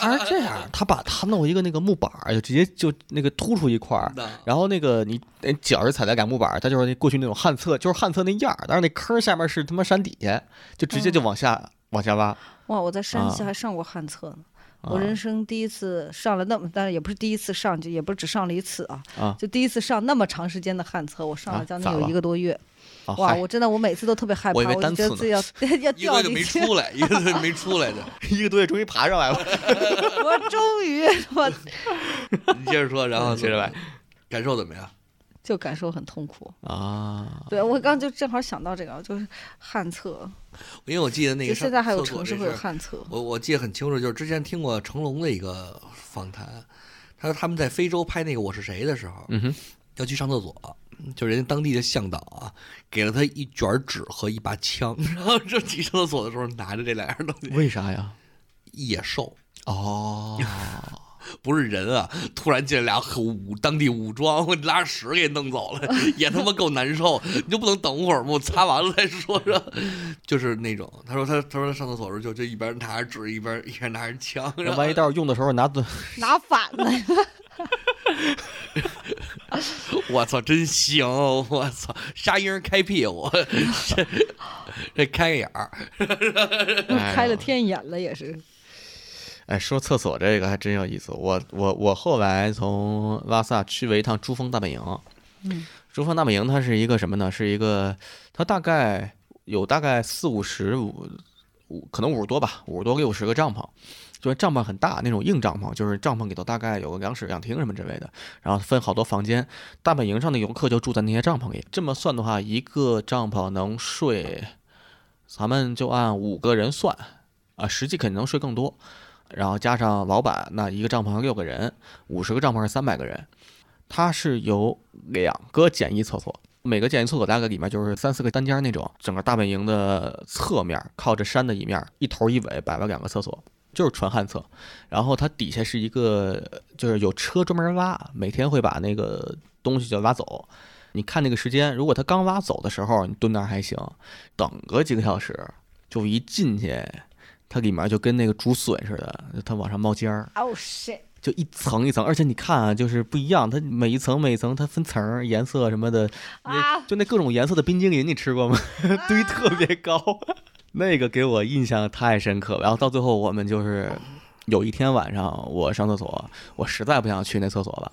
[SPEAKER 2] 哎是这样，他把他弄一个那个木板儿，就哎直接就那个突出一块儿
[SPEAKER 1] 真 的，
[SPEAKER 2] 然后那个你那脚是踩在俩木板儿，他就是那过去那种旱厕，就是旱厕那样儿，但是那坑儿下面是他妈山底下，就直
[SPEAKER 3] 嗯
[SPEAKER 2] 接就往下、往下挖。
[SPEAKER 3] 哇，我在山西
[SPEAKER 2] 啊
[SPEAKER 3] 还上过旱厕呢。
[SPEAKER 2] 啊
[SPEAKER 3] 我人生第一次上了那么，但是也不是第一次上，就也不是只上了一次啊，
[SPEAKER 2] 啊
[SPEAKER 3] 就第一次上那么长时间的旱厕，我上
[SPEAKER 2] 啊
[SPEAKER 3] 了将
[SPEAKER 2] 咋
[SPEAKER 3] 近有
[SPEAKER 2] 了
[SPEAKER 3] 一个多月。
[SPEAKER 2] 啊
[SPEAKER 3] 哇，
[SPEAKER 2] 嗨
[SPEAKER 3] 我真的我每次都特别害怕，
[SPEAKER 2] 我
[SPEAKER 3] 我
[SPEAKER 2] 以为
[SPEAKER 3] 就
[SPEAKER 2] 单
[SPEAKER 3] 觉得
[SPEAKER 2] 次
[SPEAKER 3] 自己要 要
[SPEAKER 1] 一个
[SPEAKER 3] 掉
[SPEAKER 1] 就没
[SPEAKER 3] 进去。
[SPEAKER 1] 出来，一个就没出 来的。
[SPEAKER 2] 一个多月终于爬上来了。
[SPEAKER 3] 我终于我
[SPEAKER 1] 你接着说，然
[SPEAKER 3] 啊
[SPEAKER 1] 后
[SPEAKER 2] 嗯接着来，
[SPEAKER 1] 感受怎么样？
[SPEAKER 3] 就感受很痛苦。
[SPEAKER 2] 啊，
[SPEAKER 3] 对我刚就正好想到这个，就是旱厕，
[SPEAKER 1] 因为我记得那
[SPEAKER 3] 就
[SPEAKER 1] 个
[SPEAKER 3] 现
[SPEAKER 1] 上
[SPEAKER 3] 在还有
[SPEAKER 1] 厕所
[SPEAKER 3] 城市
[SPEAKER 1] 这
[SPEAKER 3] 会有
[SPEAKER 1] 事儿
[SPEAKER 3] 旱厕。
[SPEAKER 1] 我我记得很清楚，就是之前听过成龙的一个访谈，他说他们在非洲拍那个《我是谁》的时候，
[SPEAKER 2] 嗯哼，
[SPEAKER 1] 要去上厕所，就人家当地的向导啊，给了他一卷纸和一把枪， 然后就去上厕所的时候拿着这两样东西，
[SPEAKER 2] 为啥呀？
[SPEAKER 1] 野兽
[SPEAKER 2] 哦，
[SPEAKER 1] 不是人啊，突然进来俩很武当地武装，我拉屎给弄走了，也他妈够难受，你就不能等会儿吗？我擦完了再说 说，就是那种，他说他他说他上厕所的时候就就一边拿着纸一边一边拿着枪，然
[SPEAKER 2] 那
[SPEAKER 1] 后
[SPEAKER 2] 万一到时候用的时候拿盾，
[SPEAKER 3] 拿反
[SPEAKER 1] 哎
[SPEAKER 3] 了，
[SPEAKER 1] 我操，真行！我操，沙鹰开屁股，这这开个眼儿，
[SPEAKER 3] 开了天眼了也是。
[SPEAKER 2] 哎，说厕所这个还真有意思。我我我后来从拉萨去了一趟珠峰大本营。
[SPEAKER 3] 嗯，
[SPEAKER 2] 珠峰大本营它是一个什么呢？是一个它大概有大概四五十五五可能五十多吧，五十多个六十个帐篷。就是帐篷很大，那种硬帐篷，就是帐篷里头大概有个两室两厅什么之类的，然后分好多房间。大本营上的游客就住在那些帐篷里。这么算的话，一个帐篷能睡，咱们就按五个人算啊，实际肯定能睡更多。然后加上老板，那一个帐篷六个人，五十个帐篷是三百个人，它是有两个简易厕所，每个简易厕所大概里面就是三四个单间那种，整个大本营的侧面靠着山的一面，一头一尾摆了两个厕所。就是纯旱厕，然后它底下是一个，就是有车专门挖，每天会把那个东西就挖走。你看那个时间，如果它刚挖走的时候，你蹲那儿还行，等个几个小时，就一进去，它里面就跟那个竹笋似的，它往上冒尖儿，
[SPEAKER 3] Oh shit！
[SPEAKER 2] 就一层一层，而且你看啊，就是不一样，它每一层每一层它分层儿颜色什么的，
[SPEAKER 3] 啊
[SPEAKER 1] 哎
[SPEAKER 2] 就那各种颜色的冰激凌，你吃过吗？堆特别高，那个给我印象太深刻了。然后到最后，我们就是有一天晚上，我上厕所，我实在不想去那厕所了，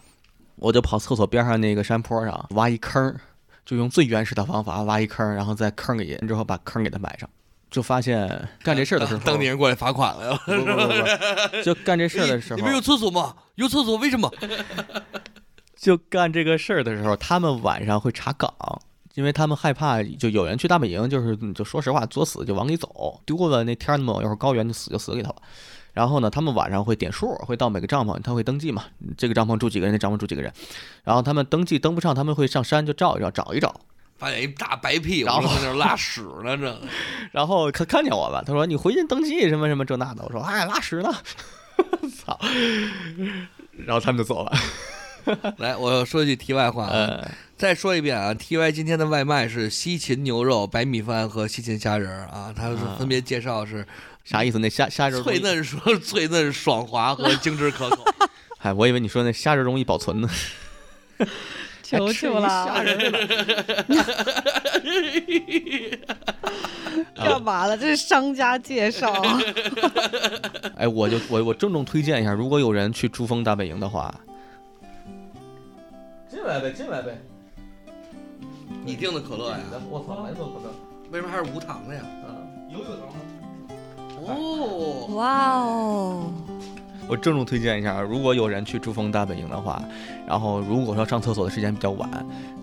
[SPEAKER 2] 我就跑厕所边上那个山坡上挖一坑儿，就用最原始的方法挖一坑儿，然后在坑里之后把坑给它埋上。就发现干这事儿的时候，
[SPEAKER 1] 当地人过来罚款来了。
[SPEAKER 2] 不不不 不，就干这事儿的时候，
[SPEAKER 1] 你们有厕所吗？有厕所，为什么？
[SPEAKER 2] 就干这个事儿的时候，他们晚上会查岗，因为他们害怕就有人去大本营，就是就说实话作死就往里走，丢了那天儿那么要是高原就死就死里头了。然后呢，他们晚上会点数，会到每个帐篷，他会登记嘛，这个帐篷住几个人，那帐篷住几个人。然后他们登记登不上，他们会上山就照一照，找一找。
[SPEAKER 1] 发现一大白屁股
[SPEAKER 2] 然后
[SPEAKER 1] 在那儿拉屎呢，这
[SPEAKER 2] 然后他看见我了，他说你回去登记什么什么这那的。我说哎拉屎呢，操！然后他们就走了。
[SPEAKER 1] 来，我说一句题外话啊，
[SPEAKER 2] 呃，
[SPEAKER 1] 再说一遍啊，T Y 今天的外卖是西芹牛肉、白米饭和西芹虾仁儿啊，他是
[SPEAKER 2] 嗯
[SPEAKER 1] 分别介绍是
[SPEAKER 2] 啥意思？那虾虾仁儿
[SPEAKER 1] 脆嫩爽、脆嫩爽滑 和精致可口。
[SPEAKER 2] 哎，我以为你说那虾仁容易保存呢。
[SPEAKER 3] 求求啦！ 干嘛了？这是商家介绍 啊，
[SPEAKER 2] 哎，我就我我郑重推荐一下，如果有人去珠峰大本营的话，进来呗，进来呗。
[SPEAKER 1] 你订的可乐呀？
[SPEAKER 2] 我操，来做可乐。
[SPEAKER 1] 为什么还是无糖的呀？
[SPEAKER 2] 有有糖
[SPEAKER 1] 哦，
[SPEAKER 3] 哇哦！
[SPEAKER 2] 我郑重推荐一下，如果有人去珠峰大本营的话，然后如果说上厕所的时间比较晚，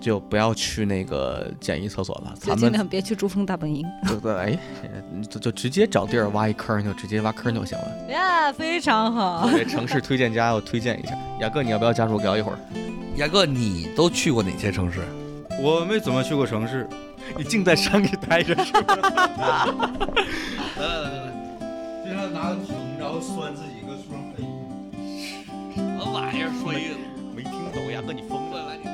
[SPEAKER 2] 就不要去那个简易厕所了。
[SPEAKER 3] 就
[SPEAKER 2] 咱
[SPEAKER 3] 尽
[SPEAKER 2] 们
[SPEAKER 3] 量别去珠峰大本营。
[SPEAKER 2] 对对，哎，就就直接找地儿挖一坑，就直接挖坑就行了。
[SPEAKER 3] 呀，非常好
[SPEAKER 2] 作。为城市推荐家，我推荐一下。雅各，你要不要加入聊一会儿？
[SPEAKER 1] 雅哥，你都去过哪些城市？
[SPEAKER 5] 我没怎么去过城市，
[SPEAKER 2] 你净在山里待着是吧？
[SPEAKER 5] 就像呃拿个桶，然后拴自己一个树上飞。哎
[SPEAKER 1] 什么玩意儿？说一个
[SPEAKER 2] 没听懂，雅各你疯了。
[SPEAKER 1] 来，你。